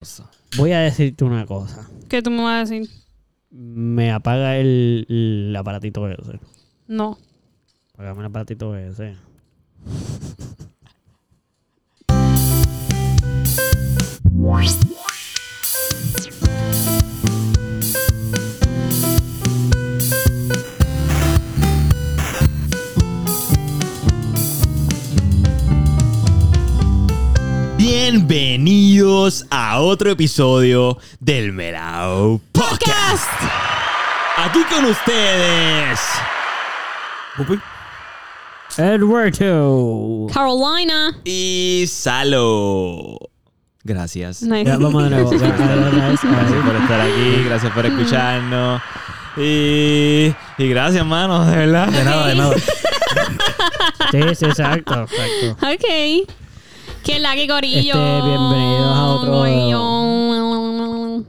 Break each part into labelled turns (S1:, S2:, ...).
S1: cosa. Voy a decirte una cosa.
S2: ¿Qué tú me vas a decir?
S1: Me apaga el, el aparatito ese.
S2: No.
S1: Apagame el aparatito ese.
S3: Bienvenidos a otro episodio del Merao Podcast. Aquí con ustedes.
S1: Eduardo.
S2: Carolina.
S3: Y Salo. Gracias.
S2: Nice.
S1: Ya, vamos de nuevo. Ya, ya, ya, ya,
S3: Gracias
S1: ya.
S3: por estar aquí, gracias por escucharnos. Y, y gracias, mano, de verdad.
S2: De nada, de nada.
S1: Sí, sí, exacto, exacto.
S2: Ok. ¿Qué la que gorillo?
S1: Este, bienvenidos a otro-
S2: Gorillo.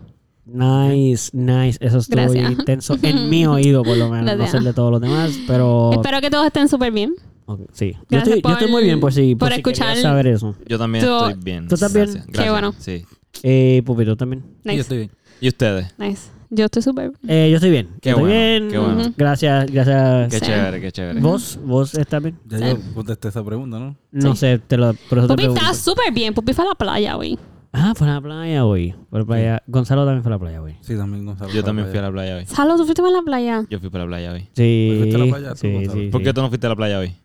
S1: Nice, nice. Eso estuvo
S2: Gracias.
S1: intenso en mi oído, por lo menos. No
S2: Gracias.
S1: sé el de todos los demás, pero.
S2: Espero que todos estén súper bien.
S1: Ok, Sí. Yo
S2: Gracias
S1: estoy, yo
S2: por-
S1: estoy muy bien por si, por
S2: por
S1: si querías
S2: escuchar.
S1: saber eso.
S3: Yo también
S2: Tú-
S3: estoy bien.
S1: ¿Tú estás bien?
S3: Gracias,
S2: Qué
S3: gracias,
S2: bueno.
S3: Sí.
S1: Eh, Pupito también.
S2: Nice.
S4: Yo estoy bien.
S3: ¿Y ustedes?
S2: Nice. Yo estoy súper.
S1: Eh, yo estoy bien.
S3: Qué
S1: estoy
S3: bueno,
S1: bien.
S3: qué bueno.
S1: Gracias, gracias.
S3: Qué
S2: Sí.
S3: chévere, qué chévere.
S1: ¿Vos? ¿Vos estás bien?
S4: Ya yo contesté esa pregunta, ¿no?
S1: No
S2: Sí.
S1: sé, te lo, por eso te
S2: Pupi
S1: pregunto.
S2: está súper bien. Pupi fue a la playa, güey.
S1: Ah, fue a la playa hoy. Fue a la playa. Gonzalo también fue a la playa hoy.
S4: Sí, también Gonzalo.
S3: Yo también fui a la playa hoy.
S2: Salo, ¿tú fuiste a la playa?
S3: Yo fui para la playa hoy.
S1: Sí.
S4: ¿Hoy Pues fuiste a la playa tú,
S1: sí,
S4: Gonzalo?
S1: sí,
S3: ¿Por
S1: sí.
S3: qué tú no fuiste a la playa hoy?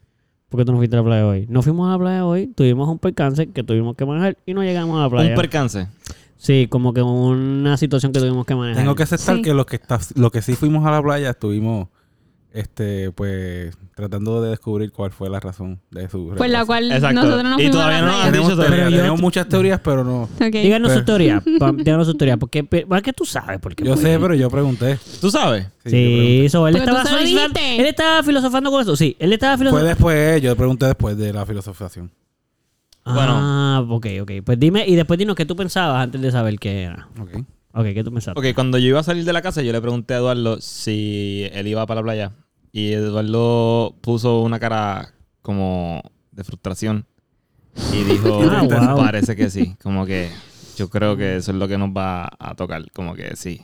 S1: ¿Por qué tú no fuiste a la playa hoy? No fuimos a la playa hoy, tuvimos un percance que tuvimos que manejar y no llegamos a la playa.
S3: Un percance.
S1: sí, como que una situación que tuvimos que manejar.
S4: Tengo que aceptar
S2: Sí.
S4: que los que está, los que sí fuimos a la playa estuvimos este pues tratando de descubrir cuál fue la razón de su
S1: Pues
S2: Por la
S4: retraso.
S2: cual
S3: Exacto.
S2: nosotros no
S3: Y
S2: fuimos a
S3: todavía no
S2: la
S3: nos
S2: playa.
S3: han dicho
S4: Tenemos, teorías,
S3: Pero yo-
S4: tenemos muchas teorías, pero no.
S2: Ok.
S1: Díganos su
S4: Pero-
S1: teoría. pa- díganos su teoría. Porque, pe- ¿Para qué tú sabes? Porque,
S4: Yo sé, pero yo pregunté.
S3: ¿Tú sabes?
S4: Sí, yo
S1: Sí, eso. Él
S2: Porque tú
S1: estaba,
S2: se lo
S1: filosofando-
S2: dijiste.
S1: él estaba filosofando con eso. Sí, él estaba
S4: pregunté. Fue
S1: filosofando.
S4: después, yo pregunté después de la filosofización.
S3: Bueno.
S1: Ah, ok, ok. Pues dime, y después dinos qué tú pensabas antes de saber qué era.
S4: Ok.
S1: Ok, ¿qué tú pensabas?
S3: Ok, cuando yo iba a salir de la casa, yo le pregunté a Eduardo si él iba para la playa. Y Eduardo puso una cara como de frustración. Y dijo, "Pues,
S1: Ah, wow.
S3: parece que sí. Como que yo creo que eso es lo que nos va a tocar. Como que sí.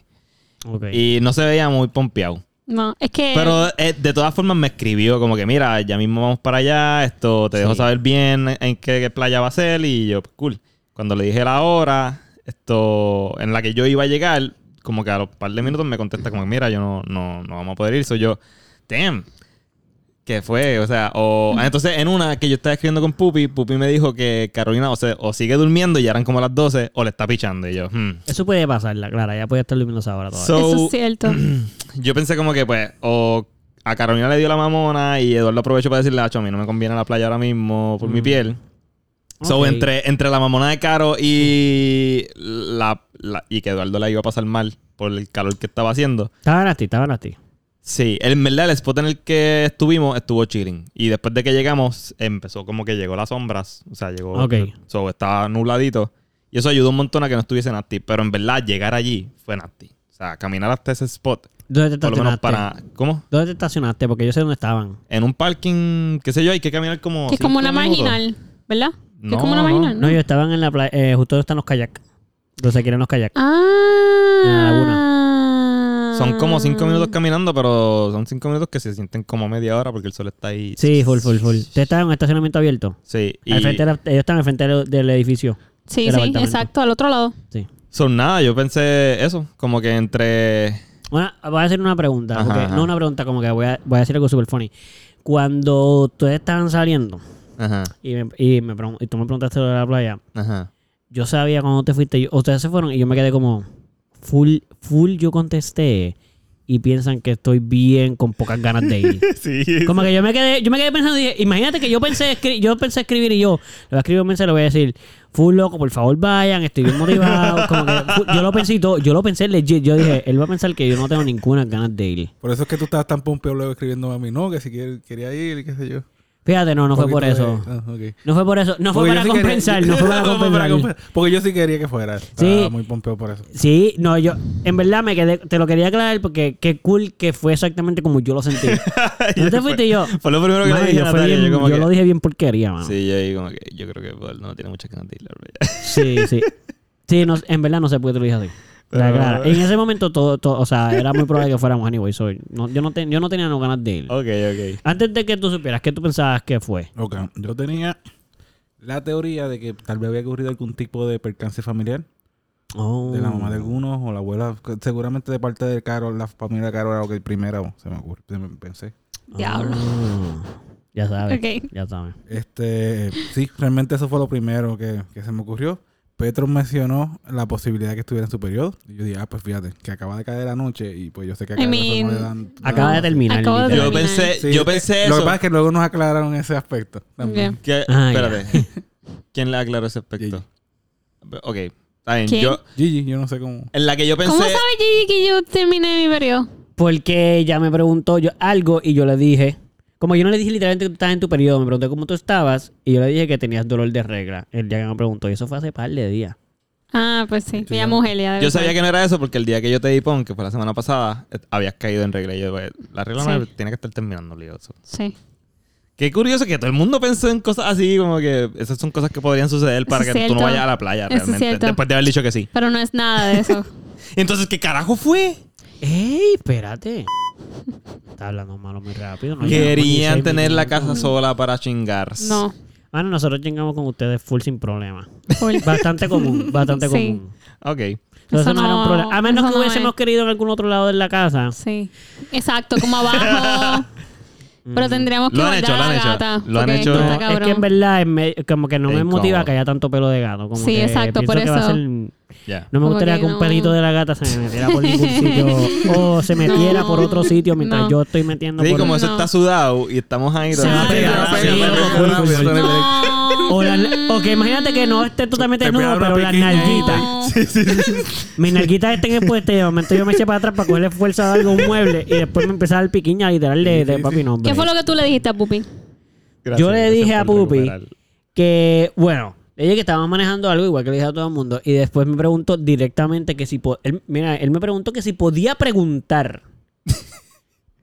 S1: Ok.
S3: Y no se veía muy pompeado.
S2: No, es que...
S3: Pero eh, de todas formas me escribió como que, mira, ya mismo vamos para allá. Esto te dejo
S1: Sí.
S3: saber bien en qué, qué playa va a ser. Y yo, pues, cool. Cuando le dije la hora, esto, en la que yo iba a llegar, como que a los par de minutos me contesta como, mira, yo no, no, no vamos a poder ir. Soy yo, damn. ¿Qué fue? O sea, o... ah, Entonces, en una que yo estaba escribiendo con Pupi, Pupi me dijo que Carolina o, se- o sigue durmiendo y ya eran como las 12 o le está pichando. Y yo, hmm.
S1: Eso puede pasar, la Clara. Ya puede estar durmiendo esa hora todavía.
S3: So-
S2: Eso es cierto.
S3: Yo pensé como que, pues, o a Carolina le dio la mamona y Eduardo aprovechó para decirle, "Acho, a mí no me conviene la playa ahora mismo por mi piel. So,
S1: Mm. Ok.
S3: entre, entre la mamona de Caro y, la, la- y que Eduardo la iba a pasar mal por el calor que estaba haciendo.
S1: Estaba nasty, estaba nasty.
S3: Sí, el- en verdad el spot en el que estuvimos estuvo chilling. Y después de que llegamos, empezó como que llegó las sombras. O sea, llegó...
S1: Ok.
S3: So, estaba nubladito. Y eso ayudó un montón a que no estuviese nasty. Pero en verdad llegar allí fue nasty. O sea, caminar hasta ese spot,
S1: ¿Dónde te
S3: por lo menos
S1: estacionaste?
S3: para... ¿Cómo?
S1: ¿Dónde te estacionaste? Porque yo sé dónde estaban.
S3: en un parking, qué sé yo, hay que caminar como.
S2: Que es como
S3: cinco
S2: una
S3: minutos.
S2: marginal, ¿verdad? que
S3: No,
S2: es como una
S3: no,
S2: marginal.
S1: No, yo estaban en la playa. Eh, justo donde están los kayak. Donde se quieren los kayak.
S2: Ah.
S1: En la
S3: Son como cinco minutos caminando, pero son cinco minutos que se sienten como media hora porque el sol está ahí.
S1: Sí, full, full, full. Ustedes estaban en un estacionamiento abierto.
S3: Sí, y.
S1: Al frente de la- ellos están al frente del, del edificio.
S2: Sí,
S1: del
S2: sí,
S1: apartamento.
S2: exacto, al otro lado.
S1: Sí.
S3: Son nada, yo pensé eso, como que entre.
S1: Bueno, voy a hacer una pregunta.
S3: Ajá,
S1: porque-
S3: ajá.
S1: No una pregunta, como que voy a, voy a decir algo super funny. Cuando ustedes estaban saliendo
S3: Ajá,
S1: y, me- y, me pregun- y tú me preguntaste lo de la playa,
S3: ajá.
S1: yo sabía cuando te fuiste. yo- ustedes se fueron y yo me quedé como full, full. Yo contesté y piensan que estoy bien con pocas ganas de ir.
S3: Sí.
S1: Como que yo me quedé, yo me quedé pensando, dije, imagínate que yo pensé, escri- yo pensé escribir y yo, le voy a escribir un mensaje, le voy a decir, full loco, por favor vayan, estoy bien motivado. Como que fu- yo lo pensé y todo, yo lo pensé legit, yo dije, él va a pensar que yo no tengo ninguna ganas de ir.
S4: Por eso es que tú estabas tan pompeado luego escribiéndome a mí, no, que si quiere- quería ir y qué sé yo.
S1: Fíjate, no, no fue por eso.
S4: ah,
S1: No fue por eso, no fue para compensar, no fue para compensar.
S4: Porque yo sí quería que fuera.
S1: Sí.
S4: Estaba muy pompeo por eso.
S1: Sí, no, yo, en verdad me quedé, te lo quería aclarar porque qué cool que fue exactamente como yo lo sentí. No te fuiste y yo.
S3: Fue lo primero que
S1: mano,
S3: le dije
S1: yo
S3: a
S1: fui
S3: Natalia,
S1: bien-
S3: yo como
S1: yo
S3: que.
S1: lo dije bien porquería, mano.
S3: pues, Sí, yo ahí como que yo creo que Eduardo no tiene muchas ganas de ir a la playa.
S1: Sí, sí. Sí, no, en verdad no sé por qué te lo dije así. O sea,
S3: Pero-
S1: claro, en ese momento todo, todo- o sea, era muy probable que fuéramos anyway. so, no, yo, no ten- yo no tenía no ganas de ir.
S3: Ok, ok.
S1: Antes de que tú supieras, ¿qué tú pensabas que fue?
S4: Ok, yo tenía la teoría de que tal vez había ocurrido algún tipo de percance familiar de la mamá de
S3: Mm.
S4: algunos o la abuela, que seguramente de parte de Carol, la familia de Carol era lo que el primero se me ocurre, se me pensé.
S2: Diablo.
S1: Ah, ya sabes.
S2: Ok.
S1: Ya sabes.
S4: Este, sí, realmente eso fue lo primero que, que se me ocurrió. Petro mencionó la posibilidad de que estuviera en su periodo. Y yo dije, ah, pues fíjate, que acaba de caer la noche y pues yo sé que a
S2: I
S4: Carol eso
S2: mean,
S4: no le dan-
S1: Acaba
S3: Ah,
S4: no,
S1: de terminar.
S2: Acabo de
S1: literal.
S3: Yo
S2: Terminar.
S3: pensé,
S4: sí.
S3: yo
S4: Sí, eh,
S3: pensé
S4: Lo que
S3: eso.
S4: pasa es que luego nos aclararon ese aspecto
S3: pues
S4: también.
S2: Ok.
S3: Que-
S1: Ay,
S3: espérate. ¿Quién le aclaró ese aspecto? Ok, está bien.
S2: ¿Quién?
S3: Yo,
S4: Gigi, yo no sé cómo.
S3: en la que yo pensé.
S2: ¿Cómo sabe Gigi que yo terminé mi periodo?
S1: Porque ella me preguntó yo algo y yo le dije. Como yo no le dije literalmente que tú estabas en tu periodo, me preguntó cómo tú estabas y yo le dije que tenías dolor de regla. El día que me preguntó, y eso fue hace par de días.
S2: Ah, pues sí. Me llamo Helia.
S3: Yo sabía que no era eso porque el día que yo te di pon, que fue la semana pasada, eh, habías caído en regla. Y yo, pues, la regla no
S2: Sí.
S3: tiene que estar terminando, lío. eso.
S2: Sí.
S3: Qué curioso que todo el mundo pensó en cosas así, como que esas son cosas que podrían suceder para
S2: Eso es
S3: que tú no
S2: cierto.
S3: vayas a la playa
S2: Eso es
S3: realmente.
S2: cierto.
S3: Después de haber dicho que sí.
S2: Pero no es nada de eso.
S3: Entonces, ¿qué carajo fue?
S1: ¡Ey! Espérate. Está hablando malo muy rápido. no llevamos ni
S3: Querían
S1: seis
S3: tener la
S1: minutos.
S3: casa sola para chingar.
S2: No.
S1: Bueno, nosotros llegamos con ustedes full sin problema.
S2: Full.
S1: Bastante común, bastante
S2: Sí.
S1: común.
S3: Ok.
S1: Entonces
S2: Eso
S1: no, era un
S2: no-
S1: problema. A
S2: eso
S1: menos que
S2: no
S1: hubiésemos
S2: es.
S1: querido en algún otro lado de la casa.
S2: Sí. Exacto, como abajo. Pero tendríamos que
S3: Lo han
S2: guardar
S3: hecho, lo
S2: a la
S3: han hecho.
S2: gata,
S3: Lo han
S2: porque
S3: hecho.
S2: esto
S1: No,
S2: está
S1: es
S2: cabrón.
S1: que en verdad es me- como que no me
S3: Es
S1: motiva
S3: incómodo.
S1: que haya tanto pelo de gato. Como
S2: Sí,
S1: que
S2: exacto,
S1: pienso
S2: por
S1: que va a
S2: eso.
S1: ser-
S3: Ya.
S1: No me
S2: Como
S1: gustaría
S2: que
S1: que un
S2: no.
S1: pelito de la gata se me metiera por ningún sitio o se metiera
S2: No,
S1: por otro sitio mientras
S2: no.
S1: yo estoy metiendo
S3: Sí,
S1: por
S3: como
S2: No.
S3: eso está sudado y estamos ahí.
S1: Se va a pegar, se
S3: Sí,
S1: va a
S3: sí,
S1: pegar.
S3: sí.
S1: rápido,
S4: No.
S2: No.
S1: O, la- o que imagínate que no esté totalmente
S4: Te
S1: desnudo,
S4: pega una
S1: pero las
S4: pequeña ahí.
S1: nalguitas.
S2: No.
S1: Mis nalguitas estén expuestas y de momento yo me eché para atrás para cogerle fuerza a algún mueble y después me empezaba el piquiña literal de, de papi no. hombre.
S2: ¿Qué fue lo que tú le dijiste a Pupi?
S3: Gracias,
S1: Yo le dije
S3: gracias
S1: a
S3: por
S1: Pupi
S3: recuperar.
S1: que, bueno, ella que estábamos manejando algo igual que le dije a todo el mundo y después me preguntó directamente que si... po- Él, mira, él me preguntó que si podía preguntar.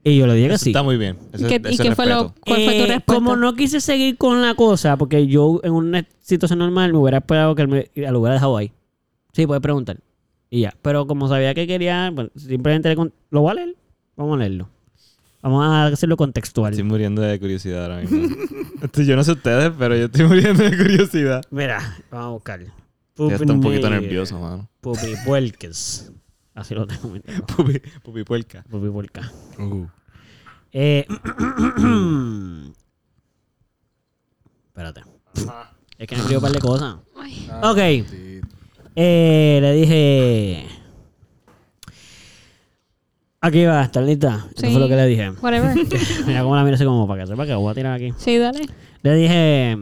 S1: y yo le dije que
S3: Eso
S1: sí.
S3: Está muy bien. Eso,
S2: ¿Qué-
S3: eso
S2: ¿Y
S3: es
S2: qué fue lo,
S3: respeto.
S2: cuál fue tu
S1: Eh,
S2: respuesta?
S1: Como no quise seguir con la cosa, porque yo en una situación normal me hubiera esperado que él me lo hubiera dejado ahí. Sí, puedes preguntar. Y ya. Pero como sabía que quería, bueno, simplemente le con- lo voy a leer. Vamos a leerlo. Vamos a hacerlo contextual.
S3: Estoy muriendo de curiosidad ahora mismo. Esto, yo no sé ustedes, pero yo estoy muriendo de curiosidad.
S1: Mira, vamos a buscarlo.
S3: Ya estoy un poquito
S1: Pupinir,
S3: nervioso, mano.
S1: Pupipuelques. Así lo tengo. mi teléfono.
S3: Pupi, pupi puerca.
S1: Pupipuelca.
S4: Uh.
S1: Eh, espérate. Es que me escribo un par de cosas.
S2: Ay.
S1: Ok. Eh, le dije. Aquí va, ¿estás lista? Eso
S2: Sí.
S1: fue lo que le dije.
S2: Whatever.
S1: Mira cómo la mira así como para que sepa que voy a tirar aquí.
S2: Sí, dale.
S1: Le dije.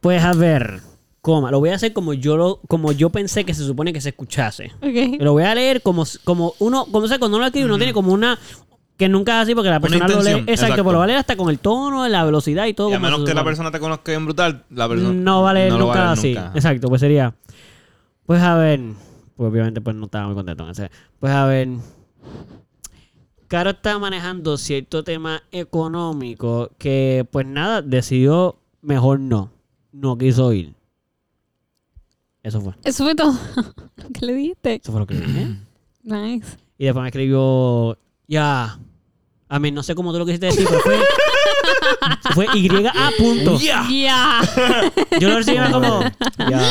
S1: Pues a ver, coma. Lo voy a hacer como yo lo, como yo pensé que se supone que se escuchase.
S2: Ok.
S1: Lo voy a leer como, como uno, como sé, cuando uno lo escribe, uno tiene como una. Que nunca es así porque la persona lo lee.
S3: intención,
S1: Exacto,
S3: exacto.
S1: pero lo va a leer hasta con el tono, la velocidad y todo.
S3: Y a
S1: como
S3: menos
S1: se
S3: que la
S1: supone.
S3: persona te conozca bien brutal, la persona
S1: No vale
S3: no lo
S1: nunca
S3: va a leer
S1: así.
S3: nunca.
S1: Exacto, pues sería. Pues a ver. Pues obviamente pues no estaba muy contento. entonces, Pues a ver. Caro está manejando cierto tema económico que pues nada, decidió mejor no. No quiso ir. Eso fue.
S2: Eso fue todo lo que le dijiste.
S1: Eso fue lo que le dije.
S2: Nice.
S1: Y después me escribió. Ya. A mí no sé cómo tú lo quisiste decir, pero fue. fue YA punto.
S2: Ya.
S1: Yo lo recibía como. Ya.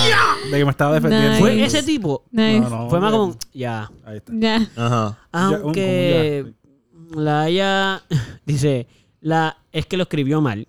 S4: De que me estaba defendiendo.
S2: Nice.
S1: Fue ese tipo.
S2: Nice.
S4: No, no,
S1: Fue más
S4: bien.
S1: como. Ya.
S4: Ahí está.
S2: Ya.
S3: Ajá.
S4: Ya, un-
S1: Aunque la haya dice, la es que lo escribió mal.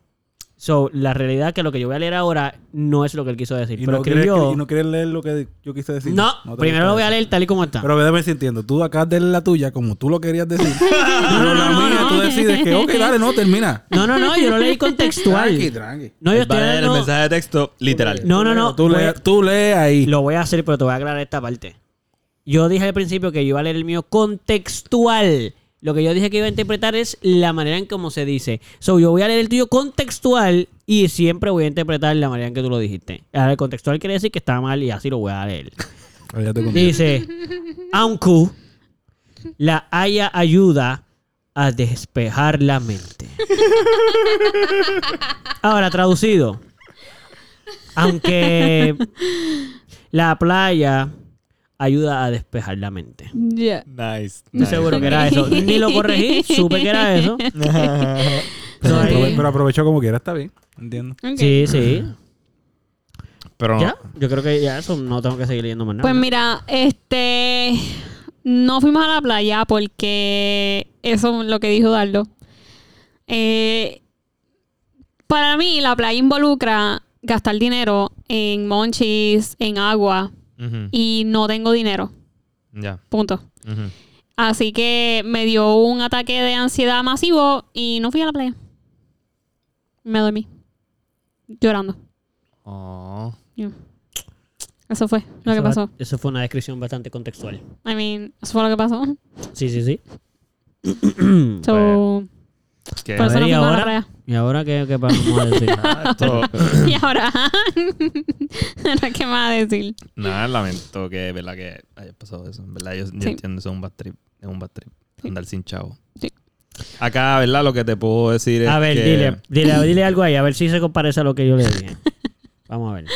S1: So, la realidad es que lo que yo voy a leer ahora no es lo que él quiso decir.
S4: Y
S1: pero
S4: no quieres
S1: escribió.
S4: que- y no quieres leer lo que yo quise decir.
S1: no,
S4: te
S1: primero
S4: gusta
S1: lo voy a
S4: eso.
S1: leer tal y como está.
S4: Pero déjame si entiendo. Tú acabas de leer la tuya como tú lo querías decir. pero la
S1: no,
S4: mía
S1: no.
S4: tú decides que, ok, dale, no, termina.
S1: No, no, no, yo lo leí
S4: Tranqui,
S1: contextual.
S4: tranqui.
S1: No, yo
S3: Él va
S1: estoy
S3: a leer el
S1: hablando-
S3: mensaje de texto literal.
S1: No, no, no.
S4: Tú
S1: voy-
S4: lees tú lee ahí.
S1: Lo voy a hacer, pero te voy a aclarar esta parte. Yo dije al principio que yo iba a leer el mío contextual. Lo que yo dije que iba a interpretar es la manera en cómo se dice. So, yo voy a leer el tuyo contextual y siempre voy a interpretar la manera en que tú lo dijiste. Ahora, el contextual quiere decir que está mal y así lo voy a leer.
S4: Ah, ya te conté.
S1: Dice, aunque la haya ayuda a despejar la mente. Ahora, traducido. Aunque La playa ayuda a despejar la mente.
S2: Ya.
S3: Nice.
S1: Estoy
S3: nice.
S1: seguro que era eso. Ni lo corregí, supe que era eso.
S4: Pero,
S1: So, ahí-
S4: aprove- pero aprovechó como quiera, está bien. Entiendo.
S2: Ok.
S1: Sí, sí.
S4: Ah.
S3: Pero
S1: Ya, yo creo que ya eso no tengo que seguir leyendo más nada.
S2: Pues mira, este. No fuimos a la playa porque eso es lo que dijo Dardo. Eh, para mí, la playa involucra gastar dinero en monchis, en agua,
S3: Ujú,
S2: y no tengo dinero.
S3: Ya.
S2: Punto.
S3: ujú.
S2: Así que me dio un ataque de ansiedad masivo y no fui a la playa. Me dormí. Llorando.
S3: Oh.
S2: Yeah. Eso fue lo que
S1: Eso-
S2: pasó.
S1: Eso fue una descripción bastante contextual.
S2: I mean, eso fue lo que pasó.
S3: Mm,
S1: Sí, sí, sí.
S2: So,
S3: ¿Qué?
S2: por eso no
S1: ¿Y
S2: fuimos a la
S1: ahora?
S2: playa.
S1: ¿Y ahora qué, qué vamos a decir?
S3: Esto-
S2: Y ahora, ahora, ¿qué más decir?
S3: Nada, lamento que, ¿verdad? Que haya pasado eso. En verdad, yo, yo entiendo eso es un bad trip. Es un bad trip. Andar sin chavo.
S2: Sí.
S3: Acá, ¿verdad? Lo que te puedo decir es
S1: A ver,
S3: que,
S1: dile, dile, dile algo ahí, a ver si se comparece a lo que yo le dije. Vamos a ver.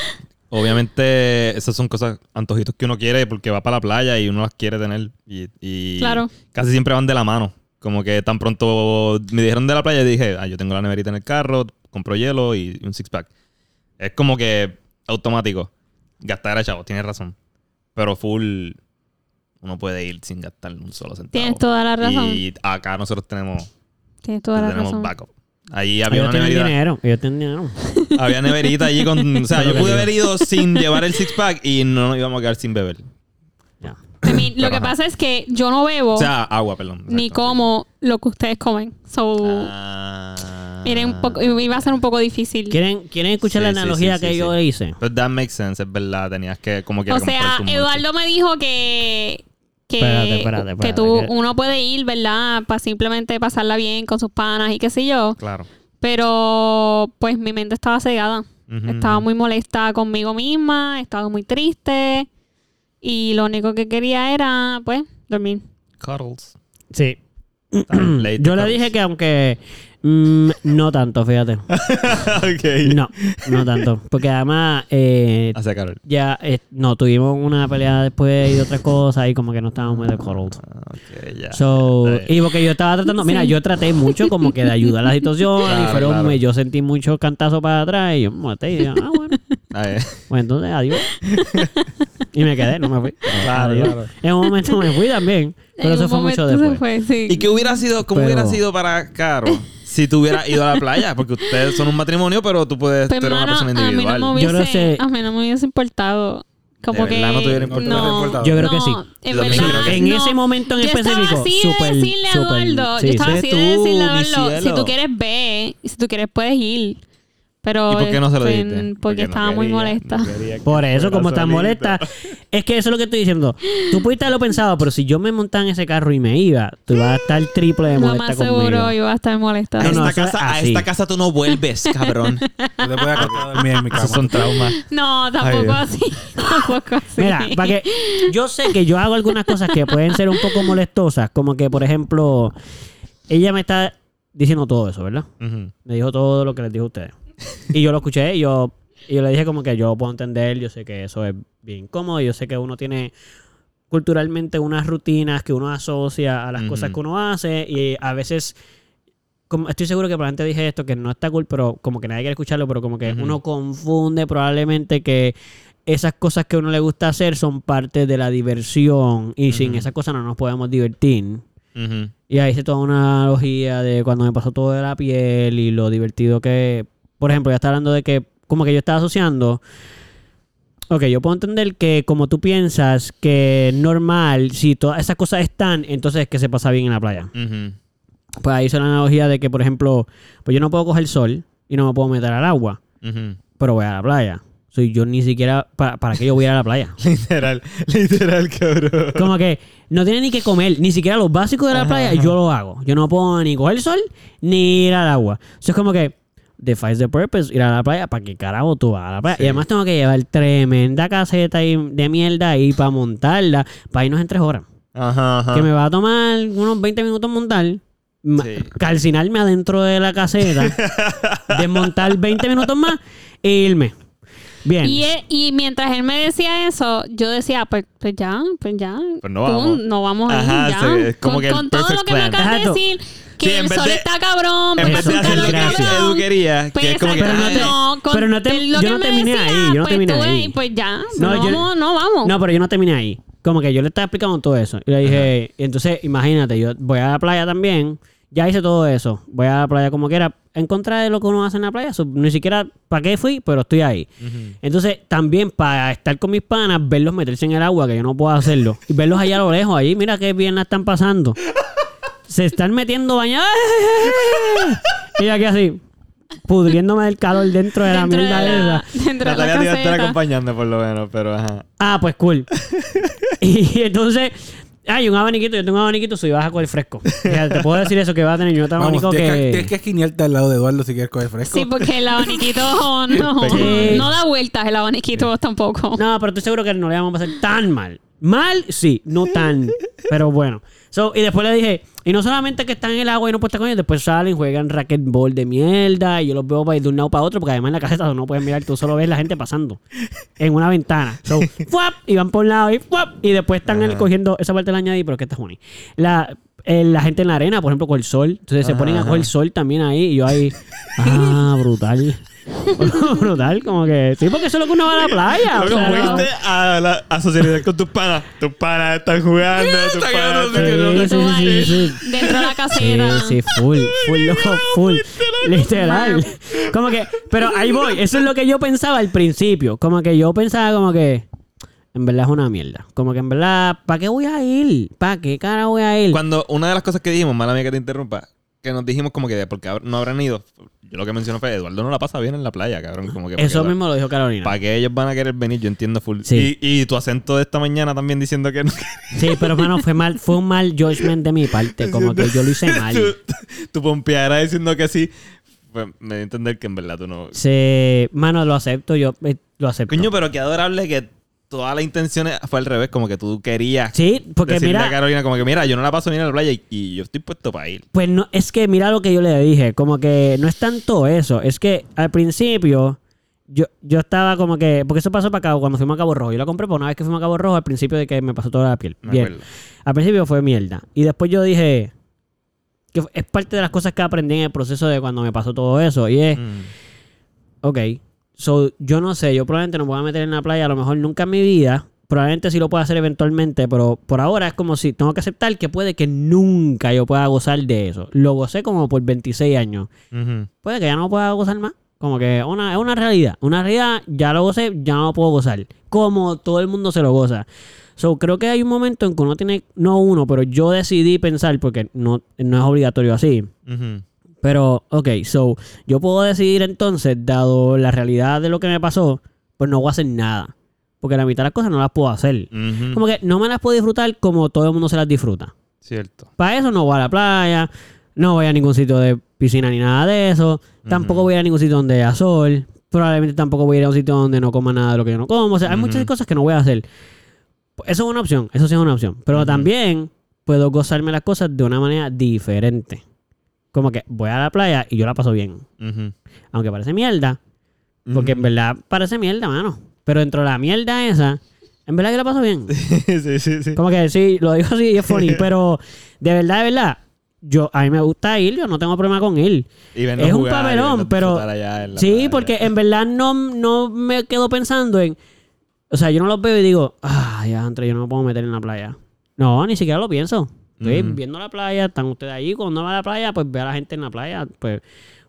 S3: Obviamente, esas son cosas, antojitos que uno quiere porque va para la playa y uno las quiere tener. Y, y
S2: Claro.
S3: casi siempre van de la mano. Como que tan pronto me dijeron de la playa y dije, ah, yo tengo la neverita en el carro, compro hielo y un six-pack. Es como que automático. Gastar a chavos, tienes razón. Pero full, uno puede ir sin gastar un solo centavo.
S2: Tienes toda la razón.
S3: Y acá nosotros tenemos,
S2: Tienes toda la
S3: tenemos
S2: razón.
S3: backup. Ahí había
S1: Ellos
S3: una
S1: tienen
S3: neverita.
S1: dinero, ellos tienen dinero.
S3: Había neverita allí con. O sea, yo pude haber ido sin llevar el six pack y no nos íbamos a quedar sin beber.
S1: Ya.
S2: I mean, lo
S3: Pero
S2: que
S3: ajá.
S2: pasa es que yo no bebo
S3: O sea, agua, perdón.
S2: ni
S3: Exacto.
S2: como lo que ustedes comen. So,
S3: Ah.
S2: miren, un poco, iba a ser un poco difícil.
S1: ¿Quieren, ¿Quieren escuchar
S3: Sí,
S1: la
S3: sí,
S1: analogía
S3: sí, sí,
S1: que yo
S3: sí.
S1: hice?
S3: Pero that makes sense, es verdad. Tenías que como que
S2: O
S3: comprar
S2: sea,
S3: tu monchi.
S2: Eduardo me dijo que. Que,
S1: Espérate, espérate,
S2: que
S1: espérate,
S2: tú,
S1: que-
S2: uno puede ir, ¿verdad? Para simplemente pasarla bien con sus panas y qué sé yo.
S3: Claro.
S2: Pero pues mi mente estaba cegada.
S3: Ujú,
S2: Estaba
S3: ujú.
S2: muy molesta conmigo misma, estaba muy triste. Y lo único que quería era, pues, dormir.
S3: Cuddles.
S1: Sí.
S3: Late
S1: Yo le
S3: cuddles.
S1: dije que aunque... mm, no tanto, fíjate.
S3: ok.
S1: No, no tanto. Porque además... eh,
S3: Hacia Carol.
S1: ya, eh, no, tuvimos una pelea después y otras cosas y como que no estábamos muy de acuerdo.
S3: Ah, ok, ya.
S1: So,
S3: Está bien.
S1: y porque yo estaba tratando, mira, yo traté mucho como que de ayudar a la situación y
S3: Claro,
S1: fueron,
S3: claro.
S1: yo sentí mucho cantazo para atrás y yo me maté y dije, ah, bueno,
S3: Ah, eh.
S1: pues entonces adiós. y me quedé, no me fui.
S3: Claro,
S1: Adiós.
S3: claro.
S1: En un momento me fui también, pero
S2: En
S1: eso
S2: un
S1: fue mucho
S2: momento se
S1: después.
S2: fue, sí.
S3: ¿Y qué hubiera sido, cómo
S1: Pero-
S3: hubiera sido para Caro si tú hubieras ido a la playa? Porque ustedes son un matrimonio, pero tú puedes
S2: Pues,
S3: ser una
S2: mano,
S3: persona
S2: a mí no
S3: individual.
S2: me
S1: individual. Yo
S2: hubiese,
S1: no sé.
S2: a mí no me hubiese importado. Como
S3: De
S2: que.
S3: verdad, no te hubiera
S4: importado.
S2: no.
S4: No te hubiera
S1: Yo creo que
S2: No,
S1: sí.
S2: En,
S3: Yo
S2: verdad,
S3: también creo que sí.
S1: En
S2: no.
S1: ese momento en
S2: Yo estaba
S1: específico,
S2: así
S1: súper-
S2: de decirle a
S1: súper-
S2: Eduardo.
S1: sí,
S2: yo estaba
S3: ve
S2: así de
S3: tú,
S2: decirle a
S3: mi
S2: Eduardo. Si
S3: cielo.
S2: tú quieres, ve. Y si tú quieres, puedes ir. Pero.
S3: ¿Y por qué no se lo
S2: pues,
S3: dijiste?
S2: Porque, estaba muy molesta.
S1: Por eso, como tan molesta. Es que eso es lo que estoy diciendo. Tú pudiste haberlo pensado, pero si yo me montaba en ese carro y me iba, tú ibas a estar triple de
S2: Lo
S1: molesta
S2: más
S1: conmigo.
S2: seguro iba a estar molesta.
S1: No, no, eso es así.
S3: casa tú no vuelves, cabrón.
S4: No te puedes acostar a dormir en mi cama.
S3: Esos son traumas.
S2: No, tampoco así. Tampoco así.
S1: Mira, para que yo sé que yo hago algunas cosas que pueden ser un poco molestosas, como que por ejemplo, ella me está diciendo todo eso, ¿verdad?
S3: Ujú.
S1: Me dijo todo lo que les dijo a ustedes. Y yo lo escuché y yo, y yo le dije como que yo puedo entender, yo sé que eso es bien cómodo, yo sé que uno tiene culturalmente unas rutinas que uno asocia a las
S3: Ujú.
S1: cosas que uno hace y a veces... Como, estoy seguro que probablemente dije esto, que no está cool, pero como que nadie quiere escucharlo, pero como que
S3: Ujú.
S1: uno confunde probablemente que esas cosas que a uno le gusta hacer son parte de la diversión y sin
S3: Ujú.
S1: esas cosas no nos podemos divertir.
S3: Ujú.
S1: Y ahí hice toda una analogía de cuando me pasó todo de la piel y lo divertido que. Por ejemplo, ya está hablando de que, como que yo estaba asociando. Ok, yo puedo entender que, como tú piensas, que normal, si todas esas cosas están, entonces es que se pasa bien en la playa.
S3: Ujú.
S1: Pues ahí hice la analogía de que, por ejemplo, pues yo no puedo coger sol y no me puedo meter al agua,
S3: Ujú.
S1: pero voy a la playa. Soy yo ni siquiera. ¿Para, para qué yo voy a ir a la playa?
S3: Literal, literal, cabrón.
S1: Como que no tiene ni que comer, ni siquiera los básicos de la playa, yo lo hago. Yo no puedo ni coger sol ni ir al agua. Eso es como que defies the purpose, ir a la playa, ¿para qué carajo tú vas a la playa? Y además tengo que llevar tremenda caseta ahí de mierda ahí para montarla, para irnos en tres horas.
S3: Ajá, ajá.
S1: Que me va a tomar unos 20 minutos montar. ma-
S3: Ah. Sí.
S1: Calcinarme adentro de la caseta, desmontar 20 minutos más e irme. Bien.
S2: Y, él- y mientras él me decía eso, yo decía, pues, pues ya, pues ya.
S3: Pues no vamos.
S2: Pum, no vamos a ir,
S3: Ajá,
S2: ya.
S3: sí, es como
S2: con
S3: que el
S2: con todo lo
S3: perfect
S2: que me
S3: plan.
S2: acabas de
S1: Exacto.
S2: decir, que
S3: Sí, en
S2: el
S3: vez
S2: sol
S3: de-
S2: está cabrón,
S3: En vez de
S1: Eso
S2: Bazooka
S1: sí,
S3: hacer
S2: no
S3: lo que
S1: gracias.
S2: está
S3: Edu
S2: cabrón.
S3: quería,
S2: Pues
S3: que es como que.
S1: Pero no
S2: exacto,
S1: te-
S3: ah,
S2: no, con
S1: pero no te-
S2: el-
S1: yo
S2: lo que
S1: no
S2: me
S1: terminé
S2: decía,
S1: ahí, yo no
S2: pues,
S1: terminé
S2: tú,
S1: ahí.
S2: eh, Pues ya,
S1: No,
S2: no,
S1: yo-
S2: vamos, no vamos.
S1: No, pero yo no terminé ahí. Como que yo le estaba explicando todo eso. Y le dije, entonces, imagínate, yo voy a la playa también. Ya hice todo eso. Voy a la playa como quiera. En contra de lo que uno hace en la playa. so, ni siquiera para qué fui, pero estoy ahí. Entonces, también para estar con mis panas, verlos meterse en el agua, que yo no puedo hacerlo. Y verlos allá a lo lejos, allí, mira qué bien la están pasando. Se están metiendo bañadas. Y yo aquí así, pudriéndome del calor dentro de la
S2: dentro de
S1: mierda
S2: la,
S1: esa.
S2: dentro de la
S3: Natalia te iba a estar
S2: caseta.
S3: acompañando por lo menos, pero ajá.
S1: Ah, pues cool. y entonces, hay un abaniquito, yo tengo un abaniquito, soy baja con el fresco. Ya, te puedo decir eso que va a tener yo otro
S4: Vamos,
S1: abanico
S4: tienes que,
S1: que.
S4: tienes que esquinearte al lado de Eduardo si quieres coger fresco.
S2: Sí, porque el abaniquito no,
S1: Pequeño.
S2: no da vueltas, el abaniquito tampoco.
S1: No, pero estoy seguro que no le vamos a pasar tan mal. Mal, sí, no tan. pero bueno. So, y después le dije, y no solamente que están en el agua y no puestas con ellos, después salen, juegan racquetball de mierda, y yo los veo para ir de un lado para otro, porque además en la caseta tú no puedes mirar, tú solo ves la gente pasando en una ventana. So, ¡fuap! Y van por un lado y ¡fuap! Y después están cogiendo, esa parte la añadí, pero que está funny. La, eh, la gente en la arena, por ejemplo, con el sol. Entonces se ponen a coger sol también ahí, y yo ahí, ah, brutal. brutal, como que. Sí, porque eso es lo que uno va a la playa. o
S3: Luego
S1: sea, no.
S3: fuiste a la a socializar con tus panas. Tus panas están jugando. Tus
S4: está
S3: panas
S4: cabrón,
S3: están jugando.
S1: Sí, sí,
S2: Tú ahí,
S1: sí, sí.
S2: Dentro de la
S1: Sí,
S2: caseta.
S1: sí, full, full, loco, full. Literal. Como que, pero ahí voy. Eso es lo que yo pensaba al principio. Como que yo pensaba como que, en verdad es una mierda. Como que en verdad, ¿para qué voy a ir? ¿Para qué cara voy a ir?
S3: Cuando una de las cosas que dijimos, mala mía que te interrumpa, que nos dijimos como que de porque no habrán ido. Yo lo que mencioné fue, Eduardo no la pasa bien en la playa, cabrón. Como que
S1: Eso
S3: porque-
S1: mismo lo dijo Carolina.
S3: ¿Para qué ellos van a querer venir? Yo entiendo full.
S1: Sí.
S3: Y, y tu acento de esta mañana también diciendo que no.
S1: Sí, pero hermano, fue mal, fue un mal judgment de mi parte. Como que yo lo hice mal.
S3: tu, tu pompeadera diciendo que sí. Pues me dio a entender que en verdad tú no.
S1: Sí, mano, lo acepto, yo eh, lo acepto.
S3: Coño, pero qué adorable que todas las intenciones fue al revés, como que tú querías.
S1: Sí, porque
S3: decirle
S1: mira,
S3: a Carolina, como que mira, yo no la paso ni en la playa y, y yo estoy puesto para ir.
S1: Pues no, es que mira lo que yo le dije, como que no es tanto eso, es que al principio yo, yo estaba como que, porque eso pasó para Cabo, cuando fuimos a Cabo Rojo, yo la compré por una vez que fuimos a Cabo Rojo, al principio de que me pasó toda la piel.
S3: Me
S1: Bien.
S3: acuerdo.
S1: Al principio fue mierda. Y después yo dije, que es parte de las cosas que aprendí en el proceso de cuando me pasó todo eso, y es,
S3: Mm.
S1: ok, so, yo no sé, yo probablemente no me voy a meter en la playa, a lo mejor nunca en mi vida. Probablemente sí lo pueda hacer eventualmente, pero por ahora es como si tengo que aceptar que puede que nunca yo pueda gozar de eso. Lo gocé como por 26 años.
S3: Ujú.
S1: Puede que ya no pueda gozar más. Como que es una, es una realidad. Una realidad, ya lo gocé, ya no lo puedo gozar. Como todo el mundo se lo goza. So, creo que hay un momento en que uno tiene, no uno, pero yo decidí pensar, porque no, no es obligatorio así.
S3: Ujú.
S1: Pero, ok, so, yo puedo decidir entonces, dado la realidad de lo que me pasó, pues no voy a hacer nada. Porque la mitad de las cosas no las puedo hacer.
S3: Ujú.
S1: Como que no me las puedo disfrutar como todo el mundo se las disfruta.
S3: Cierto.
S1: Para eso no voy a la playa, no voy a ningún sitio de piscina ni nada de eso. Tampoco voy a ningún sitio donde haya sol. Probablemente tampoco voy a ir a un sitio donde no coma nada de lo que yo no como. O sea, hay muchas cosas que no voy a hacer. Eso es una opción, eso sí es una opción. Pero también puedo gozarme las cosas de una manera diferente. Como que voy a la playa y yo la paso bien.
S3: Ujú.
S1: Aunque parece mierda. Porque en verdad parece mierda, mano. Pero dentro de la mierda esa, en verdad que la paso bien.
S3: sí, sí, sí.
S1: Como que sí, lo digo así y es funny, pero de verdad, de verdad, yo, a mí me gusta ir, yo no tengo problema con ir.
S3: Y vernos
S1: Es un
S3: jugar y
S1: papelón,
S3: vernos
S1: pero...
S3: disfrutar allá en la
S1: Sí,
S3: playa.
S1: porque en verdad no, no me quedo pensando en... O sea, yo no los veo y digo, ah, ya, entre yo no me puedo meter en la playa. No, ni siquiera lo pienso. Estoy viendo la playa, están ustedes ahí, cuando uno va a la playa, pues ve a la gente en la playa, pues...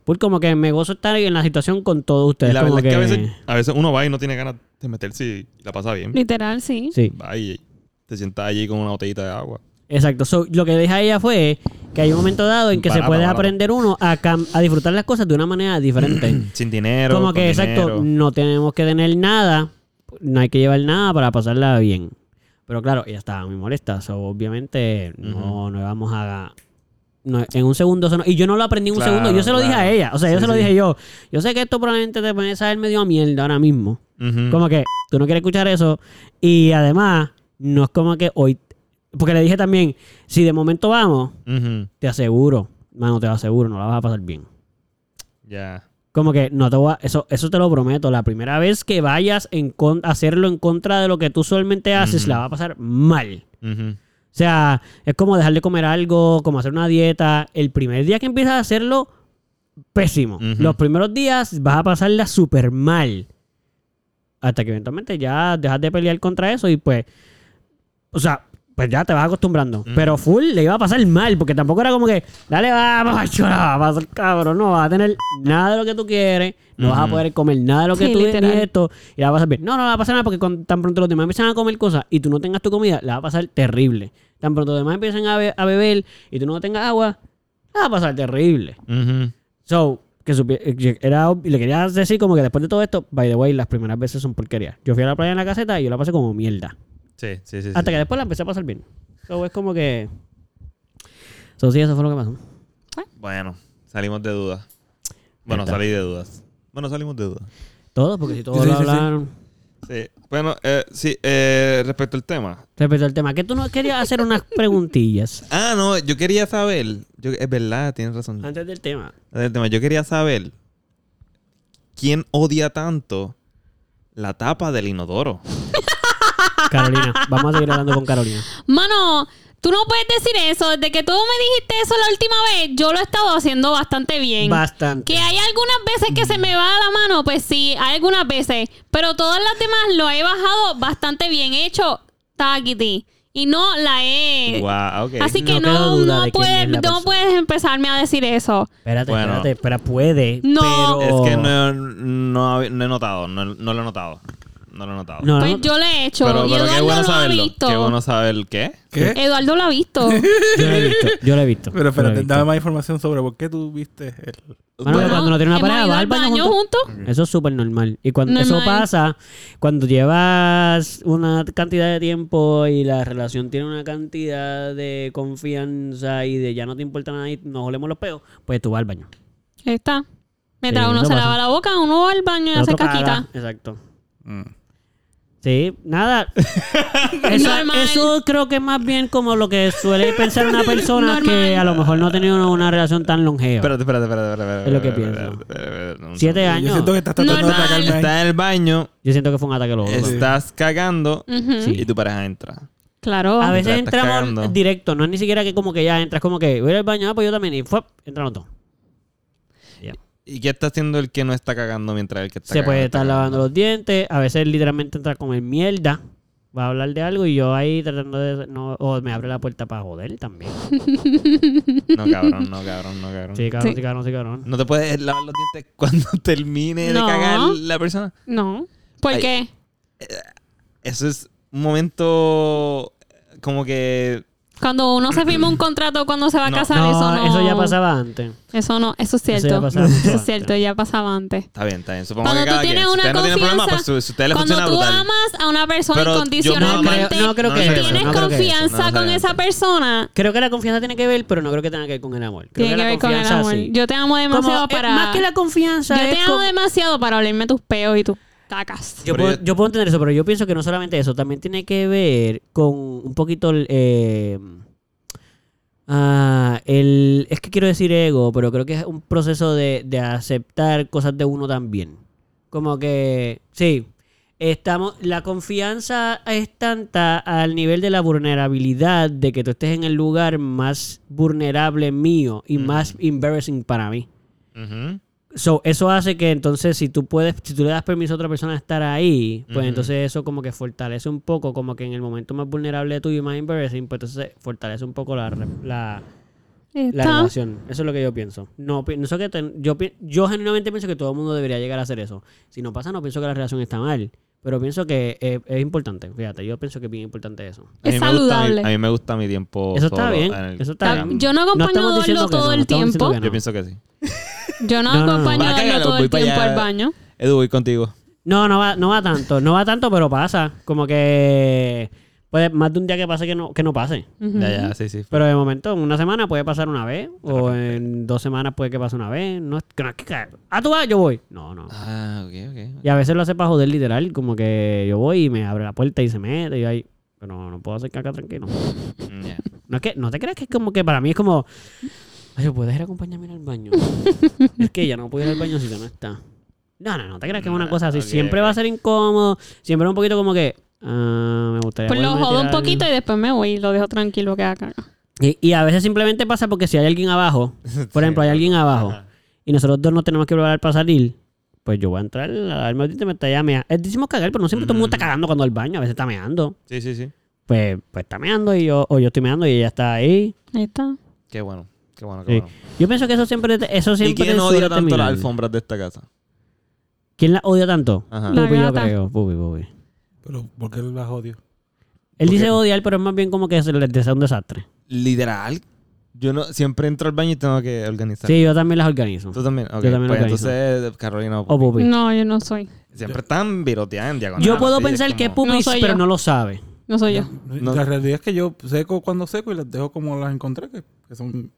S1: Pues como que me gozo estar en la situación con todos ustedes.
S3: Y la
S1: como
S3: verdad es que a veces, a veces uno va y no tiene ganas de meterse y la pasa bien.
S2: Literal, sí.
S1: Sí.
S3: Va y te sientas allí con una botellita de agua.
S1: Exacto. So, lo que dije a ella fue que hay un momento dado en que se
S3: Barata,
S1: puede
S3: barata.
S1: aprender uno a, cam- a disfrutar las cosas de una manera diferente.
S3: Sin dinero.
S1: Como que,
S3: con
S1: exacto,
S3: dinero.
S1: no tenemos que tener nada, no hay que llevar nada para pasarla bien. Pero claro, ella estaba muy molesta. So, obviamente, no, no vamos a... no, en un segundo eso no- Y yo no lo aprendí en un
S3: Claro,
S1: segundo. Yo se lo dije
S3: claro.
S1: a ella. O sea, yo
S3: Sí,
S1: se lo
S3: sí.
S1: dije yo. Yo sé que esto probablemente te puede saber medio a mierda ahora mismo.
S3: Ujú.
S1: Como que tú no quieres escuchar eso. Y además, no es como que hoy. Porque le dije también, si de momento vamos,
S3: Ujú.
S1: te aseguro, mano, te lo aseguro, no la vas a pasar bien.
S3: Ya.
S1: Como que no te voy a- eso, eso te lo prometo. La primera vez que vayas en con- a hacerlo en contra de lo que tú usualmente haces, la va a pasar mal.
S3: Ujú.
S1: O sea, es como dejar de comer algo, como hacer una dieta. El primer día que empiezas a hacerlo, pésimo.
S3: Ujú.
S1: Los primeros días vas a pasarla súper mal. Hasta que eventualmente ya dejas de pelear contra eso y pues. O sea, pues ya te vas acostumbrando. Pero full le iba a pasar mal, porque tampoco era como que, dale, vamos, macho, la va a pasar cabrón. No vas a tener nada de lo que tú quieres. No vas a
S3: Ujú.
S1: poder comer nada de lo que
S2: Sí,
S1: tú
S2: literal.
S1: ni esto. Y la vas a pasar bien. No, no, no va a pasar nada porque con- tan pronto los demás empiezan a comer cosas y tú no tengas tu comida, la va a pasar terrible. Tan pronto los demás empiezan a, be- a beber y tú no tengas agua, la va a pasar terrible.
S3: Ujú.
S1: So, que supie- eh, era, ob- le quería decir como que después de todo esto, by the way, las primeras veces son porquería. Yo fui a la playa en la caseta y yo la pasé como mierda.
S3: Sí, sí, sí. sí.
S1: Hasta que después la empecé a pasar bien. So, es como que... So, sí, eso fue lo que pasó.
S3: Bueno, salimos de dudas. Bueno,
S1: Está.
S3: salí de dudas. Bueno, salimos de dudas.
S1: Todo, porque si todos
S4: Sí,
S1: lo
S4: sí, sí.
S1: hablaron...
S3: Sí. Bueno, eh, sí, eh, respecto al tema.
S1: Respecto al tema, que tú no querías hacer unas preguntillas
S3: Ah, no, yo quería saber. yo- es verdad, tienes razón.
S1: antes del tema.
S3: Del tema, Yo quería saber quién odia tanto la tapa del inodoro.
S1: Carolina, vamos a seguir hablando con Carolina.
S2: Mano, tú no puedes decir eso. Desde que tú me dijiste eso la última vez, yo lo he estado haciendo bastante bien.
S1: Bastante.
S2: Que hay algunas veces que se me va la mano, pues sí, hay algunas veces. Pero todas las demás lo he bajado bastante bien. He hecho taquiti. Y no la he.
S3: Guau, ok.
S2: Eh, Así
S1: No
S2: que
S1: queda
S2: no,
S1: duda
S2: no,
S1: de quién
S2: puedes,
S1: es la
S2: no
S1: persona.
S2: puedes empezarme a decir eso.
S1: Espérate,
S3: Bueno.
S1: espérate, espera, puede.
S2: No.
S1: pero-
S3: Es que no, no, no he notado, no, no lo he notado. No lo he notado.
S1: No,
S2: Pues
S1: no,
S2: yo lo he hecho.
S3: Pero,
S2: y
S3: pero
S2: Eduardo
S3: qué
S2: lo
S3: bueno
S2: ha
S3: saberlo.
S2: visto.
S3: Qué bueno saber qué.
S1: ¿Eh?
S4: ¿Qué?
S2: Eduardo lo ha visto.
S1: yo lo he visto. Yo lo he visto.
S4: Pero
S1: yo lo he
S4: espérate,
S1: visto.
S4: dame más información sobre por qué tú viste el...
S1: Mano, que cuando no tiene una
S2: Hemos
S1: pareja,
S2: ido
S1: va
S2: al
S1: al baño
S2: baño
S1: junto.
S2: juntos.
S1: Eso es súper normal. Y cuando eso
S2: Normal.
S1: pasa, cuando llevas una cantidad de tiempo y la relación tiene una cantidad de confianza y de ya no te importa nada y nos olemos los peos, pues tú vas al baño.
S2: Ahí está. Mientras
S1: Sí,
S2: uno
S1: eso
S2: se
S1: pasa.
S2: lava la boca, uno va al baño y
S1: El
S2: hace
S1: otro caga.
S2: caquita.
S1: Exacto.
S4: Mm.
S1: Sí, nada. Eso,
S2: Normal.
S1: eso creo que es más bien como lo que suele pensar una persona
S2: Normal.
S1: que a lo mejor no ha tenido una relación tan longeva.
S3: Espérate, espérate, espérate, espérate.
S1: Es lo que
S3: espérate,
S1: pienso.
S3: espérate, espérate, espérate, un
S1: Siete
S3: segundo.
S1: años.
S4: Yo siento que estás tratando de
S2: Normal.
S4: atacarme ahí.
S3: Estás en el baño,
S1: Yo siento que fue un ataque loco.
S3: estás cagando
S2: Ujú.
S1: Sí.
S3: y tu pareja entra.
S2: Claro.
S1: A veces
S3: Estás
S1: entramos
S3: cagando.
S1: directo, no es ni siquiera que como que ya entras como que voy al baño, ah, pues yo también, y fue, entraron todos. Ya.
S3: ¿Y qué está haciendo el que no está cagando mientras el que está
S1: Se
S3: cagando
S1: puede
S3: está
S1: estar lavando
S3: cagando?
S1: los dientes, a veces literalmente entra a comer mierda, va a hablar de algo y yo ahí tratando de... No, o me abre la puerta para joder también.
S3: No, cabrón, no, cabrón, no, cabrón.
S1: Sí, cabrón,
S2: Sí.
S1: sí, cabrón, sí, cabrón.
S3: No te puedes lavar los dientes cuando termine
S2: No.
S3: de cagar la persona.
S2: No. ¿Por
S3: Ay.
S2: qué?
S3: Eso es un momento como que...
S2: Cuando uno se firma un contrato cuando se va a
S3: No.
S2: casar,
S1: No,
S2: eso no.
S1: eso ya pasaba antes.
S2: Eso no, eso es cierto.
S1: ya
S2: Eso,
S1: pasaba mucho
S2: es cierto,
S1: antes.
S2: ya pasaba antes.
S3: Está bien, está bien. Supongo
S2: Cuando
S3: que
S2: tú
S3: cada
S2: tienes
S3: quien. si
S2: una
S3: ustedes no tienen
S2: confianza,
S3: problema, pues si a ustedes les
S2: Cuando
S3: funciona
S2: tú
S3: brutal.
S2: amas a una persona
S3: Pero yo-
S2: incondicionalmente,
S1: No creo- no creo que
S2: y
S1: eso,
S2: tienes
S1: no creo que
S2: confianza
S3: eso, no
S2: con
S3: creo
S2: esa
S3: eso.
S2: persona,
S1: Creo que la confianza tiene que ver, pero no creo que tenga que ver con el amor. Creo
S2: tiene que
S1: la
S2: ver con el
S1: confianza,
S2: amor.
S1: sí.
S2: Yo te amo
S1: Como,
S2: demasiado
S1: eh,
S2: para.
S1: Más que la confianza.
S2: yo te
S1: es
S2: amo
S1: como-
S2: demasiado para olerme tus peos y tus cacas.
S1: Yo
S3: Pero
S1: puedo,
S3: yo-
S1: yo puedo entender eso, pero yo pienso que no solamente eso, también tiene que ver con un poquito el... eh, ah, el es que quiero decir ego, pero creo que es un proceso de, de aceptar cosas de uno también. Como que, sí, estamos la confianza es tanta al nivel de la vulnerabilidad de que tú estés en el lugar más vulnerable mío
S3: Mm.
S1: y más embarrassing para mí.
S3: Ujú.
S1: So, eso hace que entonces si tú puedes, si tú le das permiso a otra persona de estar ahí, pues
S3: Ujú.
S1: entonces eso como que fortalece un poco, como que en el momento más vulnerable de tuyo y más embarrassing, pues entonces fortalece un poco la, re- la, la
S2: Está-
S1: relación. Eso es lo que yo pienso. No, pi- no sé que ten- yo, pi- yo genuinamente pienso que todo el mundo debería llegar a hacer eso. Si no pasa, no pienso que la relación está mal, pero pienso que eh, es, importante. Fíjate, yo pienso que es bien importante eso.
S3: A mí
S2: Es
S3: me gusta mi-
S2: saludable.
S3: a mí me gusta mi tiempo
S1: Eso está
S3: solo
S1: bien,
S3: en el-
S1: eso está bien.
S2: Yo no acompaño
S1: estamos
S2: a Eduardo
S1: diciendo que
S2: todo
S1: no,
S2: el
S1: no estamos diciendo
S2: tiempo.
S1: que no.
S3: Yo pienso que sí.
S2: Yo no,
S1: No, no, no.
S2: acompaño
S3: Va a
S2: a
S3: cagar,
S2: Eduardo todo
S3: voy
S2: el
S3: pa'
S2: tiempo
S3: allá.
S2: al baño.
S3: Edu, voy contigo.
S1: No, no va, no va tanto, no va tanto, pero pasa. Como que puede más de un día que pase que no, que no pase.
S3: Ya, ya, sí, sí.
S1: Pero de momento, en una semana puede pasar una vez, o en dos semanas puede que pase una vez. No es que no es que ca- Ah, tú vas, yo voy. No, no.
S3: Ah, ok, ok.
S1: Y a veces lo hace para joder literal, como que yo voy y me abre la puerta y se mete y ahí. Pero no, no puedo hacer caca tranquilo.
S3: Mm, Ya.
S1: No es que, no te creas que es como que para mí es como. Ay, ¿puedes ir a acompañarme al baño? es que ella no puede ir al baño si tú no está. No, no, no te creas que es una cosa así.
S3: Ah, ok,
S1: siempre
S3: ok.
S1: va a ser incómodo. Siempre un poquito como que. ah, me gustaría.
S2: Pues lo
S1: volverme a
S2: jodo un
S1: tirar.
S2: poquito y después me voy y lo dejo tranquilo que haga caca.
S1: Y, y a veces simplemente pasa porque si hay alguien abajo, por ejemplo, hay alguien abajo,
S3: Ajá.
S1: y nosotros dos no tenemos que hablar para salir, pues yo voy a entrar a darme ahorita y me está ya mea. Es decimos cagar, pero no siempre todo el mundo está cagando cuando al baño, a veces está meando.
S3: Sí, sí, sí.
S1: Pues, pues está meando y yo, o yo estoy meando y ella está ahí.
S2: Ahí está.
S3: Qué bueno. Qué bueno, qué
S1: Sí.
S3: bueno.
S1: Yo pienso que eso siempre, eso
S3: ¿Y
S1: siempre
S3: quién
S1: suele
S3: odia tanto las
S1: terminar.
S3: alfombras de esta casa?
S1: ¿Quién la odia tanto?
S3: Ajá.
S2: La
S1: Pupi, yo
S2: gata.
S1: creo, Pupi, Pupi.
S4: Pero, ¿por qué las odio?
S1: Él
S4: ¿Por
S1: dice
S4: qué?
S1: odiar, pero es más bien como que se le desea un desastre.
S3: Literal. Yo no siempre entro al baño y tengo que organizar.
S1: Sí, yo también las organizo.
S3: Tú también. Ok,
S1: Yo también
S3: pues
S1: organizo.
S3: entonces Carolina
S1: O Pupi.
S2: No, yo no soy.
S3: siempre están viroteadas en diagonal.
S1: Yo puedo
S3: así, es
S1: pensar que es
S3: como-
S1: Pupi,
S2: No soy
S1: pero
S2: yo.
S1: no lo sabe.
S2: No soy yo.
S3: No.
S4: La realidad es que yo seco cuando seco y las dejo como las encontré, que, que son...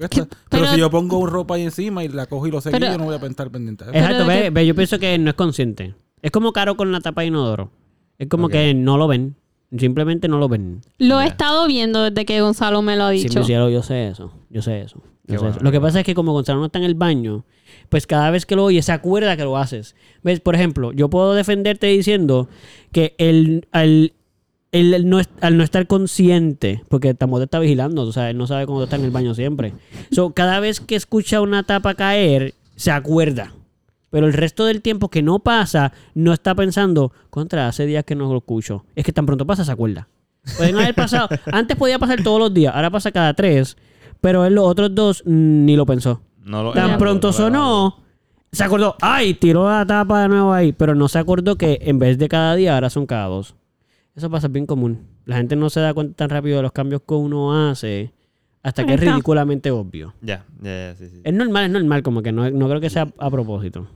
S2: Que-
S4: Pero,
S2: pero-
S4: si yo pongo ropa ahí encima y la cojo y lo seco,
S2: Pero-
S4: yo no voy a estar pendiente.
S2: Eh,
S1: Exacto,
S2: de
S1: ve,
S2: que-
S1: ve, yo pienso que no es consciente. Es como caro con la tapa de inodoro. Es como
S3: Ok.
S1: que no lo ven. Simplemente no lo ven.
S2: Lo he
S3: Ya.
S2: estado viendo desde que Gonzalo me lo ha
S1: Sí,
S2: dicho.
S1: mi cielo, yo sé eso. Yo sé eso. yo
S3: Qué
S1: sé
S3: bueno,
S1: eso. Lo
S3: qué
S1: que pasa es que como Gonzalo no está en el baño, pues cada vez que lo oye se acuerda que lo haces. ¿Ves? Por ejemplo, yo puedo defenderte diciendo que el, al, el- el no, est- al no estar consciente, porque Tamote está vigilando, o sea, él no sabe cuando está en el baño siempre. So, cada vez que escucha una tapa caer, se acuerda. Pero el resto del tiempo que no pasa, no está pensando, contra, hace días que no lo escucho. Es que tan pronto pasa, se acuerda. Pueden haber pasado. Antes podía pasar todos los días, ahora pasa cada tres. Pero en los otros dos mm, ni lo pensó.
S3: No lo-
S1: Tan
S3: no,
S1: pronto
S3: no, no, no.
S1: sonó, se acordó, ay, tiró la tapa de nuevo ahí. Pero no se acordó que en vez de cada día, ahora son cada dos. Eso pasa bien común. La gente no se da cuenta tan rápido de los cambios que uno hace hasta que es
S2: Ahí está.
S1: ridículamente obvio.
S3: Ya, ya, ya, sí, sí.
S1: Es normal, es normal, como que no, no creo que sea a propósito.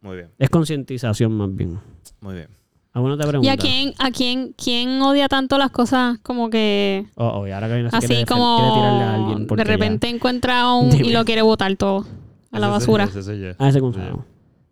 S3: Muy bien,
S1: Es concientización más bien.
S3: muy bien.
S1: ¿Alguna te pregunta?
S2: ¿Y a quién, a quién, quién odia tanto las cosas como que
S1: Oh, oh, y ahora Karina se
S2: así
S1: quiere defen- quiere tirarle a
S2: como
S1: alguien
S2: de
S1: porque ya-
S2: repente encuentra un
S1: Dime.
S2: y lo quiere botar todo a la
S3: Ese soy
S2: basura?
S3: yo, ese soy yo.
S1: Ah, ese Gonzalo.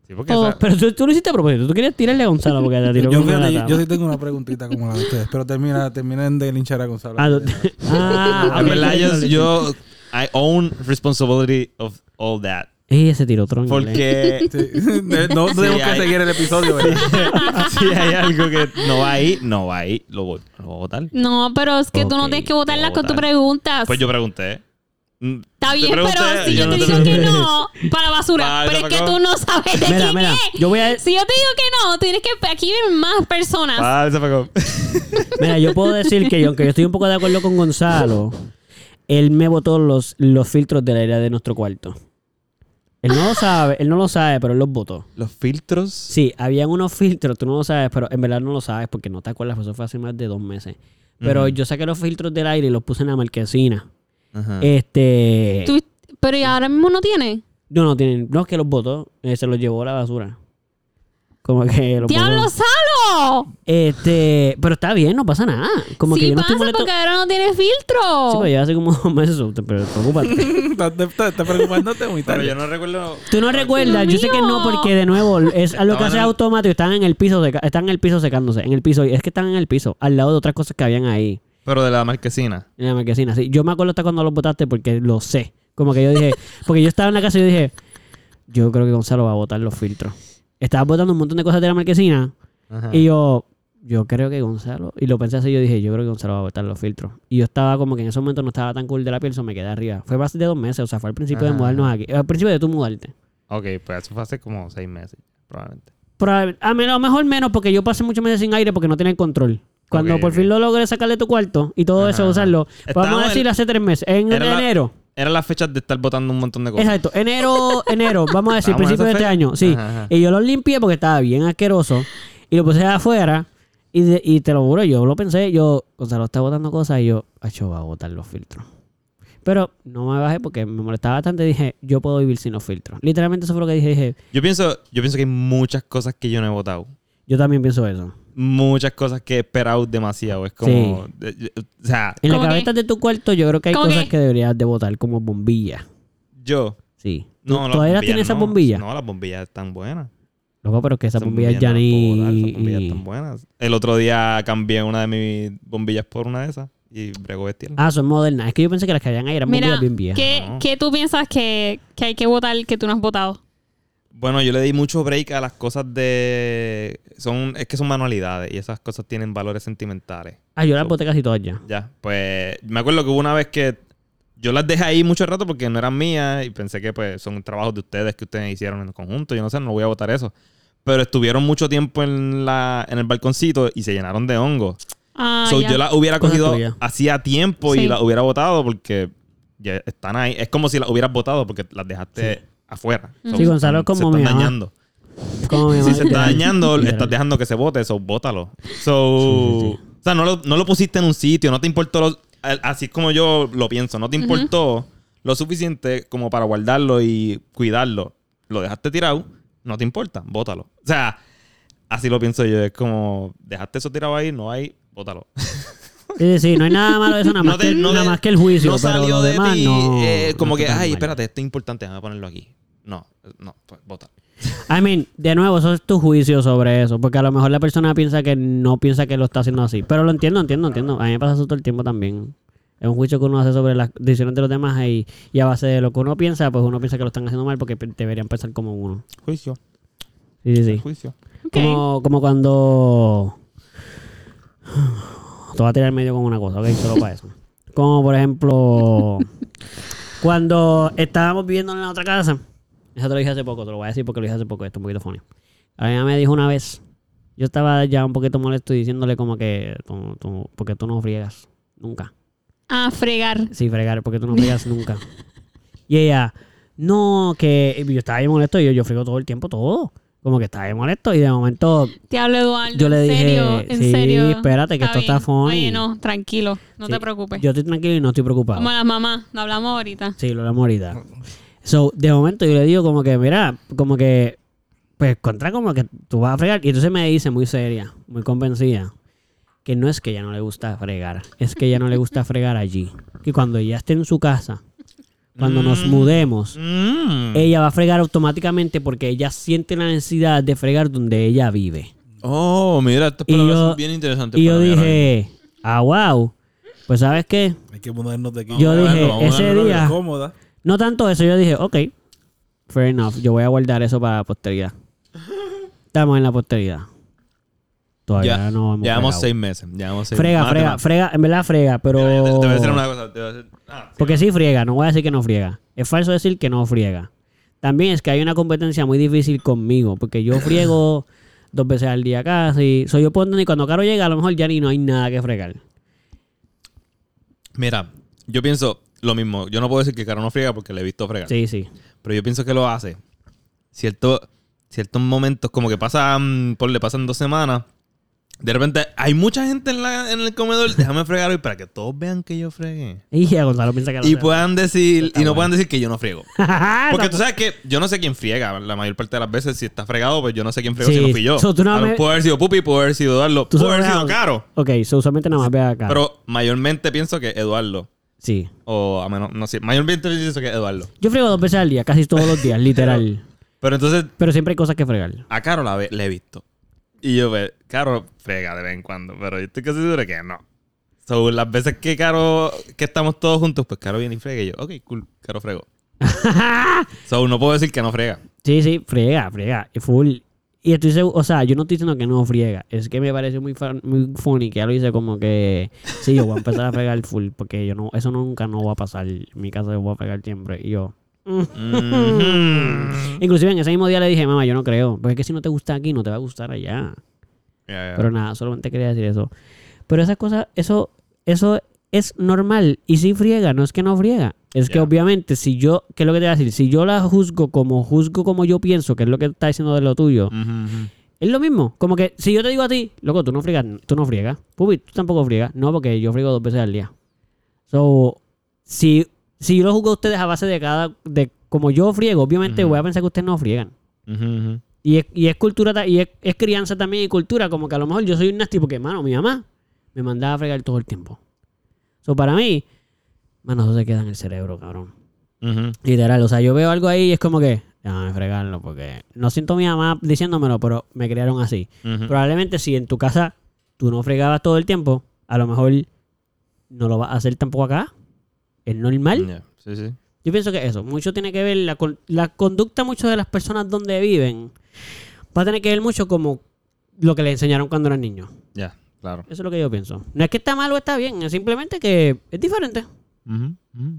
S3: Sí, porque
S2: Todo.
S3: esa-
S1: Pero tú, tú lo hiciste a propósito. Tú querías tirarle a Gonzalo porque te
S4: Yo,
S1: tiró con una
S4: fíjate,
S1: lata.
S4: yo sí tengo una preguntita como la de ustedes, pero termina, terminen de linchar a Gonzalo.
S1: Ah, tú- ah,
S3: En
S1: ok.
S3: verdad, yo, yo- I own responsibility of all that.
S1: Ey, ese tiró otro en inglés.
S3: Porque
S4: Sí. No, no
S3: Sí,
S4: tenemos que
S3: hay-
S4: seguir el episodio, ¿verdad?
S3: si hay algo que no va ahí, no va ahí, lo voy, lo voy a votar.
S2: No, pero es que tú no
S1: Ok,
S2: tienes que botarlas
S3: puedo
S2: con tus
S3: votar.
S2: preguntas.
S3: Pues yo pregunté. Mm,
S2: Está
S3: te
S2: bien, pero
S3: pregunté,
S2: si yo, te,
S3: no
S2: digo que
S3: pregunté.
S2: no, para basura.
S3: Para,
S2: pero es que
S3: para-
S2: tú no sabes de
S1: Mira,
S2: quién
S1: mira.
S2: es.
S1: Yo voy a.
S2: Si yo te digo que no, tienes que. Aquí vienen más personas.
S3: Ah, se pagó.
S1: Mira, yo puedo decir que yo, aunque yo estoy un poco de acuerdo con Gonzalo, él me botó los, los filtros del aire de nuestro cuarto. Él no lo sabe, él no lo sabe, pero él los botó.
S3: Los filtros.
S1: Sí, habían unos filtros, tú no lo sabes, pero en verdad no lo sabes porque no te acuerdas, pues eso fue hace más de dos meses. Pero
S3: Ujú.
S1: yo saqué los filtros del aire y los puse en la marquesina.
S3: Ajá.
S1: Eh, Este.
S2: Tú- pero ¿y ahora mismo no tiene.
S1: No, no tienen. No es que los botó, eh, se los llevó a la basura. Como que los
S2: ¡Diablo,
S1: botó.
S2: Salo!
S1: Este, pero está bien, no pasa nada. Como que
S2: Sí
S1: yo no estoy
S2: pasa
S1: molesto.
S2: porque ahora no
S1: Sí,
S2: tiene
S1: pues,
S2: filtro.
S1: pero ya hace como dos meses, pero preocúpate.
S4: Estás está, está preocupándote muy
S3: Pero yo
S4: tarde.
S3: no recuerdo.
S1: Tú no recuerdas, yo sé que no,
S2: mío.
S1: porque de nuevo es algo que
S3: Estaban
S1: hace
S3: en-
S1: automático. Están en el piso, seca- están en el piso secándose, en el piso. Y es que están en el piso, al lado de otras cosas que habían ahí.
S3: Pero de la marquesina.
S1: En la marquesina, sí. Yo me acuerdo hasta cuando lo votaste porque lo sé. Como que yo dije, porque yo estaba en la casa y yo dije, yo creo que Gonzalo va a botar los filtros. Estaba botando un montón de cosas de la marquesina
S3: Ajá.
S1: y yo, yo creo que Gonzalo, y lo pensé así, yo dije, yo creo que Gonzalo va a botar los filtros. Y yo estaba como que en ese momento no estaba tan cool de la piel, eso me quedé arriba. Fue más de dos meses, o sea, fue al principio de
S3: Ajá.
S1: mudarnos aquí, al principio de tú mudarte.
S3: Ok, pues eso fue hace como seis meses, probablemente.
S1: Probable- a mí a lo mejor menos porque yo pasé muchos meses sin aire porque no tenía el control. Cuando
S3: Ok,
S1: por
S3: ok.
S1: fin lo logré sacarle tu cuarto y todo eso,
S3: Ajá.
S1: usarlo, vamos
S3: Estábamos
S1: a
S3: en-
S1: decir hace tres meses, en
S3: Era la-
S1: enero.
S3: Eran las fechas de estar botando un montón de cosas.
S1: Exacto, enero, enero, vamos a decir,
S3: Estábamos en
S1: principio de este
S3: esa fecha.
S1: año, sí.
S3: Ajá, ajá.
S1: Y yo lo limpié porque estaba bien asqueroso y lo puse afuera y, de- y te lo juro, yo lo pensé, yo, Gonzalo está botando cosas y yo, acho, va a botar los filtros. Pero no me bajé porque me molestaba bastante y dije, yo puedo vivir sin los filtros. Literalmente eso fue lo que dije, dije,
S3: Yo pienso, yo pienso que hay muchas cosas que yo no he votado.
S1: yo también pienso eso.
S3: Muchas cosas que he esperado demasiado. Es como. eh, eh, O sea,
S1: En la
S2: ¿Cómo qué?
S1: cabeza de tu cuarto yo creo que hay
S2: ¿Cómo
S1: cosas
S2: qué?
S1: que deberías de botar como bombillas.
S3: yo.
S1: Sí.
S3: No,
S1: ¿Tú-
S3: las
S1: ¿Todavía
S3: bombillas
S1: tienes esas
S3: no.
S1: bombillas?
S3: No, las bombillas están buenas.
S1: Loco, pero que esas
S3: Esas
S1: bombillas ya
S3: no las puedo botar,
S1: ni...
S3: Esas bombillas están buenas. El otro día cambié una de mis bombillas por una de esas. Y Y bregó bestial.
S1: Ah, son modernas. Es que yo pensé que las que habían ahí eran
S2: Mira,
S1: movidas bien viejas.
S2: ¿qué,
S3: No.
S2: qué tú piensas que, que hay que votar que tú no has votado?
S3: Bueno, yo le di mucho break a las cosas de... son Es que son manualidades y esas cosas tienen valores sentimentales.
S1: Ah, yo las boté casi todas ya.
S3: Ya, pues me acuerdo que hubo una vez que yo las dejé ahí mucho rato porque no eran mías y pensé que pues son trabajos de ustedes que ustedes hicieron en conjunto. Yo no sé, no voy a votar eso. Pero estuvieron mucho tiempo en, la, en el balconcito y se llenaron de hongo.
S2: Ah,
S3: So,
S2: ya.
S3: yo las hubiera
S1: Cosa
S3: cogido
S1: tuya.
S3: hacía tiempo
S2: Sí.
S3: y las hubiera votado porque ya están ahí. Es como si las hubieras votado porque las dejaste afuera. So,
S1: Sí, Gonzalo es
S3: están-
S1: como
S3: se
S1: mi
S3: están
S1: mamá.
S3: dañando.
S1: Como mi
S3: Si
S1: mamá,
S3: se está
S1: literal.
S3: dañando,
S1: Literal.
S3: estás dejando que se vote, eso, bótalo. So,
S1: Sí, sí,
S3: O sea, no lo, no lo pusiste en un sitio, no te importó, lo- a- así es como yo lo pienso, no te importó lo suficiente como para guardarlo y cuidarlo. Lo dejaste tirado, no te importa, bótalo. O sea, así lo pienso yo, es como, dejaste eso tirado ahí, no hay, bótalo.
S1: Sí, sí, no hay nada malo de eso, nada más, que, nada
S3: te-
S1: más que el juicio.
S3: no
S1: pero
S3: salió
S1: lo
S3: de
S1: demás,
S3: ti,
S1: no,
S3: eh,
S1: no
S3: como que,
S1: está tan
S3: ay,
S1: mal".
S3: espérate, esto es importante, déjame ponerlo aquí. No, no, pues bótalo.
S1: I mean, de nuevo, eso es tu juicio sobre eso. Porque a lo mejor la persona piensa que no piensa que lo está haciendo así. Pero lo entiendo, entiendo, entiendo. A mí me pasa eso todo el tiempo también. Es un juicio que uno hace sobre las decisiones de los demás y, y a base de lo que uno piensa, pues uno piensa que lo están haciendo mal porque pe- deberían pensar como uno.
S3: Juicio,
S1: Sí, sí, sí.
S3: juicio.
S2: Ok.
S1: Como, como cuando. Te voy a tirar medio con una cosa, ok, solo para eso. Como por ejemplo, cuando estábamos viviendo en la otra casa, eso te lo dije hace poco, te lo voy a decir porque lo dije hace poco, esto es un poquito funny. A mí me dijo una vez, yo estaba ya un poquito molesto y diciéndole como que, tú, tú- porque tú no friegas nunca.
S2: Ah, fregar.
S1: Sí, fregar, porque tú no fregas nunca. Y ella, no, que y yo estaba bien molesto y yo, yo friego todo el tiempo, todo. Como que estaba bien molesto y de momento
S2: Te hablo, Eduardo.
S1: Yo le
S2: ¿En
S1: dije,
S2: serio? ¿En
S1: sí,
S2: serio?
S1: espérate, que esto está
S2: bien.
S1: funny.
S2: Oye, no, tranquilo. No
S1: Sí,
S2: te preocupes.
S1: Yo estoy tranquilo y no estoy preocupado.
S2: Como las mamás. Lo hablamos ahorita.
S1: Sí, lo hablamos ahorita. So, de momento yo le digo como que, mira, como que, pues contra como que tú vas a fregar. Y entonces me dice muy seria, muy convencida, que no es que ella no le gusta fregar, es que ella no le gusta fregar allí. Que cuando ella esté en su casa, cuando nos
S3: Mm.
S1: mudemos,
S3: Mm.
S1: ella va a fregar automáticamente porque ella siente la necesidad de fregar donde ella vive.
S3: Oh, mira, esto
S1: Y
S3: es
S1: yo-
S3: bien interesante.
S1: Y yo
S3: para mí ahora
S1: dije, ah, wow. Pues sabes qué,
S4: Hay que mudarnos de aquí.
S1: Yo
S4: Vamos a
S1: dije,
S4: darlo, vamos a
S1: ese
S4: darlo
S1: día-
S4: Cómoda.
S1: No tanto eso, yo dije, ok, fair enough, yo voy a guardar eso para la posteridad. Estamos en la posteridad. Todavía
S3: Ya,
S1: no hemos
S3: Llevamos
S1: fregado.
S3: seis meses. Llevamos seis
S1: Frega,
S3: meses.
S1: frega,
S3: Mate,
S1: frega, en verdad frega, pero...
S3: mate. Mira, yo te, te voy a decir una cosa. te voy a decir- ah, sí.
S1: Porque sí friega, no voy a decir que no friega. Es falso decir que no friega. También es que hay una competencia muy difícil conmigo, porque yo friego dos veces al día casi. Soy yo puedo entender, y cuando Caro llega, a lo mejor ya ni no hay nada que fregar.
S3: Mira, yo pienso lo mismo. Yo no puedo decir que Caro no friega porque le he visto fregar.
S1: Sí, sí.
S3: Pero yo pienso que lo hace. Cierto, ciertos momentos, como que pasan, por le pasan dos semanas. De repente, hay mucha gente en, la- en el comedor. Déjame fregar hoy para que todos vean que yo fregué.
S1: Y ya Gonzalo piensa que lo
S3: Y
S1: sé.
S3: puedan decir, y no puedan decir que yo no friego. Porque tú
S1: Ah, Exacto.
S3: sabes que yo no sé quién friega. La mayor parte de las veces, si está fregado, pues yo no sé quién fregó
S1: Sí.
S3: si no fui yo.
S1: So, tú no
S3: A lo-
S1: me-
S3: Puede haber sido Pupi, puede haber sido Eduardo,
S1: Tú
S3: puede haber
S1: sabes
S3: sido
S1: algo.
S3: Caro.
S1: Ok, so usualmente nada más ve acá.
S3: Pero mayormente pienso que Eduardo.
S1: Sí.
S3: O a menos, no sé. Mayormente pienso que Eduardo.
S1: Yo frego dos veces al día, casi todos los días, literal.
S3: Pero entonces
S1: Pero siempre hay cosas que fregar.
S3: a Caro la, ve- le he visto. Y yo, ve, Caro frega de vez en cuando. Pero yo estoy casi seguro que no. So, las veces que Caro, que estamos todos juntos, pues Caro viene y frega. Y yo, ok, cool, Caro fregó. so, no puedo decir que no frega.
S1: Sí, sí, friega, friega. y Full. Y estoy seguro, o sea, yo no estoy diciendo que no friega. Es que me parece muy, fan- muy funny que ya lo hice como que. Sí, yo voy a empezar a fregar full. Porque yo no, eso nunca no va a pasar. En mi casa yo voy a fregar siempre. Y yo.
S3: Mhm.
S1: Inclusive en ese mismo día le dije, mamá, yo no creo. Porque es que si no te gusta aquí, no te va a gustar allá.
S3: Ya, ya.
S1: Pero nada, solamente quería decir eso. Pero esas cosas, eso, eso es normal. Y si friega, no es que no friega. Es que
S3: Ya.
S1: obviamente, si yo, ¿qué es lo que te voy a decir? Si yo la juzgo como juzgo como yo pienso, que es lo que está diciendo de lo tuyo,
S3: Mhm, mhm.
S1: es lo mismo. Como que si yo te digo a ti, loco, tú no friegas, tú no friegas. Pupi, tú tampoco friegas. No, porque yo friego dos veces al día. So, si, si yo lo juzgo a ustedes a base de cada, de como yo friego, obviamente
S3: Ujú.
S1: voy a pensar que ustedes no friegan.
S3: Ujú, ujú.
S1: Y es, y es cultura, ta- y es, es crianza también y cultura. Como que a lo mejor yo soy un nasty porque, mano, mi mamá me mandaba a fregar todo el tiempo. So, para mí, mano, eso se queda en el cerebro, cabrón.
S3: Ujú.
S1: Literal, o sea, yo veo algo ahí y es como que, déjame fregarlo porque no siento a mi mamá diciéndomelo, pero me criaron así.
S3: Ujú.
S1: Probablemente si en tu casa tú no fregabas todo el tiempo, a lo mejor no lo va a hacer tampoco acá. Es normal.
S3: Ya, Sí, sí.
S1: Yo pienso que eso, mucho tiene que ver, la, con- la conducta mucho de las personas donde viven va a tener que ver mucho como lo que les enseñaron cuando eran niños.
S3: Ya, claro.
S1: Eso es lo que yo pienso. No es que está mal o está bien, es simplemente que es diferente.
S3: Ujú, ujú.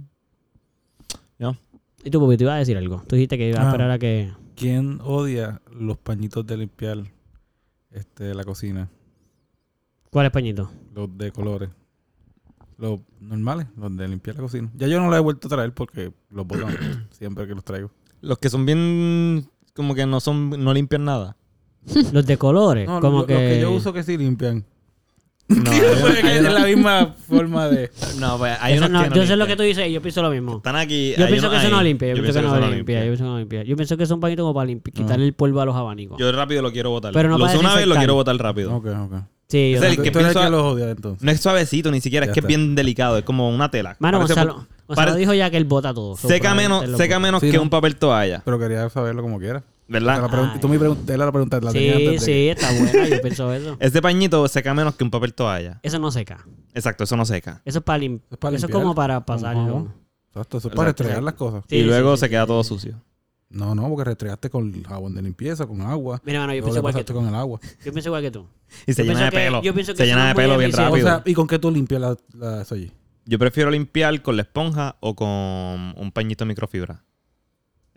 S3: Ya.
S1: Y tú, porque te ibas a decir algo. Tú dijiste que ibas a
S4: Ah.
S1: esperar a que...
S4: ¿Quién odia los pañitos de limpiar este, la cocina?
S1: ¿Cuál es Pañito?
S4: Los de colores. Los normales, los de limpiar la cocina. Ya yo no los he vuelto a traer porque los botan siempre que los traigo.
S3: Los que son bien. Como que no son. No limpian nada.
S1: Los de colores,
S4: No,
S1: como
S4: lo-
S1: que...
S4: los que yo uso que sí limpian.
S3: No,
S4: Puede que es la misma forma de...
S3: no, pues hay
S1: Eso
S3: unos
S1: no,
S3: que no
S1: yo sé lo que
S3: limpian.
S1: tú dices y yo pienso lo mismo.
S3: Están aquí.
S1: Yo
S3: hay
S1: pienso
S3: unos
S1: que eso no
S3: ahí.
S1: limpia, yo, pienso que, no limpia, yo
S3: limpia.
S1: pienso que no limpia. Yo pienso que son pañitos como para limpi- quitarle el polvo a los abanicos.
S3: Yo rápido lo quiero botar.
S1: Pero no
S3: lo
S1: para
S3: usé una vez lo
S1: desinfectar.
S3: quiero botar rápido.
S4: Ok, ok.
S1: sí, yo
S3: es el
S1: también.
S3: que
S4: Tú- tú eres
S3: pienso-
S4: el que los odia entonces.
S3: No es suavecito ni siquiera,
S4: Ya
S3: es que
S4: está.
S3: es bien delicado, es como una tela.
S1: Mano,
S3: Parece-
S1: Gonzalo, Gonzalo
S3: pare-
S1: dijo ya que él bota todo. so
S3: seca
S1: probablemente
S3: menos,
S1: él lo
S3: seca
S1: bota.
S3: menos
S4: Sí,
S3: que
S4: ¿no?
S3: un papel toalla,
S4: Pero quería saberlo como quiera. Te la
S3: ¿verdad?
S4: pregun-
S1: Ay.
S4: Tú me preguntaste era la pregunta. La tenía
S1: Sí,
S4: antes de-
S1: sí, está buena, yo pienso eso.
S3: Este pañito seca menos que un papel toalla.
S1: Eso no seca. Exacto.
S3: Exacto, eso no seca.
S1: Eso es para lim-
S4: Es para
S1: Eso es
S4: limpiar.
S1: como para
S4: Con
S1: pasarlo.
S4: jabón. Exacto, eso es para
S3: Exacto.
S4: restregar las cosas.
S1: Sí,
S3: y luego
S1: sí,
S3: se
S1: sí,
S3: queda
S1: sí,
S3: todo
S1: sí.
S3: sucio.
S4: No, no, porque restregaste con jabón de limpieza, con agua.
S1: Mira, mano, yo
S4: Luego
S1: pienso
S4: le
S1: igual que
S4: pasaste
S1: tú.
S4: con el agua.
S1: Yo pienso igual que tú.
S3: Y se
S1: Yo
S3: llena
S1: pienso
S3: de
S1: que-
S3: pelo.
S1: yo pienso que
S3: se
S1: eso
S3: llena
S1: no
S3: de
S1: es muy
S3: pelo bien
S1: eficiente.
S4: O
S3: rápido.
S4: sea, ¿y con qué tú limpias la, la eso allí?
S3: Yo prefiero limpiar con la esponja o con un pañito de microfibra.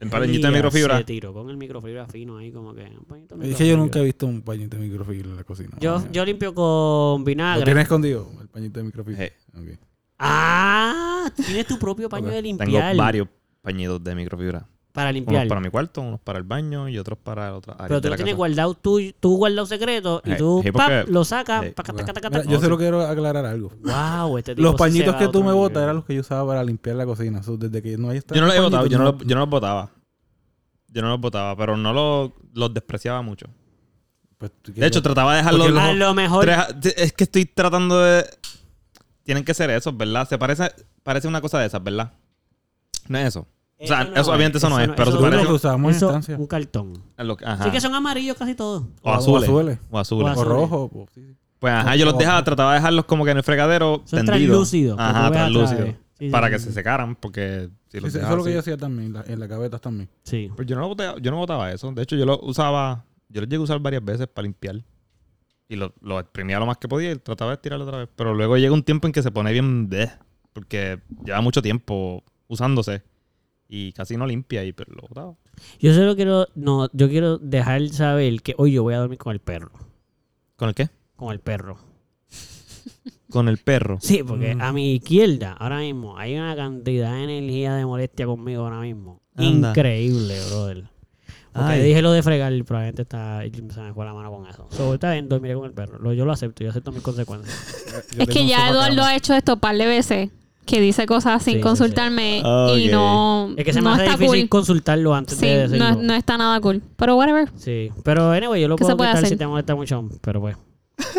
S3: El pañito de
S1: Y
S3: microfibra.
S1: se tiro con el microfibra fino ahí como que... un pañito de
S4: Es que
S1: microfibra.
S4: yo nunca he visto un pañito de microfibra en la cocina.
S1: Yo, yo limpio con
S4: ¿Lo
S1: vinagre.
S4: tienes escondido? El pañito de microfibra.
S3: Eh,
S4: Ok.
S1: Ah, tienes tu propio paño
S4: Ok,
S1: de
S3: tengo
S1: limpiar.
S3: varios pañitos de microfibra.
S1: Para
S3: Unos
S1: limpiar.
S3: para mi cuarto, unos para el baño y otros para otra área.
S1: Pero tú
S3: de
S1: lo
S3: la
S1: tienes
S3: casa.
S1: guardado, tú, tú guardado secreto y
S3: Hey,
S1: tú
S3: hey,
S1: pap,
S3: porque-
S1: lo sacas.
S3: hey,
S1: pa, taca, taca, taca,
S4: Mira,
S1: taca.
S4: yo solo quiero aclarar algo.
S1: Wow, este tipo
S4: Los
S1: sí se
S4: pañitos
S1: va
S4: que
S1: a
S4: tú
S1: otro
S4: me botas
S1: nivel.
S4: eran los que yo usaba para limpiar la cocina. So, desde que no hay
S3: Yo no los he botado, yo no, los- yo no los botaba. Yo no los botaba, pero no los, los despreciaba mucho. De hecho, trataba de dejarlos.
S4: Porque
S3: los-
S1: A lo mejor.
S3: tres- es que estoy tratando de. Tienen que ser esos, ¿verdad? Se parece, parece una cosa de esas, ¿verdad? No es eso. O sea,
S1: Eso no
S3: eso,
S1: es,
S3: obviamente eso no
S1: eso
S3: es,
S1: no-
S3: pero
S1: eso
S3: tú
S1: no
S4: lo
S1: es.
S3: pareces.
S4: que usábamos en
S1: eso,
S4: instancia.
S1: un cartón.
S3: a lo- ajá.
S1: Sí que son amarillos casi todos.
S3: O azules.
S4: O azules.
S3: O azules.
S1: O
S4: O
S1: azules.
S4: rojo. o- sí, sí.
S3: Pues ajá, yo los dejaba, trataba de dejarlos como que en el fregadero.
S1: Son
S3: tendido.
S1: translúcidos, que tú
S3: Ajá,
S1: ves a
S3: translúcidos.
S1: través. Sí, sí,
S3: para
S1: sí,
S3: que
S1: sí.
S3: se secaran, porque si los
S4: Eso es
S3: dejaba
S4: lo que
S3: así-
S4: yo hacía también, la- en las gavetas también.
S1: Sí.
S3: Pero yo no, lo botaba, yo no botaba eso. De hecho, yo lo usaba. Yo lo llegué a usar varias veces para limpiar. Y lo, lo exprimía lo más que podía y trataba de estirarlo otra vez. Pero luego llega un tiempo en que se pone bien de. Porque lleva mucho tiempo usándose. Y casi no limpia y pero lo botaba.
S1: Yo solo quiero. No, yo quiero dejar saber que hoy yo voy a dormir con el perro.
S3: ¿Con el qué?
S1: Con el perro.
S3: Con el perro.
S1: Sí, porque
S3: Mm.
S1: a mi izquierda, ahora mismo, hay una cantidad de energía de molestia conmigo ahora mismo.
S3: Anda.
S1: Increíble, brother. Porque
S3: Ay.
S1: dije lo de fregar, y probablemente está, y se me fue la mano con eso. So, está bien, dormiré con el perro. Lo- yo lo acepto, yo acepto mis consecuencias.
S4: Yo
S2: es
S4: tengo
S2: que
S4: un
S2: ya
S4: sofá
S2: Eduardo
S4: cama.
S2: ha hecho esto un par de veces. Que dice cosas sin
S1: Sí, sí, sí.
S2: consultarme y
S3: Ok.
S2: no,
S1: Es que se me
S2: no
S1: hace
S2: está
S1: difícil
S2: cool.
S1: consultarlo antes
S2: Sí,
S1: de decirlo.
S2: no, no está nada cool. Pero whatever.
S1: Sí, pero anyway, yo lo
S2: ¿Qué
S1: puedo
S2: se puede
S1: quitar si
S2: hacer?
S1: te molesta mucho, pero pues.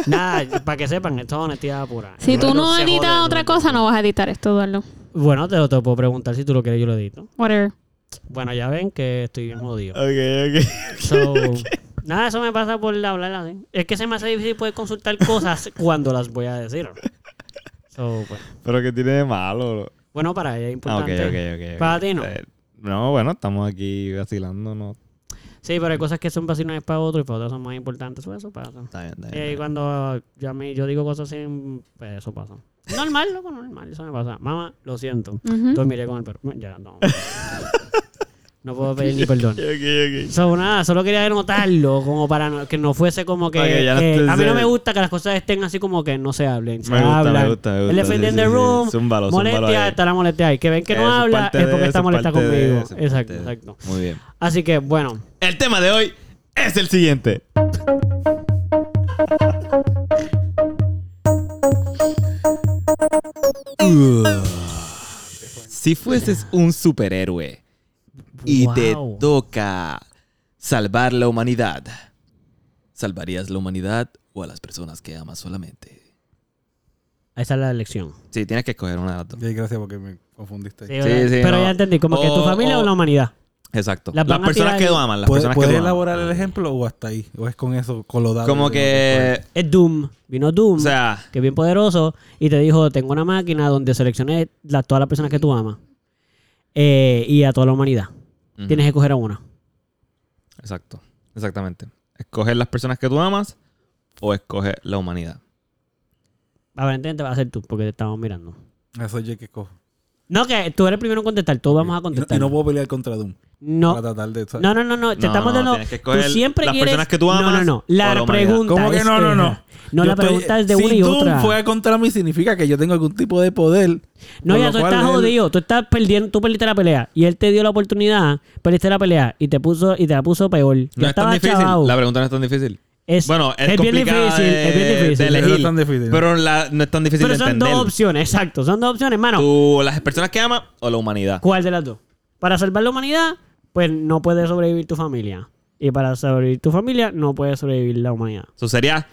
S1: Nada, para que sepan, esto es honestidad pura.
S2: Si tú no
S1: se
S2: editas
S1: jode,
S2: otra
S1: se
S2: cosa,
S1: jode.
S2: no vas a editar esto, Eduardo.
S1: Bueno, te lo te lo puedo preguntar si tú lo quieres, yo lo edito.
S2: Whatever.
S1: Bueno, ya ven que estoy bien jodido.
S3: Ok,
S1: So, nada, eso me pasa por hablar así. Es que se me hace difícil poder consultar cosas cuando las voy a decir. So, pues.
S3: Pero que tiene de malo.
S1: Bueno, para ella es
S3: Ah, ok,
S1: importante.
S3: ok, ok, ok.
S1: Para ti no.
S3: Eh, No, bueno, estamos aquí vacilándonos.
S1: Sí, pero hay cosas que son vacilones para otros y para otros son más importantes. Pues eso pasa.
S3: Está bien, está
S1: Y
S3: bien.
S1: ahí cuando yo, a mí, yo digo cosas así, pues eso pasa. Normal, loco, normal. Eso me pasa. Mamá, lo siento.
S2: Ujú.
S1: Dormiré con el perro. Ya, no. No puedo pedir ni perdón.
S3: Ok, ok.
S1: So, nada, solo quería notarlo, como para no- que no fuese como que.
S3: Para que ya no
S1: que-
S3: estés,
S1: a mí no me
S3: eh,
S1: gusta que las cosas estén así como que no se hablen. Se
S3: Me gusta,
S1: hablan.
S3: me gusta, me gusta.
S1: El elephant
S3: Sí,
S1: in
S3: sí,
S1: the
S3: sí.
S1: room.
S3: Zúmbalo, zúmbalo
S1: molestia,
S3: ahí.
S1: está la molestia ahí. Que ven que no
S3: Eso es
S1: habla
S3: parte
S1: es
S3: de
S1: porque está
S3: eso,
S1: molesta
S3: parte de
S1: conmigo.
S3: eso, parte
S1: Exacto,
S3: de eso.
S1: exacto.
S3: Muy bien.
S1: Así que, bueno.
S3: El tema de hoy es el siguiente. si fueses un superhéroe y te
S1: Wow.
S3: toca salvar la humanidad, ¿salvarías la humanidad o a las personas que amas solamente?
S1: Esa es la elección.
S3: Sí, tienes que escoger una de las dos.
S4: Sí, gracias porque me confundiste.
S1: Sí, ¿verdad?
S3: sí,
S1: pero
S3: no.
S1: ya entendí, como que tu
S3: O-
S1: familia o,
S3: o-
S1: la humanidad.
S3: Exacto.
S1: Las
S3: Las,
S1: van a
S3: personas
S1: tirar
S3: que
S1: ahí.
S3: lo aman, las
S4: ¿Puedes
S3: personas que lo aman.
S4: elaborar el ejemplo o hasta ahí? ¿O es con eso, con lo dado?
S3: Como que,
S1: Es Doom. Vino Doom,
S3: o sea,
S1: que es bien poderoso, y te dijo, tengo una máquina donde seleccioné la- todas las personas que tú amas. eh, y a toda la humanidad.
S3: Ujú.
S1: Tienes que coger a una.
S3: exacto, exactamente. Escoger las personas que tú amas o escoger la humanidad.
S1: Aparentemente va a ser tú, porque te estamos mirando.
S4: Eso yo que cojo.
S1: No, que tú eres el primero en contestar. Todos vamos a
S4: Y no,
S1: contestar.
S4: y no puedo pelear contra Doom.
S1: No,
S4: Para tratar de...
S1: No, no, no, no. Te
S3: No,
S1: estamos
S3: no,
S1: dando.
S3: tienes que
S1: tú
S3: escoger
S1: siempre
S3: las
S1: quieres-
S3: personas que tú amas
S1: No, no, no.
S3: o
S1: La,
S3: la humanidad.
S1: pregunta.
S4: ¿Cómo que
S1: es
S4: no, no, no?
S1: esa. No,
S4: Yo
S1: la
S4: estoy-
S1: pregunta es de una
S4: si
S1: y
S4: Doom
S1: otra.
S4: fue contra mí, significa que yo tengo algún tipo de poder.
S1: No,
S4: con
S1: ya
S4: lo
S1: tú
S4: cual
S1: estás
S4: él-
S1: jodido. Tú estás perdiendo. Tú perdiste la pelea. Y él te dio la oportunidad. Perdiste la pelea. Y te puso y te la puso peor. Ya
S3: No es tan
S1: estaba
S3: difícil.
S1: chavao.
S3: La pregunta no es tan difícil.
S1: Es-
S3: bueno, es,
S1: es bien
S3: complicada
S1: difícil,
S3: de-
S1: es bien
S3: de
S1: difícil.
S3: elegir,
S4: No es tan difícil.
S3: Pero la- no es tan difícil
S1: Pero
S3: de
S1: son
S3: entender.
S1: dos opciones. Exacto. Son dos opciones, hermano.
S3: Tú, las personas que amas o la humanidad.
S1: ¿Cuál de las dos? Para salvar la humanidad, pues no puede sobrevivir tu familia. Y para sobrevivir tu familia, no puede sobrevivir la humanidad.
S3: Eso sería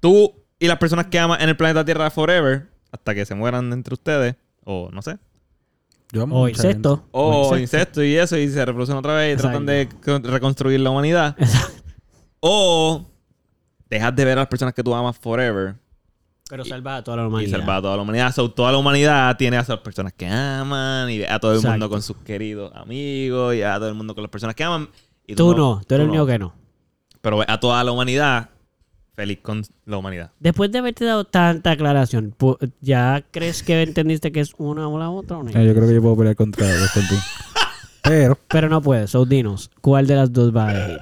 S3: tú y las personas que amas en el planeta Tierra forever hasta que se mueran entre ustedes o no sé.
S4: Yo amo
S1: O
S4: mucha gente.
S1: insecto.
S3: O insectos y eso y se reproducen otra vez y tratan de con- reconstruir la humanidad. O dejas de ver a las personas que tú amas forever
S1: Pero salva a toda la humanidad.
S3: y salvar a toda la humanidad. So, toda la humanidad tiene a esas personas que aman y a todo el
S1: Exacto.
S3: mundo con sus queridos amigos y a todo el mundo con las personas que aman. Y
S1: Tú no. Tú eres el
S3: no.
S1: único que no.
S3: Pero ve a toda la humanidad feliz con la humanidad.
S1: Después de haberte dado tanta aclaración, pu- ¿ya crees que entendiste que es una o la otra? o no?
S4: Eh, yo creo que yo puedo pelear contra contra Doom. Pero...
S1: Pero no puedes, so dinos, ¿cuál de las dos va a elegir?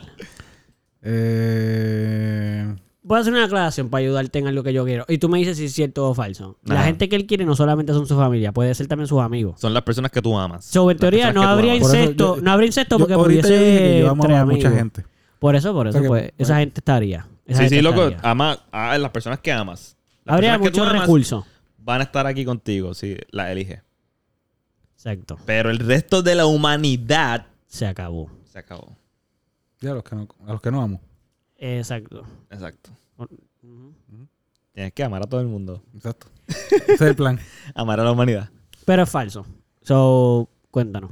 S4: Eh...
S1: Voy a hacer una aclaración para ayudarte en algo que yo quiero. Y tú me dices si es cierto o falso. La
S3: Ajá.
S1: gente que él quiere no solamente son su familia, puede ser también sus amigos.
S3: Son las personas que tú amas.
S1: So, en
S3: Las
S1: teoría
S3: personas
S1: no
S3: que tú
S1: habría
S3: amas.
S4: Por eso
S1: incesto,
S4: yo-
S1: no habría incesto
S4: yo-
S1: porque
S4: ahorita
S1: pudiese
S4: yo dije que yo amo
S1: entre
S4: a mucha
S1: amigos.
S4: gente.
S1: Por eso, por eso,
S4: O sea que-
S1: pues, esa gente estaría. Esa
S3: Sí,
S1: gente
S3: sí, loco.
S1: estaría.
S3: Ama a las personas que amas. Las
S1: Habría
S3: personas que tú
S1: muchos
S3: amas
S1: recursos.
S3: Van a estar aquí contigo si las eliges.
S1: Exacto.
S3: Pero el resto de la humanidad
S1: Se acabó.
S3: se acabó.
S4: Ya, a los que no, a los que no amo.
S1: Exacto.
S3: Exacto.
S1: Ujú.
S3: Tienes que amar a todo el mundo.
S4: Exacto. Ese es el plan.
S3: Amar a la humanidad.
S1: Pero es falso. So, cuéntanos.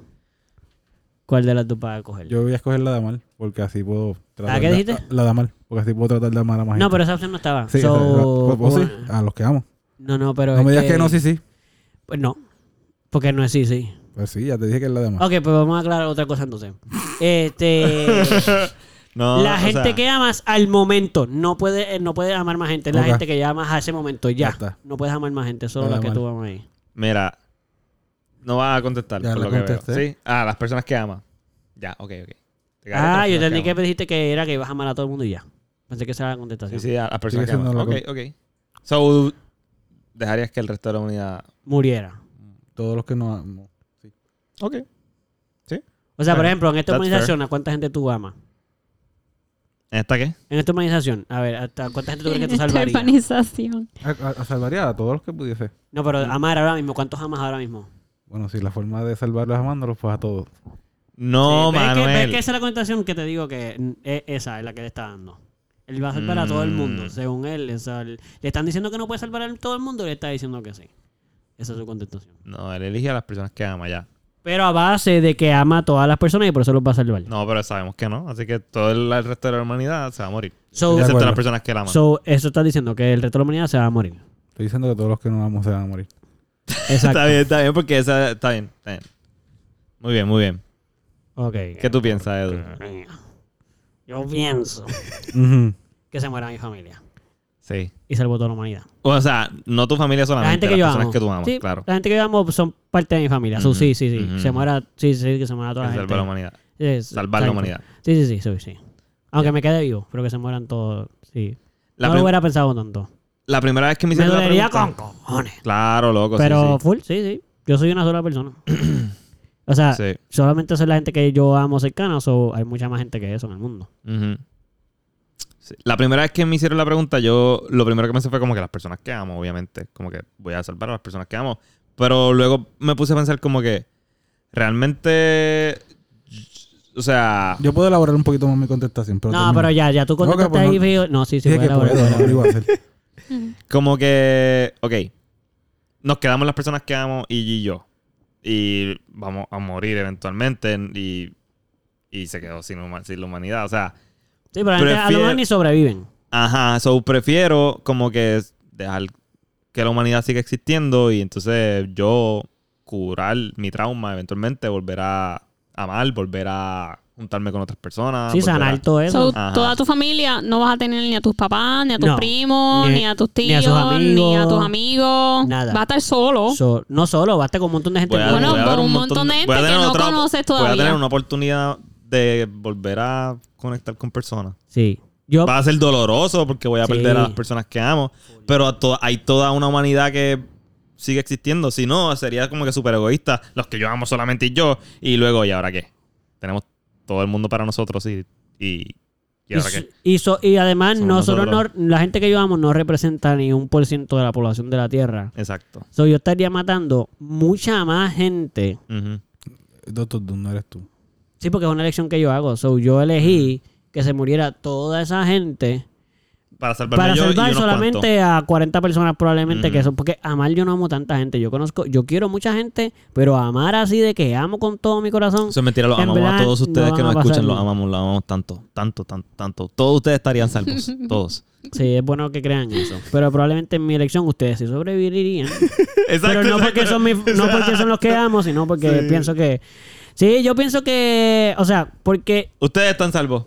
S1: ¿Cuál de las dos vas a coger?
S4: Yo voy a escoger la de Amal, porque así puedo tratar.
S1: ¿La qué
S4: de-
S1: dijiste?
S4: La de Amal, porque así puedo tratar de amar a más
S1: no,
S4: gente.
S1: pero esa opción no estaba.
S4: Sí,
S1: So,
S4: o sea, o- o sí,
S1: bueno,
S4: a los que amo.
S1: No, no, pero. este-
S4: No
S1: es
S4: me digas que... no, sí, sí.
S1: Pues no. Porque no es sí, sí.
S4: Pues sí, ya te dije que es la de Amal.
S1: Ok, pues vamos a aclarar otra cosa entonces. Este.
S3: No,
S1: la
S3: o
S1: gente
S3: sea,
S1: que amas al momento. No puedes no puede amar más gente. Es la
S4: Ok.
S1: gente que ya amas a ese momento. Ya.
S4: Ya está.
S1: No puedes amar más gente. Solo
S4: Nada
S1: la que
S4: mal.
S1: tú amas ahí.
S3: Mira, no vas a contestar
S4: Ya
S3: por
S4: la
S3: lo que veo.
S4: contesté.
S3: ¿Sí? Ah, las personas que amas. Ya, ok, ok. Te
S1: Ah,
S3: quedaste con las
S1: yo
S3: personas
S1: entendí que
S3: amas.
S1: me dijiste que era que ibas a amar a todo el mundo y ya. Pensé que esa era la contestación.
S3: Sí, sí, a las personas que
S4: siendo
S3: amas. Ok,
S4: loco.
S3: ok. So, dejarías que el resto de la humanidad...
S1: Muriera.
S4: Todos los que no amo.
S3: Ok.
S1: O sea, por
S3: Bueno,
S1: ejemplo, en esta
S3: that's
S1: organización, ¿a cuánta gente tú amas?
S3: ¿Esta qué?
S1: En esta organización, a ver, ¿hasta cuánta gente tú crees que tú
S2: esta
S1: salvarías?
S2: urbanización.
S4: A, a- a salvaría a todos los que pudiese.
S1: No, pero amar ahora mismo, ¿cuántos amas ahora mismo?
S4: Bueno, si la forma de salvarlos amándolos, pues a todos.
S3: No,
S1: Sí, ¿ves que- ves
S3: Manuel.
S1: Que, esa es la contestación que te digo que mm, e- esa es la que le está dando. Él va a salvar a todo el mundo,
S3: Mm.
S1: según él. o sea, él- le están diciendo que no puede salvar a todo el mundo, le está diciendo que sí. Esa es su contestación.
S3: No, él elige a las personas que ama ya.
S1: Pero a base de que ama a todas las personas y por eso los va a salvar.
S3: No, pero sabemos que no. Así que todo el, el resto de la humanidad se va a morir.
S1: So,
S4: De
S3: excepto
S4: acuerdo.
S3: las personas que la aman.
S1: so, eso está diciendo que el resto de la humanidad se va a morir.
S4: Estoy diciendo que todos los que no amo se van a morir.
S1: Exacto.
S3: está bien, está bien, porque esa está bien, está bien. Muy bien, muy bien.
S1: Ok.
S3: ¿Qué tú piensas, Edu?
S1: Yo pienso
S4: Ujú.
S1: que se muera mi familia
S3: Sí.
S1: y salvo toda la humanidad.
S3: O sea, no tu familia solamente,
S1: la gente que
S3: las
S1: yo
S3: personas
S1: amo.
S3: que tú amas,
S1: Sí,
S3: claro.
S1: La gente que yo amo son parte de mi familia. So,
S3: Ujú,
S1: sí, sí, sí.
S3: ujú.
S1: Se muera, sí, sí, que se muera toda la
S3: Que
S1: gente.
S3: Salvar la humanidad.
S1: Sí,
S3: Salvar la
S1: exacto.
S3: humanidad.
S1: Sí, sí, sí, sí, sí. Aunque me quede vivo, pero que se mueran todos. Sí.
S3: La,
S1: no
S3: prim-
S1: lo hubiera pensado tanto.
S3: la primera vez que me
S1: Me
S3: hicieron la
S1: dolería con
S3: pregunta-
S1: cojones.
S3: Claro, loco, sí,
S1: pero
S3: sí,
S1: full, sí, sí. Yo soy una sola persona. o sea,
S3: sí.
S1: solamente soy la gente que yo amo cercana, o hay mucha más gente que eso en el mundo.
S3: Ujú. Sí. La primera vez que me hicieron la pregunta, yo lo primero que pensé fue como que las personas que amo, obviamente. Como que voy a salvar a las personas que amo. Pero luego me puse a pensar como que realmente. O sea.
S4: Yo puedo elaborar un poquito más mi contestación, pero...
S1: no,
S4: termina.
S1: pero ya, ya tú
S4: pues
S1: contestaste ahí,
S4: no-
S1: fijo. No, sí, sí,
S4: Dije que
S1: voy a elaborar, voy a
S4: puedo, no
S1: elaborar.
S4: lo iba a hacer.
S3: Como que. Ok. Nos quedamos las personas que amo y y yo. Y vamos a morir eventualmente. Y y se quedó sin, huma- sin la humanidad. O sea,
S1: Sí, pero antes a lo
S3: Prefiero-
S1: mejor ni sobreviven.
S3: ajá, so prefiero como que dejar que la humanidad siga existiendo y entonces yo curar mi trauma eventualmente, volver a amar, volver a juntarme con otras personas.
S1: sí,
S3: volver a-
S1: sanar todo eso.
S2: So,
S3: Ajá.
S2: toda tu familia no vas a tener ni a tus papás, ni a tus
S1: No.
S2: primos,
S1: Ni-
S2: ni, a tus
S1: ni a
S2: tíos,
S1: sus
S2: ni a,
S1: amigos.
S2: tus amigos.
S1: Nada.
S2: Va a estar solo.
S1: So, no solo, basta con un montón de gente.
S3: Voy a-
S1: nueva.
S2: Bueno,
S3: voy a
S2: por
S3: dar
S2: un montón de gente
S3: voy a tener
S2: que no conoces
S3: Voy a
S2: todavía.
S3: tener una oportunidad de volver a conectar con personas.
S1: Sí. Yo,
S3: Va a ser doloroso porque voy a
S1: Sí.
S3: perder a las personas que amo. Pero a to- hay toda una humanidad que sigue existiendo. Si no, sería como que súper egoísta. Los que yo amo solamente y yo. Y luego, ¿y ahora qué? Tenemos todo el mundo para nosotros y. ¿Y, ¿y
S1: y,
S3: ahora
S1: so-
S3: qué?
S1: y so- y además,
S3: Somos
S1: nosotros,
S3: nosotros.
S1: no- la gente que yo amo no representa ni un por ciento de la población de la Tierra.
S3: Exacto.
S1: So, yo estaría matando mucha más gente.
S3: Ujú.
S4: Doctor Doom, no eres tú.
S1: Sí, porque es una elección que yo hago. So, yo elegí que se muriera toda esa gente
S3: Para salvarme
S1: para
S3: yo y
S1: salvar
S3: unos
S1: solamente
S3: cuantos.
S1: a 40 personas probablemente que
S3: Ujú.
S1: son. Porque amar yo no amo tanta gente. Yo conozco, yo quiero mucha gente, pero amar así de que amo con todo mi corazón.
S3: Eso es mentira, los
S1: En
S3: amamos a
S1: verdad,
S3: todos ustedes
S1: no
S3: que
S1: van
S3: nos
S1: a pasar
S3: escuchan, los
S1: bien.
S3: amamos, los amamos tanto, tanto, tanto, tanto. Todos ustedes estarían salvos, todos.
S1: Sí, es bueno que crean eso. Pero probablemente en mi elección ustedes sí sobrevivirían. pero no porque, son mi- no porque son los que amo, sino porque pienso que... Sí, yo pienso que... O sea, porque...
S3: Ustedes están salvos.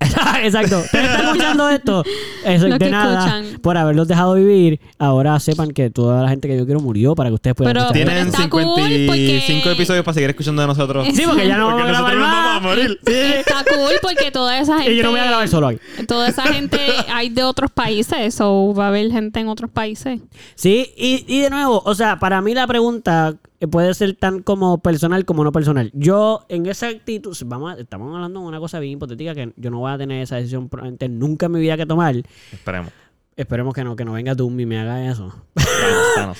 S1: Exacto. Ustedes están escuchando esto. Eso,
S2: Lo
S1: de
S2: que
S1: nada.
S2: escuchan.
S1: Por haberlos dejado vivir. Ahora sepan que toda la gente que yo quiero murió para que ustedes puedan...
S2: Pero-
S1: escuchar esto.
S3: Tienen
S2: está cool
S3: 55
S2: porque-
S3: episodios para seguir escuchando de nosotros.
S1: Sí, porque ya no
S3: Porque
S1: vamos a grabar
S3: nosotros nos vamos a
S1: más.
S3: morir.
S2: Está cool porque toda esa gente.
S1: Y yo no voy a grabar solo hoy.
S2: Toda esa gente hay de otros países, o va a haber gente en otros países.
S1: Sí, y, y de nuevo, o sea, para mí la pregunta eh, puede ser tan como personal como no personal. Yo, en esa actitud, vamos a- estamos hablando de una cosa bien hipotética que yo no voy a tener esa decisión probablemente nunca en mi vida que tomar.
S3: Esperemos.
S1: Esperemos que no, que no venga Doom y me haga eso.
S3: Thanos, Thanos.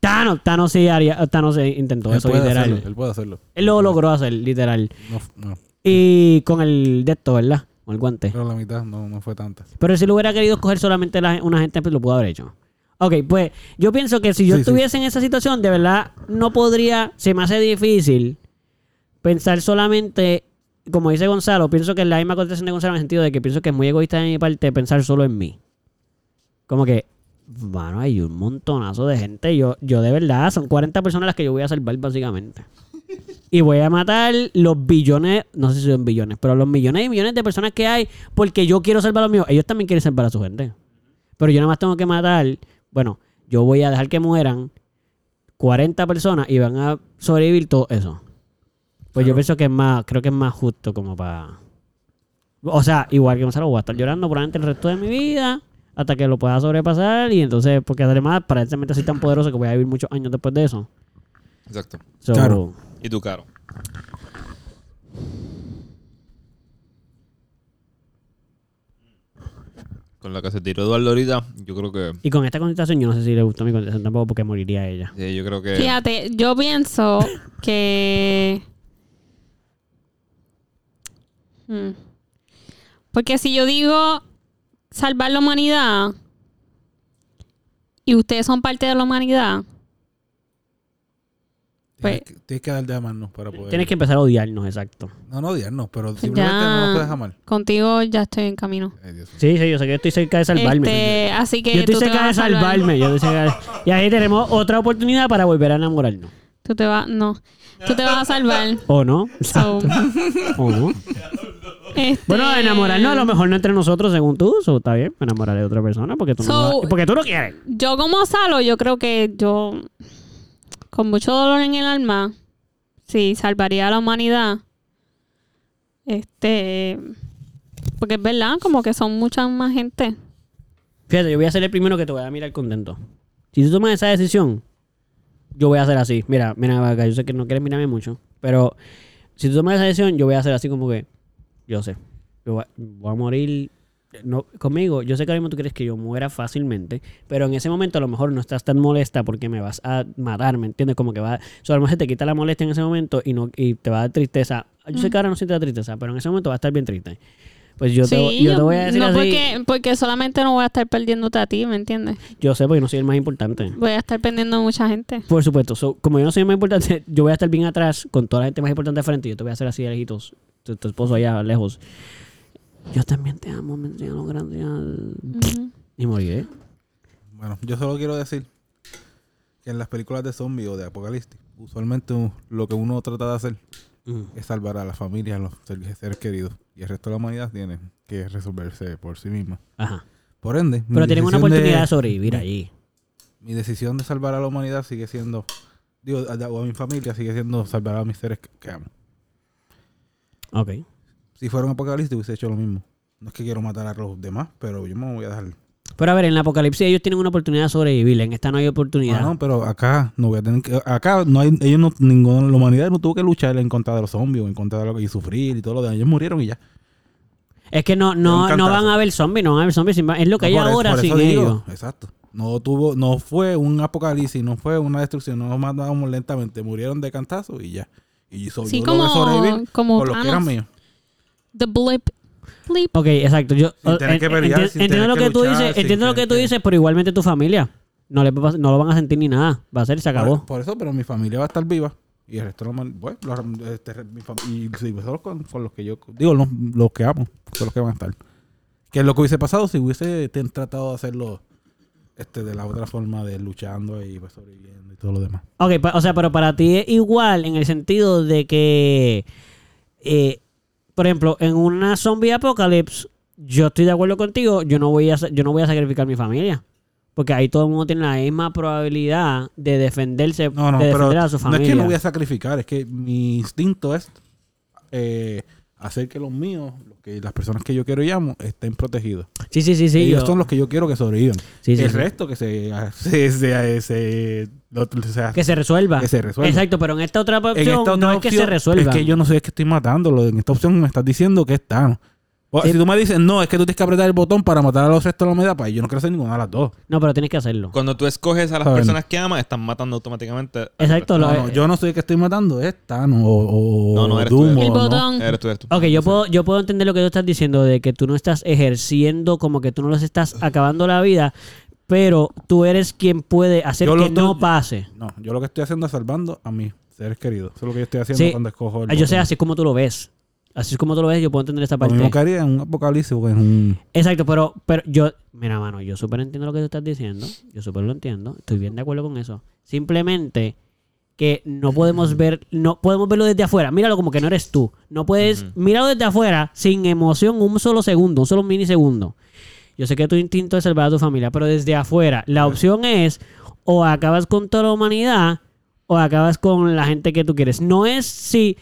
S1: Thanos, Thanos sí haría, Thanos sí intentó
S4: él
S1: eso,
S4: puede
S1: literal.
S4: hacerlo. Él puede hacerlo.
S1: Él lo logró hacer, literal.
S4: No, no,
S1: Y con el de esto, ¿verdad? Con el guante.
S4: pero la mitad no, no fue tanta.
S1: Pero si lo hubiera querido escoger solamente la- una gente, pues lo pudo haber hecho. Ok, pues yo pienso que si yo
S4: Sí, sí.
S1: estuviese en esa situación, de verdad no podría, se me hace difícil pensar solamente, como dice Gonzalo, pienso que es la misma contestación de Gonzalo en el sentido de que pienso que es muy egoísta de mi parte pensar solo en mí. Como que, bueno, hay un montonazo de gente, yo, yo de verdad, son 40 personas las que yo voy a salvar básicamente. Y voy a matar los billones, no sé si son billones, pero los millones y millones de personas que hay porque yo quiero salvar a los míos. Ellos también quieren salvar a su gente. Pero yo nada más tengo que matar, bueno, yo voy a dejar que mueran 40 personas y van a sobrevivir todo eso. Pues yo pienso que es más, creo que es más justo como para... O sea, igual que Gonzalo, voy a estar llorando probablemente el resto de mi vida hasta que lo pueda sobrepasar y entonces, porque además aparentemente soy tan poderoso que voy a vivir muchos años después de eso.
S3: Exacto.
S1: So,
S4: Claro.
S3: Y tú, Caro. Con la que se tiró Eduardo ahorita, yo creo que.
S1: Y con esta contestación, yo no sé si le gustó mi contestación tampoco porque moriría ella.
S3: sí, yo creo
S4: Eh.
S3: que.
S2: Fíjate, yo pienso que. Hmm. Porque si yo digo salvar la humanidad y ustedes son parte de la humanidad, Pues-
S4: Tienes, que, tienes que dar de amarnos para poder.
S1: Pues, Tienes que empezar a odiarnos, exacto.
S4: No, no odiarnos, pero simplemente no
S2: pues ya.
S4: nos puedes amar.
S2: Contigo ya estoy en camino.
S4: Ay, Dios mío.
S1: Sí, sí, yo sé que yo estoy cerca de salvarme.
S2: Este, así que
S1: yo estoy
S2: tú te
S1: cerca de
S2: vas a salvar.
S1: salvarme. yo estoy cerca de- Y ahí tenemos otra oportunidad para volver a enamorarnos.
S2: Tú te vas, no. Tú te vas a salvar.
S1: ¿O no?
S2: So,
S1: ¿O no?
S2: este-
S1: Bueno, enamorarnos a lo mejor no entre nosotros, según tú. so, está bien, me enamoraré de otra persona porque tú, no,
S2: So-
S1: vas- porque tú no quieres.
S2: Yo como Salo, yo creo que yo, con mucho dolor en el alma, sí, salvaría a la humanidad. Este, porque es verdad, como que son mucha más gente.
S1: Fíjate, yo voy a ser el primero que te voy a mirar contento. Si tú tomas esa decisión, yo voy a hacer así. Mira, mira, vaca, yo sé que no quieres mirarme mucho, pero si tú tomas esa decisión, yo voy a hacer así como que, yo sé, yo va- voy a morir no, conmigo. Yo sé que ahora mismo tú crees que yo muera fácilmente, pero en ese momento a lo mejor no estás tan molesta porque me vas a matar, ¿me entiendes? Como que va, o sea, a lo mejor se te quita la molestia en ese momento y, no, y te va a dar tristeza. Yo sé que ahora no sientes la tristeza, pero en ese momento va a estar bien triste. Pues yo, te,
S2: sí,
S1: yo te voy a decir
S2: no
S1: así.
S2: Porque, porque solamente no voy a estar perdiéndote a ti, ¿me entiendes?
S1: Yo sé, porque yo no soy el más importante.
S2: Voy a estar perdiendo a mucha gente.
S1: Por supuesto. So, como yo no soy el más importante, yo voy a estar bien atrás con toda la gente más importante al frente y yo te voy a hacer así de lejitos tu, tu esposo allá lejos. Yo también te amo, me enseñaron grande. ya".
S2: Ujú.
S1: Y
S4: ¿eh?
S1: moriré.
S4: Bueno, yo solo quiero decir que en las películas de zombies o de apocalipsis, usualmente u- lo que uno trata de hacer
S1: Mm,
S4: es salvar a la familia, a los ser- seres queridos. Y el resto de la humanidad tiene que resolverse por sí misma.
S1: Ajá.
S4: Por ende, mi
S1: Pero tienen una
S4: Mm. decisión de-
S1: oportunidad de, sobrevivir allí.
S4: mi decisión de salvar a la humanidad sigue siendo, digo, a, o a mi familia sigue siendo salvar a mis seres que, que amo.
S1: Ok.
S4: Si fuera un apocalipsis hubiese hecho lo mismo. No es que quiero matar a los demás, pero yo me voy a dejar.
S1: Pero a ver, en la apocalipsis ellos tienen una oportunidad de sobrevivir. En esta no hay oportunidad.
S4: Ah, no, pero acá no voy a tener que, acá no hay, ellos no, ninguna, la humanidad no tuvo que luchar en contra de los zombies o en contra de lo que y sufrir y todo lo demás. Ellos murieron y ya.
S1: Es que no,
S4: Un
S1: no, no
S4: cantazo.
S1: van a haber zombies, no van a haber zombies. sin- Es lo que hay
S4: No, por eso-
S1: ahora
S4: por
S1: sin
S4: eso digo,
S1: ellos.
S4: Exacto. No tuvo, no fue un apocalipsis, no fue una destrucción, no nos matábamos lentamente, murieron de cantazo y ya. Y so-
S2: Sí,
S4: yo
S2: como-
S4: logré sobrevivir
S2: como
S4: con los que
S2: Thanos.
S4: eran míos.
S2: The blip. Blip.
S1: Ok, exacto. Yo,
S4: Sin tener que pelear,
S1: enti-
S4: sin
S1: entiendo
S4: tener
S1: lo que,
S4: que
S1: tú
S4: luchar,
S1: dices,
S4: sin
S1: entiendo lo que
S4: tener
S1: tú
S4: que-
S1: dices, pero igualmente tu familia no, le va- no lo van a sentir ni nada. Va a ser y se acabó.
S4: Por, por eso, pero mi familia va a estar viva. Y el resto, no me- bueno, los- este, mi fam- y sí, pues, solo con, con los que yo, digo, los, los que amo, son los que van a estar. Que es lo que hubiese pasado si hubiese ten- tratado de hacerlo este, de la otra forma, de luchando y pues, sobreviviendo y todo lo demás.
S1: Ok, pa- o sea, pero para ti es igual en el sentido de que, eh, por ejemplo, en una zombie apocalypse, yo estoy de acuerdo contigo, yo no voy a, sa- yo no voy a sacrificar mi familia. Porque ahí todo el mundo tiene la misma probabilidad de defenderse,
S4: No, no,
S1: de
S4: pero
S1: defender a su
S4: no
S1: familia.
S4: es que no voy a sacrificar, es que mi instinto es eh, hacer que los míos, los que, las personas que yo quiero y amo, estén protegidos.
S1: Sí, sí, sí, sí.
S4: Ellos
S1: yo-
S4: son los que yo quiero que sobrevivan.
S1: Sí, sí,
S4: el
S1: sí.
S4: resto que se, se, se, se- lo- se-
S1: Que se resuelva.
S4: Que se resuelva.
S1: Exacto, pero en esta otra opción
S4: en esta
S1: no
S4: otra
S1: es que
S4: opción,
S1: se resuelva.
S4: Es que yo no sé, es que estoy matándolo. En esta opción me estás diciendo que está. O,
S1: Sí.
S4: Si tú me dices, no, es que tú tienes que apretar el botón para matar a los restos de la humanidad, pues yo no quiero hacer ninguna de las dos.
S1: No, pero tienes que hacerlo.
S3: Cuando tú escoges a las
S4: Saben.
S3: personas que amas, estás matando automáticamente. al
S1: Exacto.
S3: resto.
S1: lo-
S4: No, no, yo no soy el que estoy matando, es Thanos o, o
S3: No, no, eres tú,
S4: Doom,
S3: eres
S2: El
S4: o no.
S2: botón.
S3: Eres tú, eres tú.
S1: Ok, yo puedo, yo puedo entender lo que tú estás diciendo de que tú no estás ejerciendo, como que tú no los estás acabando la vida, pero tú eres quien puede hacer
S4: Yo
S1: que
S4: los dos-
S1: no pase.
S4: No, yo lo que estoy haciendo es salvando a mis seres queridos. Eso es lo que yo estoy haciendo
S1: Sí.
S4: cuando escojo el
S1: Ah, Yo sé,
S4: botón.
S1: así es como tú lo ves. Así es como tú lo ves, yo puedo entender esta
S4: Lo
S1: parte.
S4: mismo que haría en un apocalipsis o en un...
S1: Exacto, pero, pero yo, mira, mano, yo súper entiendo lo que tú estás diciendo. Yo súper lo entiendo. Estoy bien de acuerdo con eso. Simplemente que no podemos ver, no podemos verlo desde afuera. Míralo como que no eres tú. No puedes, míralo desde afuera sin emoción un solo segundo, un solo minisegundo. Yo sé que tu instinto es salvar a tu familia, pero desde afuera, la opción es o acabas con toda la humanidad o acabas con la gente que tú quieres. No es si,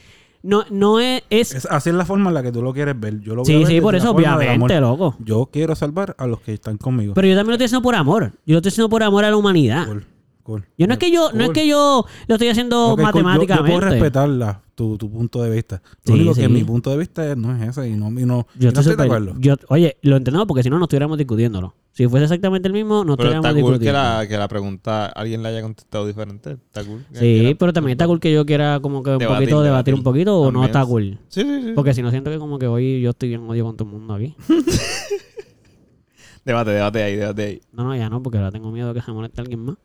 S1: no, no es, es
S4: Es, así es la forma en la que tú lo quieres ver. Yo lo voy a
S1: sí,
S4: ver
S1: sí,
S4: desde
S1: por
S4: la
S1: eso,
S4: forma del amor.
S1: obviamente, loco.
S4: Yo quiero salvar a los que están conmigo.
S1: Pero yo también lo estoy haciendo por amor. Yo lo estoy haciendo por amor a la humanidad.
S4: Cool, cool.
S1: Yo no es que yo, no es
S4: Cool.
S1: que yo lo estoy haciendo
S4: Ok, cool. Yo-
S1: matemáticamente.
S4: Yo, puedo respetar la- tu, tu punto de vista. Lo
S1: Sí,
S4: único
S1: sí.
S4: que mi punto de vista es- no es ese y no,
S1: Yo
S4: y no, y no
S1: estoy
S4: estoy de
S1: súper-
S4: acuerdo.
S1: yo- oye, lo entendemos porque si no, no estuviéramos discutiéndolo. Si fuese exactamente el mismo, no
S3: Pero está
S1: estuviéramos
S3: cool que
S1: discutiendo.
S3: la, que la pregunta alguien la haya contestado diferente. Está cool. que
S1: Sí,
S3: quiera-
S1: pero también está cool que yo quiera como que un
S3: Debatir,
S1: poquito debatir
S3: debatir.
S1: un poquito o no
S3: También.
S1: está cool.
S3: Sí, sí, sí.
S1: Porque si no siento que como que hoy yo estoy bien odio con todo el mundo aquí.
S3: Debate, debate ahí, debate ahí.
S1: No, no, ya no, porque ahora tengo miedo de que se moleste alguien más.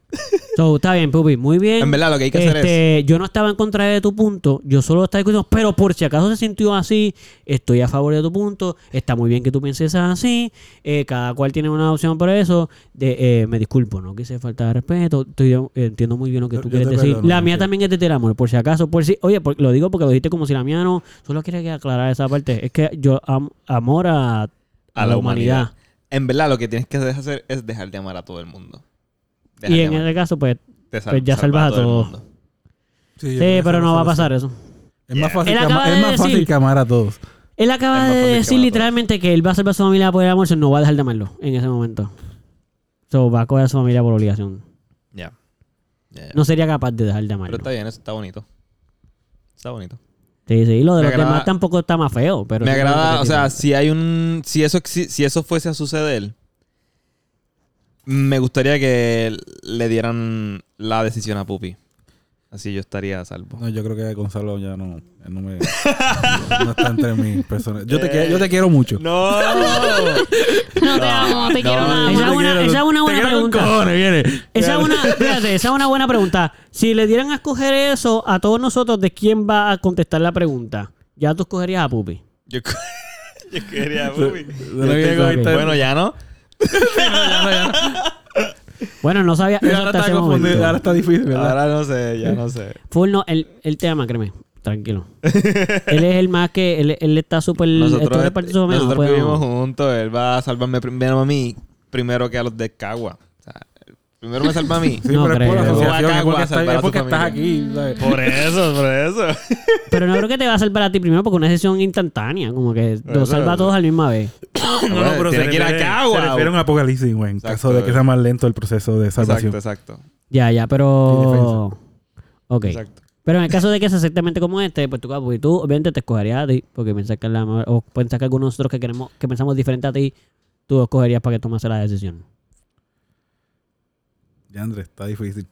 S1: So, está bien, Pupi, muy bien.
S3: En verdad, lo que hay que hacer es.
S1: Este, Yo no estaba en contra de tu punto, yo solo estaba discutiendo, pero por si acaso se sintió así, estoy a favor de tu punto, está muy bien que tú pienses así, eh, cada cual tiene una opción para eso, de, eh, me disculpo, no quise faltar de respeto, estoy- eh, entiendo muy bien lo que
S4: Yo-
S1: tú
S4: yo
S1: quieres
S4: te
S1: decir.
S4: perdono,
S1: la mía
S4: Michelle.
S1: también es de el amor, por si acaso, por si, oye, por- lo digo porque lo dijiste como si la mía no, solo quería que aclarar esa parte, es que yo am- amor a, a
S3: a la humanidad. En verdad, lo que tienes que hacer es dejar de amar a todo el mundo. Dejar
S1: Y
S3: de
S1: en
S3: amar.
S1: ese caso, pues,
S3: Te sal-
S1: pues ya salvas a
S3: el
S1: todos.
S3: mundo.
S4: Sí, yo
S1: sí,
S4: creo que
S1: pero
S4: esa
S1: no va a
S4: la solución.
S1: pasar eso.
S4: Es más fácil,
S1: Él
S4: que, ama-
S1: acaba de
S4: es más fácil
S1: decir-
S4: que amar a todos.
S1: Él
S3: Es
S1: acaba
S3: más
S1: de
S3: fácil que
S1: decir
S3: matar.
S1: literalmente que él va a salvar a su familia por el amor, so no va a dejar de amarlo en ese momento. So, va a coger a su familia por obligación.
S3: Ya. Ya, ya.
S1: No sería capaz de dejar de
S3: Pero
S1: amarlo.
S3: está bien, eso está bonito. Está bonito.
S1: Sí, sí, y lo de
S3: Me
S1: los
S3: agrada-
S1: demás tampoco está más feo, pero...
S3: Me
S1: sí creo
S3: agrada,
S1: que
S3: o
S1: sí.
S3: sea, si hay un. Si eso, exi- si eso fuese a suceder, me gustaría que le dieran la decisión a Pupi. Así yo estaría a salvo.
S4: No, yo creo que Gonzalo ya no, ya no me... no está entre mis personas. Yo te, quiero- yo te quiero mucho.
S3: ¡No!
S2: No te amo, te
S3: No,
S2: quiero
S3: no,
S2: nada.
S1: Esa es una, esa es una buena
S4: quiero con
S1: pregunta.
S4: cojones, viene.
S1: Esa es una, fíjate, esa es una buena pregunta. Si le dieran a escoger eso a todos nosotros, ¿de quién va a contestar la pregunta? ya tú escogerías a Pupi.
S3: Yo, yo quería Bubi.
S4: no
S3: Yo
S4: había
S3: tengo-
S4: cogido-
S3: bueno, ya no.
S1: Bueno, no sabía
S4: Y
S1: eso
S4: ahora
S1: hasta
S4: está
S1: ese
S4: confundido,
S1: momento.
S4: ahora está difícil, ¿verdad?
S3: Ahora no sé, ya no sé.
S1: Full no, él, él te ama, créeme. Tranquilo. él es el más que... Él, él está súper... Esto es
S3: Nosotros,
S1: partido menos.
S3: nosotros
S1: pues,
S3: vivimos
S1: no.
S3: juntos. Él va a salvarme primero a mí, primero que a los de Cagua. O sea, primero me salva a mí.
S4: Sí,
S1: No
S4: pero es por
S1: creo.
S4: la asociación,
S3: Acá,
S4: es porque,
S3: a
S4: estás-
S3: salvar a
S4: es
S3: tu
S4: porque estás
S3: familia.
S4: aquí, ¿sabes?
S3: Por eso, por eso.
S1: Pero no creo que te va a salvar a ti primero porque una decisión instantánea. Como que
S3: Bueno,
S1: los salva a todos a la misma vez.
S3: Bueno, tiene que ir a Cagua.
S4: Se refiere a un apocalipsis, güey. En
S3: Exacto.
S4: caso de que sea más lento el proceso de
S3: Exacto,
S4: salvación.
S3: exacto.
S1: Ya, ya,
S4: Sin
S1: pero... Ok.
S3: Exacto.
S1: Pero en el caso de que sea exactamente como este, pues tú, capo, y tú obviamente te escogerías a ti, porque piensas que, la, mejor- o piensas que algunos de nosotros que, queremos, que pensamos diferente a ti, tú escogerías para que tomase la decisión.
S4: Ya, Andrés, está difícil.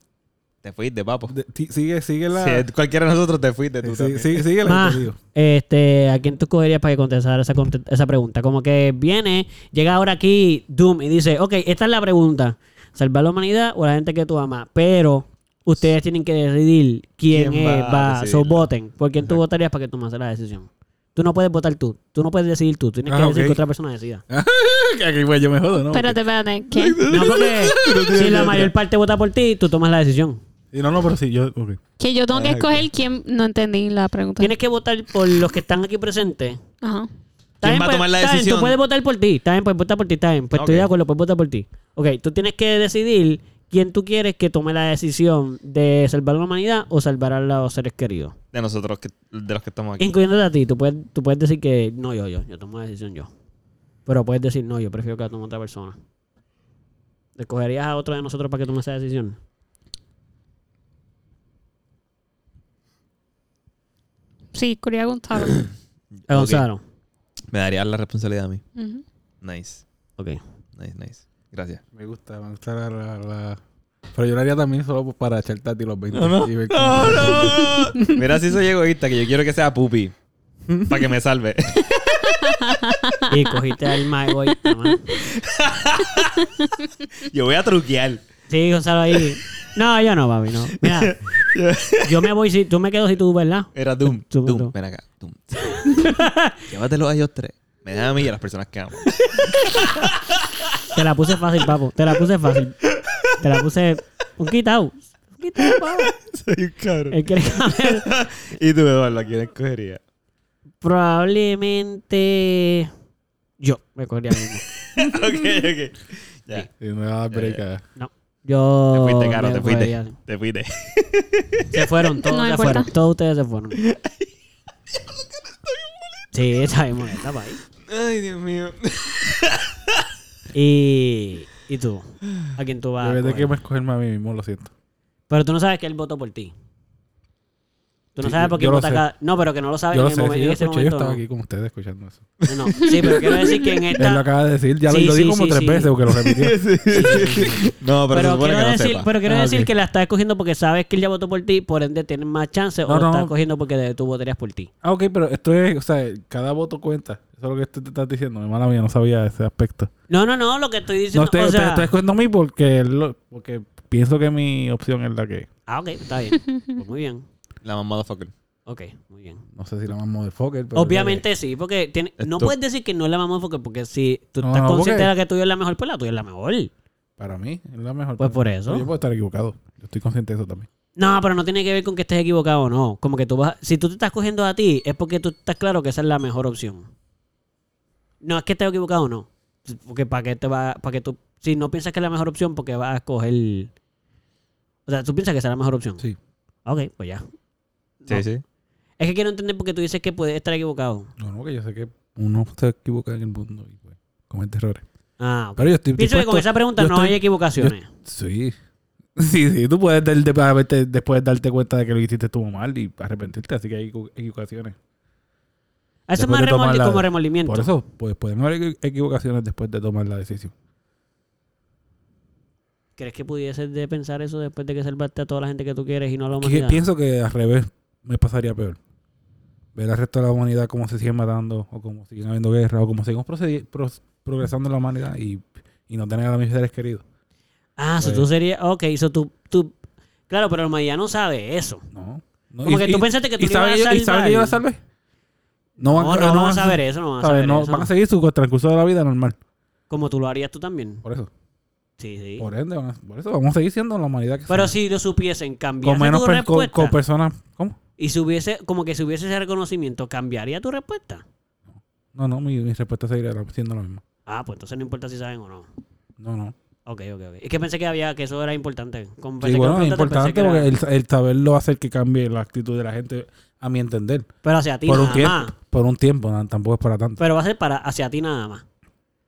S3: Te fuiste, papo.
S4: De- ti- sigue, sigue la.
S3: Si es cualquiera de nosotros te fuiste, tú
S4: Sí,
S3: también.
S4: sí, sigue la
S1: Ma,
S4: que te digo.
S1: este, ¿a quién tú escogerías para que contestara esa, conte- esa pregunta? Como que viene, llega ahora aquí Doom y dice, ok, esta es la pregunta, ¿salvar la humanidad o la gente que tú amas? Pero ustedes tienen que decidir quién,
S3: ¿Quién
S1: es,
S3: va a
S1: va, so
S3: decidirla?
S1: voten. ¿Por quién tú votarías para que tomase la decisión? Tú no puedes votar tú, tú no puedes decidir tú, tienes que
S4: Ah,
S1: decir
S4: ok.
S1: que otra persona decida.
S4: Aquí, güey, yo me jodo, ¿no?
S2: Espérate, espérate. ¿Qué?
S1: No, porque si la mayor parte vota por ti, tú tomas la decisión.
S4: Sí, no, no, pero sí, yo. ok.
S2: Que yo tengo que escoger quién. No entendí la pregunta.
S1: Tienes que votar por los que están aquí presentes.
S2: Ajá.
S1: Está
S3: ¿Quién
S1: bien,
S3: va a
S1: pues,
S3: tomar la
S1: está bien,
S3: decisión?
S1: Tú puedes votar por ti, está bien, pues vota por ti, está bien. Pues estoy
S3: Ok.
S1: de acuerdo, pues vota por ti. Ok, tú tienes que decidir quién tú quieres que tome la decisión de salvar a la humanidad o salvar a los seres queridos.
S3: De nosotros, que, de los que estamos aquí.
S1: Incluyéndote a ti, tú puedes, tú puedes decir que no, yo, yo, yo tomo la decisión yo. Pero puedes decir, no, yo prefiero que la tome otra persona. ¿Escogerías a otro de nosotros para que tome esa decisión?
S2: Sí, Curia Gonzalo.
S1: A
S3: Ok.
S1: Gonzalo.
S3: Me darías la responsabilidad a mí.
S2: Ujú.
S3: Nice.
S1: Ok.
S3: Nice, nice. Gracias.
S4: Me gusta, me gusta la. la, la- Pero yo lo haría también solo para echarte a ti los 20. y ver cómo-
S3: ¡Oh, no! Mira si soy egoísta, que yo quiero que sea Pupi. Para que me salve.
S1: Y cogiste al My Boy.
S3: Yo voy a truquear.
S1: Sí, Gonzalo ahí. No, yo no, papi, no. Mira, yo me voy si tú me quedo si tú, ¿verdad?
S3: Era Doom.
S1: Tú,
S3: Doom,
S1: tú.
S3: ven acá. Doom. Llévatelo a ellos tres. Me dejan a mí y a las personas que amo.
S1: Te la puse fácil, papo. Te la puse fácil. Te la puse un quitado. Un quitado, papo.
S3: Soy un cabrón.
S1: Él quiere saber.
S3: ¿Y tú, Eduardo, a quién escogerías?
S1: Probablemente yo me cogería mismo.
S3: ok, ok. Ya.
S4: Y me va a dar break ah. acá.
S1: No. Yo.
S3: Te fuiste, Caro,
S1: me
S3: te fuiste.
S1: cogería-
S3: Te fuiste.
S1: Se fueron, todos
S2: No
S1: se
S2: importa.
S1: fueron. Todos ustedes se fueron. Sí, está bien molesta, papi.
S3: Ay, Dios mío.
S1: Y. ¿Y tú? ¿A quién tú vas? a
S4: Yo de que
S1: coger?
S4: me escogerme a mí mismo, lo siento.
S1: Pero tú no sabes que él votó por ti. Tú no
S4: Sí,
S1: sabes por
S4: yo-
S1: quién
S4: yo lo
S1: vota
S4: sé.
S1: cada. No, pero que no lo sabes
S4: Yo
S1: en,
S4: lo
S1: el
S4: sé,
S1: momen-
S4: sí,
S1: en
S4: yo
S1: ese
S4: escuché, yo
S1: momento.
S4: estaba
S1: no.
S4: aquí con ustedes escuchando eso.
S1: No, no. Sí, pero quiero decir que en esta.
S4: Él lo acaba de decir, ya lo-
S1: Sí,
S4: lo di
S1: sí,
S4: como
S1: sí,
S4: tres
S1: sí.
S4: veces porque lo repitió.
S1: pero,
S3: No, pero, se supone
S1: quiero
S3: que no
S1: decir,
S3: sepa.
S1: pero quiero
S4: Ah, ok.
S1: decir que la estás escogiendo porque sabes que él ya votó por ti, por ende tienes más chances, o
S4: No,
S1: la estás
S4: no.
S1: escogiendo porque de- tú votarías por ti.
S4: Ah, ok, pero esto es, o sea, cada voto cuenta. Eso es lo que tú te estás diciendo. Mi mala mía, no sabía ese aspecto.
S1: No, no, no, lo que estoy
S4: No,
S1: diciendo.
S4: estoy,
S1: o
S4: estoy-
S1: sea-
S4: estoy escogiendo a mí porque, lo- porque pienso que mi opción es la que...
S1: Ah, ok, está bien. Pues muy bien.
S3: La mamá motherfucker.
S1: Ok, muy bien.
S4: No sé si la más motherfucker, pero...
S1: Obviamente sí, porque tiene- no
S3: Esto-
S1: puedes decir que no es la mamá porque, porque si tú
S4: No,
S1: estás
S4: no,
S1: consciente
S4: porque-
S1: de que tuya es la mejor, pues la tuya es la mejor.
S4: Para mí es la mejor.
S1: Pues
S4: Pero
S1: por eso.
S4: Yo puedo estar equivocado. Yo estoy consciente de eso también.
S1: No, pero no tiene que ver con que estés equivocado o no. Como que tú vas. Si tú te estás cogiendo a ti, es porque tú estás claro que esa es la mejor opción. No es que estés equivocado o no. Porque para qué te va. Para que tú. Si no piensas que es la mejor opción, porque vas a escoger. O sea, tú piensas que esa es la mejor opción.
S4: Sí.
S1: Ok, pues ya. No.
S3: Sí, sí.
S1: Es que quiero entender porque tú dices que puedes estar equivocado.
S4: No, no, que yo sé que uno se equivoca en el mundo y pues, comete errores.
S1: Ah, ok.
S4: Pero yo estoy
S1: Pienso que con
S4: dispuesto-
S1: esa pregunta
S4: yo
S1: no
S4: estoy-
S1: hay equivocaciones.
S4: Sí. Sí, sí, tú puedes del- de- haberte- después darte cuenta de que lo que hiciste estuvo mal y arrepentirte, así que hay equivo- equivocaciones.
S1: Eso es
S4: Después
S1: más
S4: de tomar
S1: remol-
S4: la-
S1: como remolimiento.
S4: Por eso, pues pueden haber equi- equivocaciones después de tomar la decisión.
S1: ¿Crees que pudieses de pensar eso después de que salvaste a toda la gente que tú quieres y no a la
S4: Que- que
S1: humanidad?
S4: pienso que al revés me pasaría peor. Ver al resto de la humanidad cómo se siguen matando, o cómo siguen habiendo guerra, o cómo seguimos procedi- pro- progresando en la humanidad y, y no tener a mis seres queridos.
S1: Ah, eso
S4: Pues-
S1: tú serías. Ok, eso tú, tú. Claro, pero la humanidad no sabe eso.
S4: No. no
S1: Como que tú pensaste que tú
S4: y
S1: lo ibas
S4: sabes-
S1: a
S4: ¿Y sabes que yo la salvé? No,
S1: No, no, van a saber eso, no van a saber
S4: no,
S1: eso.
S4: Van a seguir su transcurso de la vida normal.
S1: Como tú lo harías tú también.
S4: Por eso.
S1: Sí, sí.
S4: Por ende, van a- por eso vamos a seguir siendo la humanidad que
S1: Pero
S4: somos.
S1: si lo supiesen, cambiaría
S4: con menos
S1: tu
S4: per- con,
S1: respuesta.
S4: con personas. ¿Cómo?
S1: y si hubiese, como que si hubiese ese reconocimiento, ¿cambiaría tu respuesta?
S4: No, no, mi, mi respuesta seguirá siendo la misma.
S1: Ah, pues entonces no importa si saben o no.
S4: No, no.
S1: Ok, ok, ok. Es que pensé que había, que eso era importante. Como pensé
S4: Sí,
S1: que
S4: bueno,
S1: lo
S4: es
S1: preguntaste, pensé que
S4: importante
S1: era-
S4: porque el, el saberlo va a hacer que cambie la actitud de la gente, a mi entender.
S1: Pero hacia ti
S4: Por un
S1: nada más.
S4: tiempo. Por un tiempo, no, tampoco es para tanto.
S1: Pero va a ser para hacia ti nada más.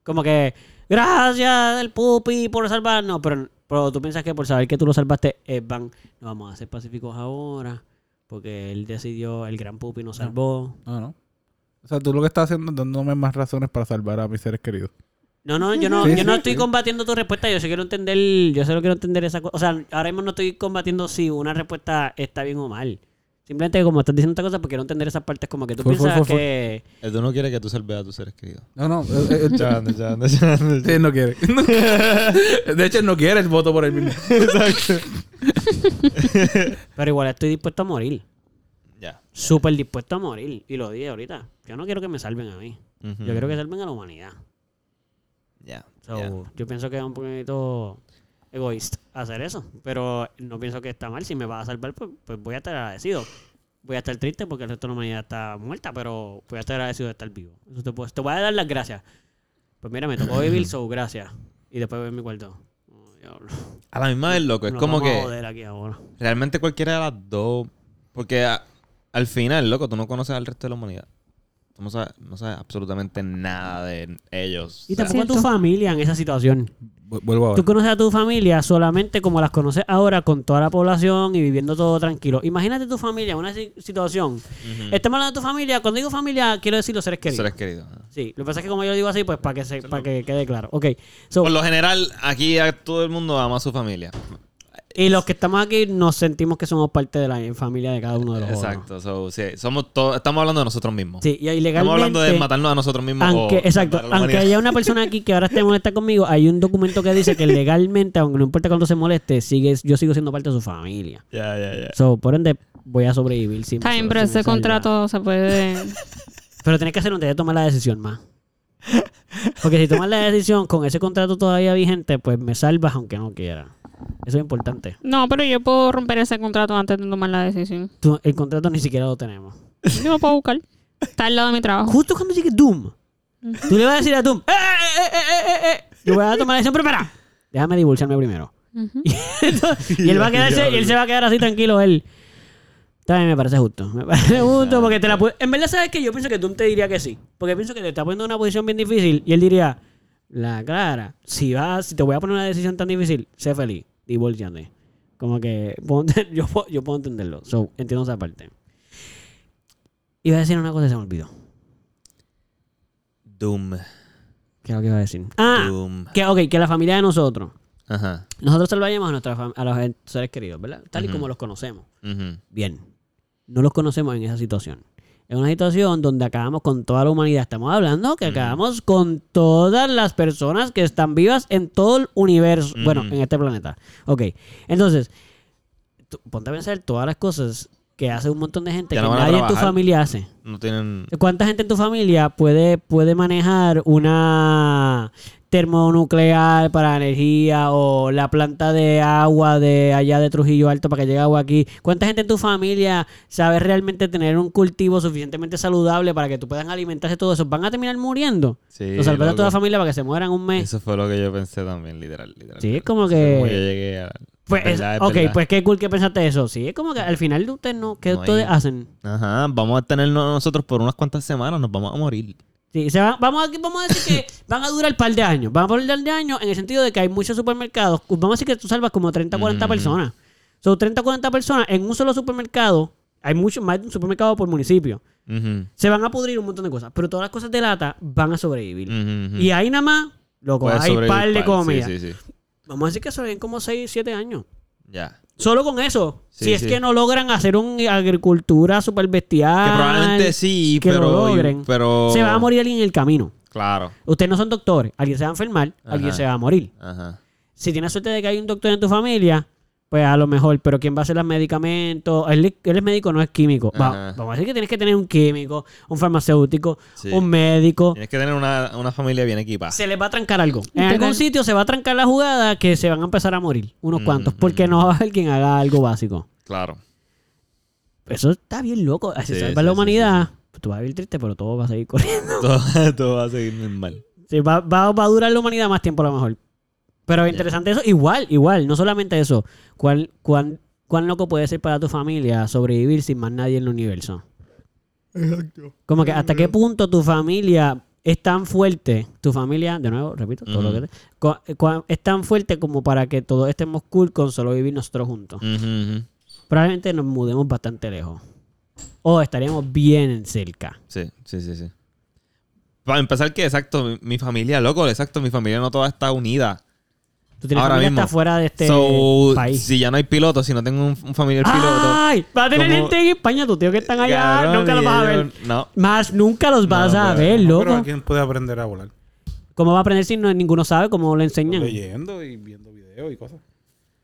S1: Como que, gracias el pupi por salvarnos. Pero, pero tú piensas que por saber que tú lo salvaste, eh, van, no vamos a ser pacíficos ahora. Porque él decidió, el gran pupi nos salvó.
S4: No, no. O sea, tú lo que estás haciendo es dándome más razones para salvar a mis seres queridos.
S1: No, no, yo no,
S4: Sí,
S1: yo no
S4: sí,
S1: estoy
S4: sí.
S1: combatiendo tu respuesta. Yo sí quiero entender, yo solo quiero entender esa cosa. O sea, ahora mismo no estoy combatiendo si una respuesta está bien o mal. Simplemente como estás diciendo esta cosa, porque quiero entender esas partes como que tú
S4: Full, full,
S1: piensas
S4: full, full.
S1: que...
S3: Tú no quieres que tú salves a tus seres queridos.
S4: No, no. eh, eh,
S3: Chavando, chavando, chavando.
S4: él no quiere. De hecho, él no quiere el voto por él mismo.
S1: Pero igual estoy dispuesto a morir.
S3: Ya.
S1: Súper dispuesto a morir. Y lo dije ahorita. Yo no quiero que me salven a mí.
S3: Ujú.
S1: Yo quiero que salven a la humanidad.
S3: Ya.
S1: So,
S3: ya.
S1: Yo pienso que es un poquito egoísta hacer eso. Pero no pienso que está mal. Si me vas a salvar, pues, pues voy a estar agradecido. Voy a estar triste porque el resto de la humanidad está muerta, pero voy a estar agradecido de estar vivo. Eso te, puedo- te voy a dar las gracias. Pues mira, me tocó vivir, so gracias. Y después voy a mi cuarto. Oh, diablo.
S3: A la misma vez, loco. Es
S1: Nos
S3: Pues como
S1: vamos a
S3: que.
S1: joder aquí ahora.
S3: Realmente cualquiera de las dos. Porque a- al final, loco, tú no conoces al resto de la humanidad. Tú no sabes, no sabes absolutamente nada de ellos.
S1: Y
S3: O sea,
S1: tampoco a tu
S2: Cierto.
S1: familia en esa situación.
S4: Vuelvo ahora.
S1: Tú conoces a tu familia solamente como las conoces ahora con toda la población y viviendo todo tranquilo. Imagínate tu familia en una si- situación. Estamos hablando de tu familia. Cuando digo familia, quiero decir los seres queridos.
S3: seres queridos.
S1: Sí, lo que pasa es que como yo lo digo así, pues para que, se- para que quede claro. Ok. So,
S3: Por lo general, aquí a todo el mundo ama a su familia.
S1: y los que estamos aquí nos sentimos que somos parte de la familia de cada uno de los otros.
S3: Exacto. So, sí, somos todos, estamos hablando de nosotros mismos.
S1: Sí, y legalmente...
S3: estamos hablando de matarnos a nosotros mismos. o
S1: Aunque, exacto,
S3: matar a la
S1: aunque
S3: humanidad.
S1: haya una persona aquí que ahora esté molesta conmigo, hay un documento que dice que legalmente, aunque no importa cuánto se moleste, sigue, yo sigo siendo parte de su familia.
S3: Ya, ya, ya.
S1: So, por ende, voy a sobrevivir. Sin,
S2: Está bien,
S1: sin-
S2: pero
S1: sin esa
S2: ese
S1: ayuda.
S2: contrato se puede.
S1: Pero tienes que hacerlo antes de tomar la decisión más. Porque si tomas la decisión con ese contrato todavía vigente, pues me salvas aunque no quiera. Eso es importante.
S2: No, pero yo puedo romper ese contrato antes de tomar la decisión.
S1: Tú- el contrato ni siquiera lo tenemos.
S2: Yo lo puedo buscar. Está al lado de mi trabajo.
S1: Justo cuando llegue Doom, tú le vas a decir a Doom, ¡Eh, eh, eh, eh, eh, eh! yo voy a tomar la decisión, pero espera, déjame divulgarme primero.
S2: Ujú.
S1: Y él va a quedarse, y él se va a quedar así tranquilo, él. También me parece justo. Me parece justo porque te la pu- En verdad, ¿sabes que Yo pienso que Doom te diría que sí. Porque pienso que te está poniendo en una posición bien difícil. Y él diría, la clara, si vas, si te voy a poner una decisión tan difícil, sé feliz, divórciate. Como que puedo ent- yo, puedo- yo puedo entenderlo. So, entiendo esa parte. Iba a decir una cosa y se me olvidó.
S3: Doom.
S1: ¿Qué es lo que iba a decir? Ah,
S3: Doom.
S1: que, ok, que la familia de nosotros.
S3: Ajá.
S1: Nosotros salvaríamos a, nuestra fam- a los eh, seres queridos, ¿verdad? Tal y
S3: Ujú.
S1: como los conocemos.
S3: Ujú.
S1: Bien. No los conocemos en esa situación. Es una situación donde acabamos con toda la humanidad. Estamos hablando
S3: Mm.
S1: que acabamos con todas las personas que están vivas en todo el universo. Bueno,
S3: Ujú.
S1: en este planeta. Ok. Entonces, tú- ponte a pensar todas las cosas que hace un montón de gente
S3: Ya
S1: que
S3: no van a
S1: nadie en tu
S3: trabajar.
S1: familia hace.
S3: No tienen.
S1: ¿Cuánta gente en tu familia puede, puede manejar una termonuclear para energía o la planta de agua de allá de Trujillo Alto para que llegue agua aquí? ¿Cuánta gente en tu familia sabe realmente tener un cultivo suficientemente saludable para que tú puedas alimentarse de todo eso? ¿Van a terminar muriendo?
S3: Sí,
S1: o salvar a toda la
S3: loco.
S1: familia para que se mueran un mes.
S3: Eso fue lo que yo pensé también, literal, literal.
S1: Eh. Sí,
S3: literal.
S1: es como
S3: Eso
S1: que-
S3: fue como yo llegué a...
S1: Pues,
S3: Es verdad,
S1: es-
S3: es
S1: ok,
S3: verdad.
S1: pues qué cool que pensaste eso. Sí, es como que al final de ustedes no, ¿qué
S3: No hay-
S1: ustedes hacen?
S3: Ajá, vamos a tenernos nosotros por unas cuantas semanas, nos vamos a morir.
S1: Sí, se van- vamos, a, vamos a decir que van a durar un par de años. Van a durar un par de años en el sentido de que hay muchos supermercados. Vamos a decir que tú salvas como 30 o 40
S3: Mm.
S1: personas. Son 30 o 40 personas en un solo supermercado. Hay mucho, más de un supermercado por municipio.
S3: Ujú,
S1: Se van a pudrir un montón de cosas. Pero todas las cosas de lata van a sobrevivir.
S3: ujú, ujú.
S1: Y ahí nada más, loco,
S3: Mm-hmm. Puedes
S1: hay
S3: sobrevivir
S1: par de comida.
S3: Sí, sí, sí.
S1: Vamos a decir que sobreviven como 6, 7 años.
S3: Ya.
S1: Solo con eso.
S3: Sí,
S1: si es
S3: sí.
S1: que no logran hacer una agricultura super bestial.
S3: que probablemente sí,
S1: que lo
S3: pero...
S1: logren.
S3: pero...
S1: Se va a morir alguien en el camino.
S3: Claro.
S1: Ustedes no son doctores. Alguien se va a enfermar,
S3: Ajá.
S1: alguien se va a morir.
S3: Ajá.
S1: Si tienes suerte de que hay un doctor en tu familia, pues a lo mejor, pero ¿quién va a hacer los medicamentos? Él, él es médico, no es químico. Va-
S3: Ajá.
S1: vamos a decir que tienes que tener un químico, un farmacéutico,
S3: Sí.
S1: un médico.
S3: Tienes que tener una, una familia bien equipada.
S1: Se les va a trancar algo. En
S2: Literal.
S1: algún sitio se va a trancar la jugada que se van a empezar a morir,
S3: Mm,
S1: unos cuantos, porque no va a haber quien haga algo básico.
S3: Claro.
S1: Eso está bien loco. Si
S3: Sí,
S1: salvas
S3: sí,
S1: la
S3: sí,
S1: humanidad, pues tú vas a vivir triste, pero todo va a seguir corriendo.
S3: Todo, todo va a seguir normal.
S1: Sí, va, va- va a durar la humanidad más tiempo a lo mejor. Pero interesante eso. Igual, igual. No solamente eso. ¿Cuán, cuán, cuán loco puede ser para tu familia sobrevivir sin más nadie en el universo? Exacto. Como que hasta qué punto tu familia es tan fuerte, tu familia, de nuevo, repito, todo lo
S3: Ujú.
S1: que te- cu- cu- es tan fuerte como para que todos estemos cool con solo vivir nosotros juntos.
S3: Ujú, ujú.
S1: Probablemente nos mudemos bastante lejos. O estaríamos bien cerca.
S3: Sí, sí, sí, sí. Para empezar, que exacto, mi, mi familia, loco, exacto, mi familia no toda está unida.
S1: Tú tienes
S3: Ahora
S1: familia
S3: mismo.
S1: hasta fuera de este
S3: so,
S1: país.
S3: si ya no hay piloto, si no tengo un, un familiar piloto.
S1: ¡Ay! Va a tener
S3: Como-
S1: gente en España, tu tío que están allá.
S3: cabrón,
S1: nunca los
S3: y
S1: vas a ver.
S3: ellos- No.
S1: Más nunca los vas
S3: No,
S1: a
S3: pues,
S1: ver,
S4: No,
S1: loco.
S4: pero alguien puede aprender a volar.
S1: ¿Cómo va a aprender si no- ninguno sabe cómo le enseñan?
S4: Leyendo y viendo videos y cosas.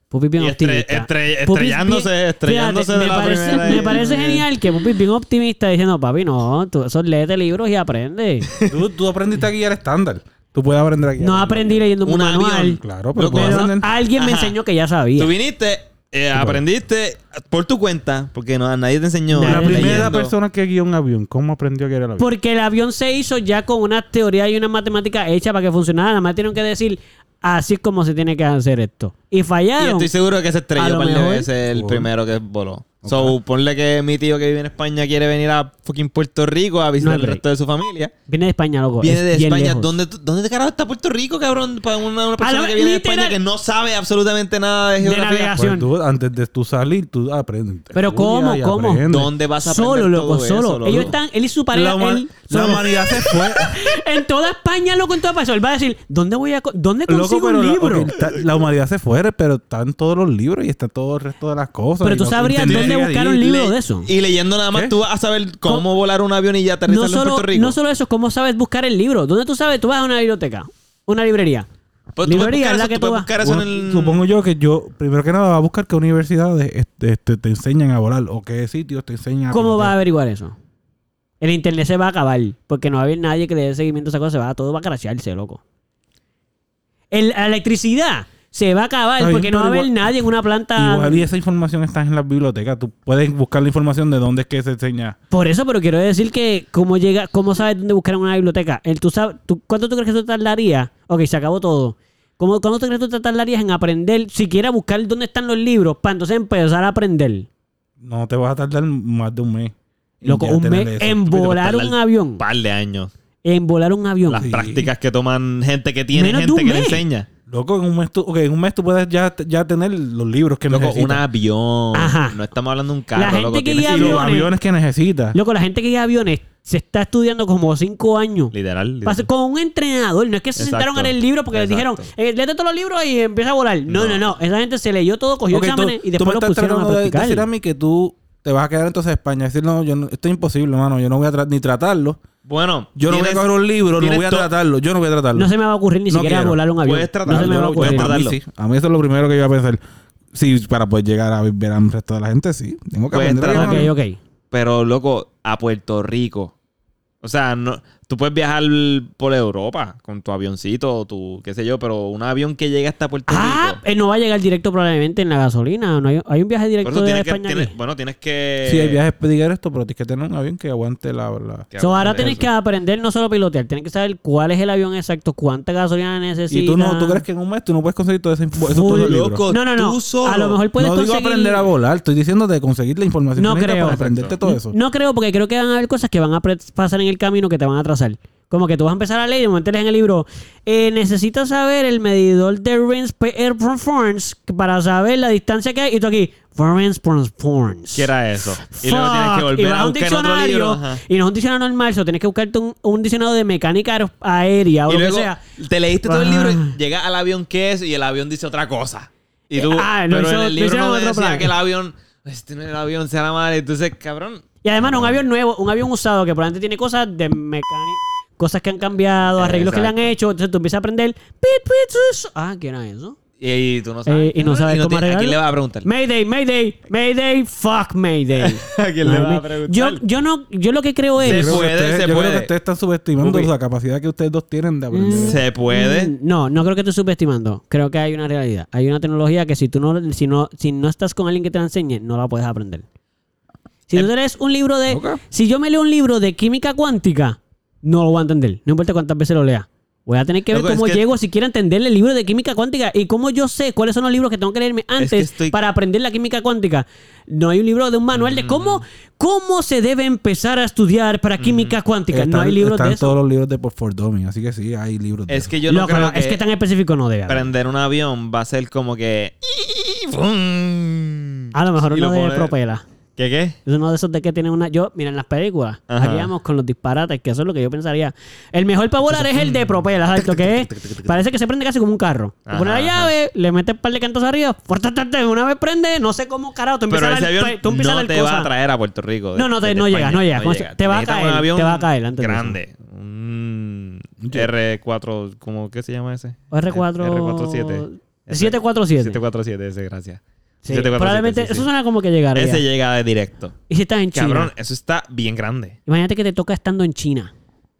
S1: Pupi bien
S3: Y estre-
S1: optimista.
S3: estre-
S1: Pupi bien-
S3: estrellándose- estrellándose
S1: Fíjate,
S3: de la
S1: me parece,
S3: primera
S1: Me
S3: y-
S1: parece genial que Pupi bien optimista diciendo, papi, no, tú eso léete libros y aprende.
S4: Tú, tú aprendiste a guiar estándar. Tú puedes aprender a guiar.
S1: No aprendí leyendo un
S3: Un avión,
S1: manual.
S4: Claro, pero
S3: Loco,
S4: puedes
S1: pero
S4: aprender.
S1: alguien me
S3: Ajá.
S1: enseñó que ya sabía.
S3: Tú viniste, eh, aprendiste por tu cuenta, porque no, nadie te enseñó. eh,
S1: La
S4: La
S3: leyendo.
S4: primera persona que guió un avión, ¿cómo aprendió a guiar el avión?
S1: Porque el avión se hizo ya con una teoría y una matemática hecha para que funcionara. Nada más tienen que decir, así es como se tiene que hacer esto. Y
S3: Y
S1: fallaron.
S3: estoy seguro que se
S1: A
S3: estrelló
S1: lo
S3: para
S1: mejor.
S3: el el
S4: Cool.
S3: primero que voló. So, ponle que mi tío que vive en España quiere venir a fucking Puerto Rico a visitar
S1: No hay
S3: el
S1: break.
S3: resto de su familia.
S1: Viene de España, loco.
S3: Viene
S1: Pues, Es
S3: de
S1: bien
S3: España.
S1: lejos.
S3: ¿Dónde, tú- ¿Dónde de carajo está Puerto Rico, cabrón? Para una, una persona
S1: lo-
S3: que viene de
S1: literal-
S3: España que no sabe absolutamente nada
S1: De
S3: de geografía.
S1: navegación.
S4: Pues tú, antes de tú salir, tú aprendes.
S1: Pero
S4: Estudia
S1: ¿cómo?
S4: y
S1: ¿Cómo?
S4: aprendes.
S3: ¿Dónde vas a aprender
S1: Solo, loco,
S3: todo eso,
S1: solo.
S3: loco?
S1: Ellos están, él y su pareja.
S4: La, huma-
S1: él-
S4: la
S1: solo.
S4: humanidad se fue.
S1: En toda España, loco, en toda España. Él va a decir, ¿dónde voy a co- dónde consigo
S4: Loco, pero
S1: un
S4: la,
S1: libro?
S4: ok, está- la humanidad se fue, pero están todos los libros y está todo el resto de las cosas.
S1: Pero
S4: y
S1: tú
S4: no-
S1: sabrías
S4: entender
S1: dónde
S4: y ahí-
S1: buscar un libro. de eso.
S3: Y leyendo nada más,
S4: ¿Qué?
S3: tú vas a saber cómo volar un avión y ya aterrizarlo
S1: No
S3: en
S1: solo,
S3: Puerto Rico.
S1: no solo eso, ¿cómo sabes buscar el libro? ¿Dónde tú sabes? Tú vas a una biblioteca, una librería.
S3: Pues tú puedes
S1: librería
S3: buscar
S1: es la
S3: eso,
S1: que tú
S3: tú puedes
S1: vas.
S3: buscar eso en
S4: Bueno,
S3: el-
S4: Supongo yo que yo, primero que nada, va a buscar qué universidades este, este, te enseñan a volar o qué sitios te enseñan a
S1: ¿Cómo vas a
S4: aprender.
S1: averiguar eso? El internet se va a acabar porque no va a haber nadie que le dé seguimiento a esa cosa. Se va, todo va a crashearse, loco. El- la electricidad se va a acabar
S4: Está bien,
S1: porque no va a
S4: pero
S1: haber
S4: igual-
S1: nadie en una planta.
S4: Igual y esa información está en las bibliotecas. Tú puedes buscar la información de dónde es que se enseña.
S1: Por eso, pero quiero decir que cómo llega, cómo sabes dónde buscar en una biblioteca. El, tú sabes, tú- ¿Cuánto tú crees que tú tardarías? Ok, se acabó todo. ¿Cómo, ¿Cuánto tú crees que tú tardarías en aprender, siquiera buscar dónde están los libros, para entonces empezar a aprender?
S4: No te vas a tardar más de un mes. en
S1: Loco,
S4: ya
S1: un
S4: tener
S1: mes
S4: eso.
S1: en volar
S3: tardar
S1: un avión.
S3: Un par de años.
S1: En volar un avión.
S3: Las
S4: Sí.
S3: prácticas que toman gente que tiene
S1: Menos de
S3: gente
S1: un
S3: que le
S1: mes.
S3: enseña.
S4: Loco, en un mes tú, ok, en un mes tú puedes ya, ya tener los libros que
S3: Loco, un
S4: necesitas.
S3: avión.
S1: Ajá.
S3: No estamos hablando de un carro,
S1: La gente
S3: loco.
S1: que
S3: tienes-
S1: guía
S4: Y los
S1: aviones.
S4: aviones que necesitas.
S1: Loco, la gente que lleva aviones se está estudiando como cinco años.
S3: Literal. literal.
S1: Pasa- Con un entrenador, no es que se
S3: Exacto.
S1: sentaron a leer el libro porque les dijeron,
S3: Exacto.
S1: eh, léete todos los libros y empieza a volar. No, no, no, Esa gente se leyó todo, cogió
S4: Ok,
S1: exámenes y
S4: me
S1: después lo
S4: estás
S1: pusieron a
S4: tratando de- de
S1: practicar.
S4: decir a mí que tú te vas a quedar entonces en España. Decir, no, yo no- esto es imposible, mano. Yo no voy a tra- ni tratarlo.
S3: Bueno,
S4: Yo no voy a
S3: tienes-
S4: coger un libro, no
S3: tienes
S4: voy a
S3: to-
S4: tratarlo. Yo no voy a tratarlo.
S1: No se me va a ocurrir ni
S4: No
S1: siquiera
S4: quiero.
S1: volar un avión.
S3: Puedes
S1: no se
S3: tratarlo,
S1: me va a
S3: yo-
S1: ocurrir.
S3: puedes
S4: a mí
S3: tratarlo.
S4: sí. A mí eso es lo primero que yo iba a pensar. Sí, para poder llegar a ver al resto de la gente, sí. Tengo que
S3: Puedes
S4: aprender. a
S3: tratarlo.
S1: Ok,
S4: guiar.
S1: ok.
S3: Pero, loco, a Puerto Rico. O sea, no, tú puedes viajar por Europa con tu avioncito o tu, qué sé yo, pero un avión que llegue hasta Puerto
S1: Ah,
S3: Rico.
S1: eh, no va a llegar directo probablemente en la gasolina. No hay, hay un viaje
S3: Por
S1: directo
S3: eso
S1: de
S3: tienes que,
S1: España.
S3: tienes-
S1: aquí.
S3: bueno, tienes que...
S4: Sí, hay viajes pedir esto, pero tienes que tener un avión que aguante la... la-
S3: que-
S1: So, ahora tienes que aprender no solo a pilotear, tienes que saber cuál es el avión exacto, cuánta gasolina necesitas.
S4: Y tú no, tú crees que en un mes tú no puedes conseguir todo ese info- esos
S1: Full
S4: todos los libros.
S3: loco,
S1: No, no, no.
S3: tú solo.
S1: A lo mejor puedes
S4: No digo
S1: conseguir...
S4: aprender a volar, estoy diciéndote de conseguir la información
S1: No
S4: que necesitas
S1: creo.
S4: para aprenderte todo eso.
S1: No creo, porque creo que van a haber cosas que van a pre- pasar en el camino que te van a atrasar. Como que tú vas a empezar a leer y de momento lees en el libro, eh, necesitas saber el medidor de Rins Air Performance para saber la distancia que hay. Y tú aquí, Rins Performance.
S3: ¿Qué era eso? Y luego tienes
S1: Fuck.
S3: que
S1: Y
S3: volver
S1: vas
S3: a
S1: un
S3: buscar en otro
S1: diccionario,
S3: libro. ajá.
S1: Y no es un diccionario normal, so tienes que buscarte un, un diccionario de mecánica aero- aérea o
S3: Y
S1: lo
S3: luego
S1: que sea.
S3: te leíste todo el
S1: Ah.
S3: libro, y llegas al avión que es y el avión dice otra cosa. Y tú,
S1: Ah, lo
S3: pero
S1: hizo-
S3: en
S1: lo
S3: el libro
S1: hicieron
S3: no
S1: otro
S3: decía
S1: plan.
S3: que el avión, este no es el avión, sea la madre. Entonces, cabrón,
S1: Y además no, un avión nuevo, un avión usado que probablemente tiene cosas de mecánica,
S3: Eh,
S1: cosas que han cambiado, arreglos que le han hecho. Entonces tú empiezas a aprender. pit, pit, sus. Ah, ¿qué era eso?
S3: Y tú no sabes.
S1: Eh, y no sabes cómo
S3: tiene- ¿A
S1: arreglarlo.
S3: quién le va a preguntar?
S1: Mayday, Mayday, Mayday, fuck Mayday.
S3: ¿A quién le va a preguntar?
S1: yo, yo no, yo lo que creo
S3: Se
S1: es.
S4: Yo creo que
S3: puede,
S4: ustedes-
S3: se
S4: yo
S3: puede.
S4: creo que ustedes están subestimando
S3: Ok.
S4: la capacidad que ustedes dos tienen de aprender.
S3: Se puede.
S1: Mm, No, no creo que estés subestimando. Creo que hay una realidad. Hay una tecnología que si tú no, si no, si no estás con alguien que te la enseñe, no la puedes aprender. Si
S3: Em-
S1: tú lees un libro de.
S4: Ok.
S1: Si yo me leo un libro de química cuántica, no lo voy a entender. No importa cuántas veces lo lea. Voy a tener que ver
S3: Loco, es
S1: cómo
S3: que-
S1: llego si quiero entender el libro de química cuántica y cómo yo sé cuáles son los libros que tengo que leerme antes
S3: que estoy- Mm.
S1: para aprender la química cuántica. No hay un libro de un manual de cómo, cómo se debe empezar a estudiar para química cuántica. no hay libros
S4: están
S1: de eso.
S4: todos los libros de Por For Dummies, así que sí, hay libros de
S3: Es
S4: eso.
S3: que yo no
S1: Loco,
S3: creo
S1: no,
S3: que,
S1: Es que tan específico no debe haber.
S3: prender un avión va a ser como que.
S1: A lo mejor
S3: Y
S1: uno
S3: lo
S1: de
S3: pone-
S1: propela.
S3: ¿Qué qué?
S1: Es uno de esos de que tienen una. Yo, mira, en las películas,
S3: Ajá.
S1: aquí vamos con los disparates, que eso es lo que yo pensaría. El mejor para volar es el de propela, ¿sabes? Lo que es. Parece que se prende casi como un carro. Tú pones la
S3: Ajá,
S1: llave, le metes un par de cantos arriba, fuertemente, una vez prende, no sé cómo carajo, tú
S3: Pero
S1: empiezas
S3: ese
S1: a dar,
S3: avión
S1: tú empiezas a
S3: no
S1: dar
S3: te va a
S1: cosas.
S3: traer a Puerto Rico. de-
S1: No, no te-
S3: desde
S1: no llega,
S3: España.
S1: no llega. ¿Cómo se- te va a
S3: Necesitas
S1: caer,
S3: Un avión
S1: te va a caer antes de eso.
S3: grande. Un R4, ¿cómo, ¿qué se llama ese?
S1: R4
S3: R47.
S1: 747.
S3: 747, ese, gracias.
S1: Sí,
S3: 747,
S1: probablemente,
S3: sí, sí.
S1: eso suena como que llegaría.
S3: Ese llega de directo.
S1: Y si estás en China.
S3: Cabrón, eso está bien grande.
S1: Imagínate que te toca estando en China,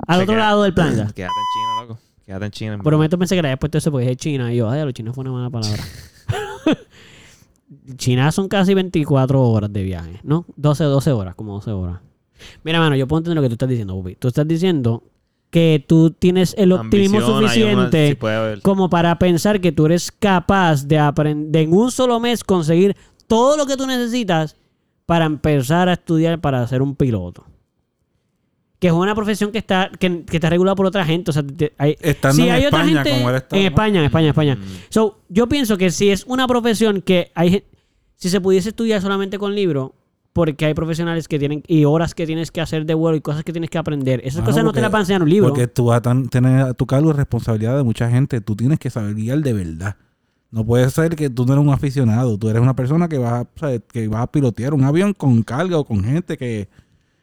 S1: al
S3: Se
S1: otro
S3: queda-
S1: lado del planeta.
S3: Quédate en China, loco. Quédate en China. en verdad.
S1: Prometo pensé que le había puesto eso porque es China. Y yo, ay, a los chinos fue una mala palabra. China son casi 24 horas de viaje, ¿no? 12, 12 horas, como 12 horas. Mira, mano, yo puedo entender lo que tú estás diciendo, Pupi. Tú estás diciendo que tú tienes el optimismo
S3: Ambición, hay una-
S1: suficiente
S3: sí puede haber.
S1: como para pensar que tú eres capaz de aprender en un solo mes conseguir todo lo que tú necesitas para empezar a estudiar para ser un piloto. Que es una profesión que está, que, que está regulada por otra gente. O sea, te- hay,
S4: Estando en España, como él está,
S1: En
S4: ¿no? Mm.
S1: España, en España, en España. So, yo pienso que si es una profesión que hay gen- si se pudiese estudiar solamente con libro, porque hay profesionales que tienen, y horas que tienes que hacer de vuelo y cosas que tienes que aprender. Esas
S4: Mano,
S1: cosas no te
S4: porque-
S1: las va a enseñar un libro.
S4: Porque tú vas a tan- tener a tu cargo responsabilidad de mucha gente. Tú tienes que saber guiar de verdad. No puede ser que tú no eres un aficionado. Tú eres una persona que vas a, ¿sabes? que vas a pilotear un avión con carga o con gente que,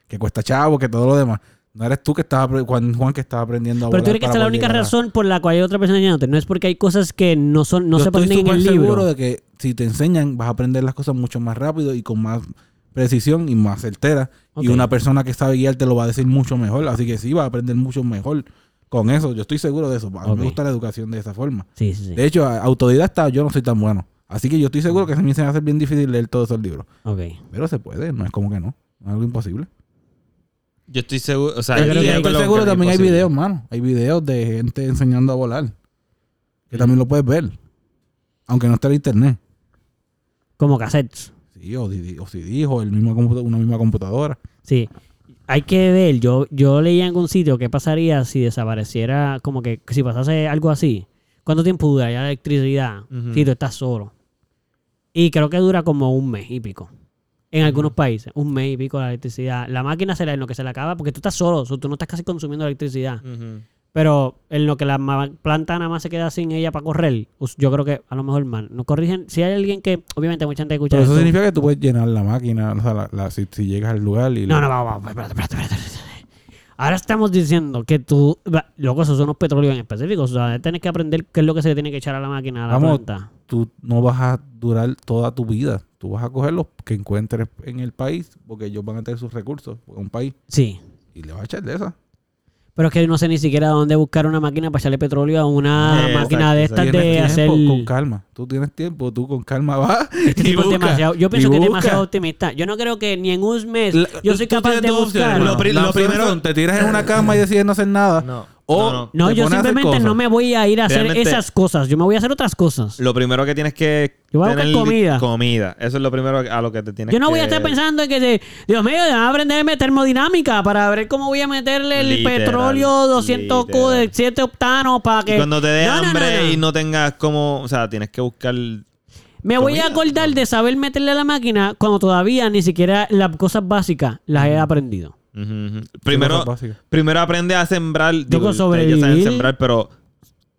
S4: que cuesta chavo, que todo lo demás. No eres tú que estás, apre- Juan, Juan que estás aprendiendo a
S1: Pero tú
S4: volar
S1: crees que
S4: para
S1: esta es la
S4: poder
S1: única
S4: llegar a-
S1: razón por la cual hay otra persona enseñándote. No es porque hay cosas que no son no
S4: Yo
S1: se
S4: estoy
S1: aprenden en
S4: súper
S1: el
S4: seguro
S1: libro.
S4: de que si te enseñan vas a aprender las cosas mucho más rápido y con más precisión y más certera. Y
S1: Ok.
S4: una persona que sabe guiar te lo va a decir mucho mejor. Así que sí, vas a aprender mucho mejor con eso. Yo estoy seguro de eso. A mí
S1: Ok.
S4: me gusta la educación de esa forma.
S1: Sí, sí, sí.
S4: De hecho, a- autodidacta yo no soy tan bueno. Así que yo estoy seguro que se me hace bien difícil leer todos esos libros.
S1: Ok.
S4: Pero se puede, no es como que no. No es algo imposible.
S3: Yo estoy seguro. O sea,
S1: Yo
S4: Y
S1: creo
S4: yo
S1: que-
S4: estoy
S3: creo
S4: seguro
S3: es
S4: también hay
S3: imposible.
S4: videos, mano. Hay videos de gente enseñando a volar. Que también lo puedes ver. Aunque no esté en internet.
S1: Como cassettes.
S4: Sí, o, di- o si dijo, el mismo computa- una misma computadora.
S1: Sí. Hay que ver, yo, yo leía en algún sitio qué pasaría si desapareciera, como que si pasase algo así. ¿Cuánto tiempo dura ya la electricidad
S3: Ujú.
S1: si tú estás solo? Y creo que dura como un mes y pico. En algunos países, un mes y pico la electricidad. La máquina será en lo que se le acaba porque tú estás solo, so, tú no estás casi consumiendo electricidad.
S3: Ujú.
S1: Pero en lo que la ma- planta nada más se queda sin ella para correr, us- yo creo que a lo mejor mal. No corrigen. Si hay alguien que, obviamente, mucha gente escucha
S4: Pero eso
S1: esto.
S4: significa que tú puedes llenar la máquina, o sea, la- la- si, si llegas al lugar y...
S1: No, no, vamos, vamos, espérate, espérate, espérate, espérate. Ahora estamos diciendo que tú. va- Loco, esos son unos petróleos en específico. O sea, tienes que aprender qué es lo que se le tiene que echar a la máquina, a la
S4: Vamos.
S1: planta.
S4: Tú no vas a durar toda tu vida. Tú vas a coger los que encuentres en el país, porque ellos van a tener sus recursos, porque es un país,
S1: Sí.
S4: y le vas a echar de esa.
S1: Pero es que no sé ni siquiera dónde buscar una máquina para echarle petróleo a una
S3: Eh,
S1: máquina de estas
S3: exacto,
S1: de
S4: Tienes
S1: hacer.
S4: tiempo, con calma. Tú tienes tiempo, tú con calma vas
S1: Este
S4: y
S1: tipo es
S4: busca,
S1: demasiado- yo
S4: y
S1: pienso que es
S4: busca.
S1: demasiado optimista. Yo no creo que ni en un mes
S4: La-
S1: yo
S4: tú-
S1: soy
S4: tú
S1: capaz
S4: tienes
S1: de
S4: dos opciones,
S1: buscar.
S4: hermano.
S3: Lo pri-
S4: La
S3: lo
S4: opción
S3: primero-
S4: son, te tiras en una cama y decides no hacer nada.
S3: No,
S4: O
S3: no,
S1: No,
S4: te
S1: yo
S4: pones a hacer
S1: simplemente
S4: cosas.
S1: no me voy a ir a hacer
S3: Realmente-
S1: esas cosas. Yo me voy a hacer otras cosas.
S3: Lo primero que tienes que.
S1: Yo voy a buscar
S3: tener
S1: comida.
S3: Comida. Eso es lo primero a lo que te tienes que.
S1: Yo no voy a estar pensando en que, se- Dios mío, déjame aprenderme termodinámica para ver cómo voy a meterle el
S3: Literal,
S1: petróleo 200 Q de
S3: literal.
S1: 7 octanos para
S3: Y
S1: que...
S3: cuando te dé
S1: No, no, no,
S3: hambre
S1: no.
S3: y no tengas como. O sea, tienes que buscar.
S1: Me voy a
S3: comida,
S1: acordar de saber meterle a la máquina cuando todavía ni siquiera las cosas básicas las he aprendido.
S3: Ujú, ujú. Primero,
S4: cosas básicas.
S3: primero aprende a sembrar. Digo, ustedes ya saben
S1: sobrevivir.
S3: sembrar, pero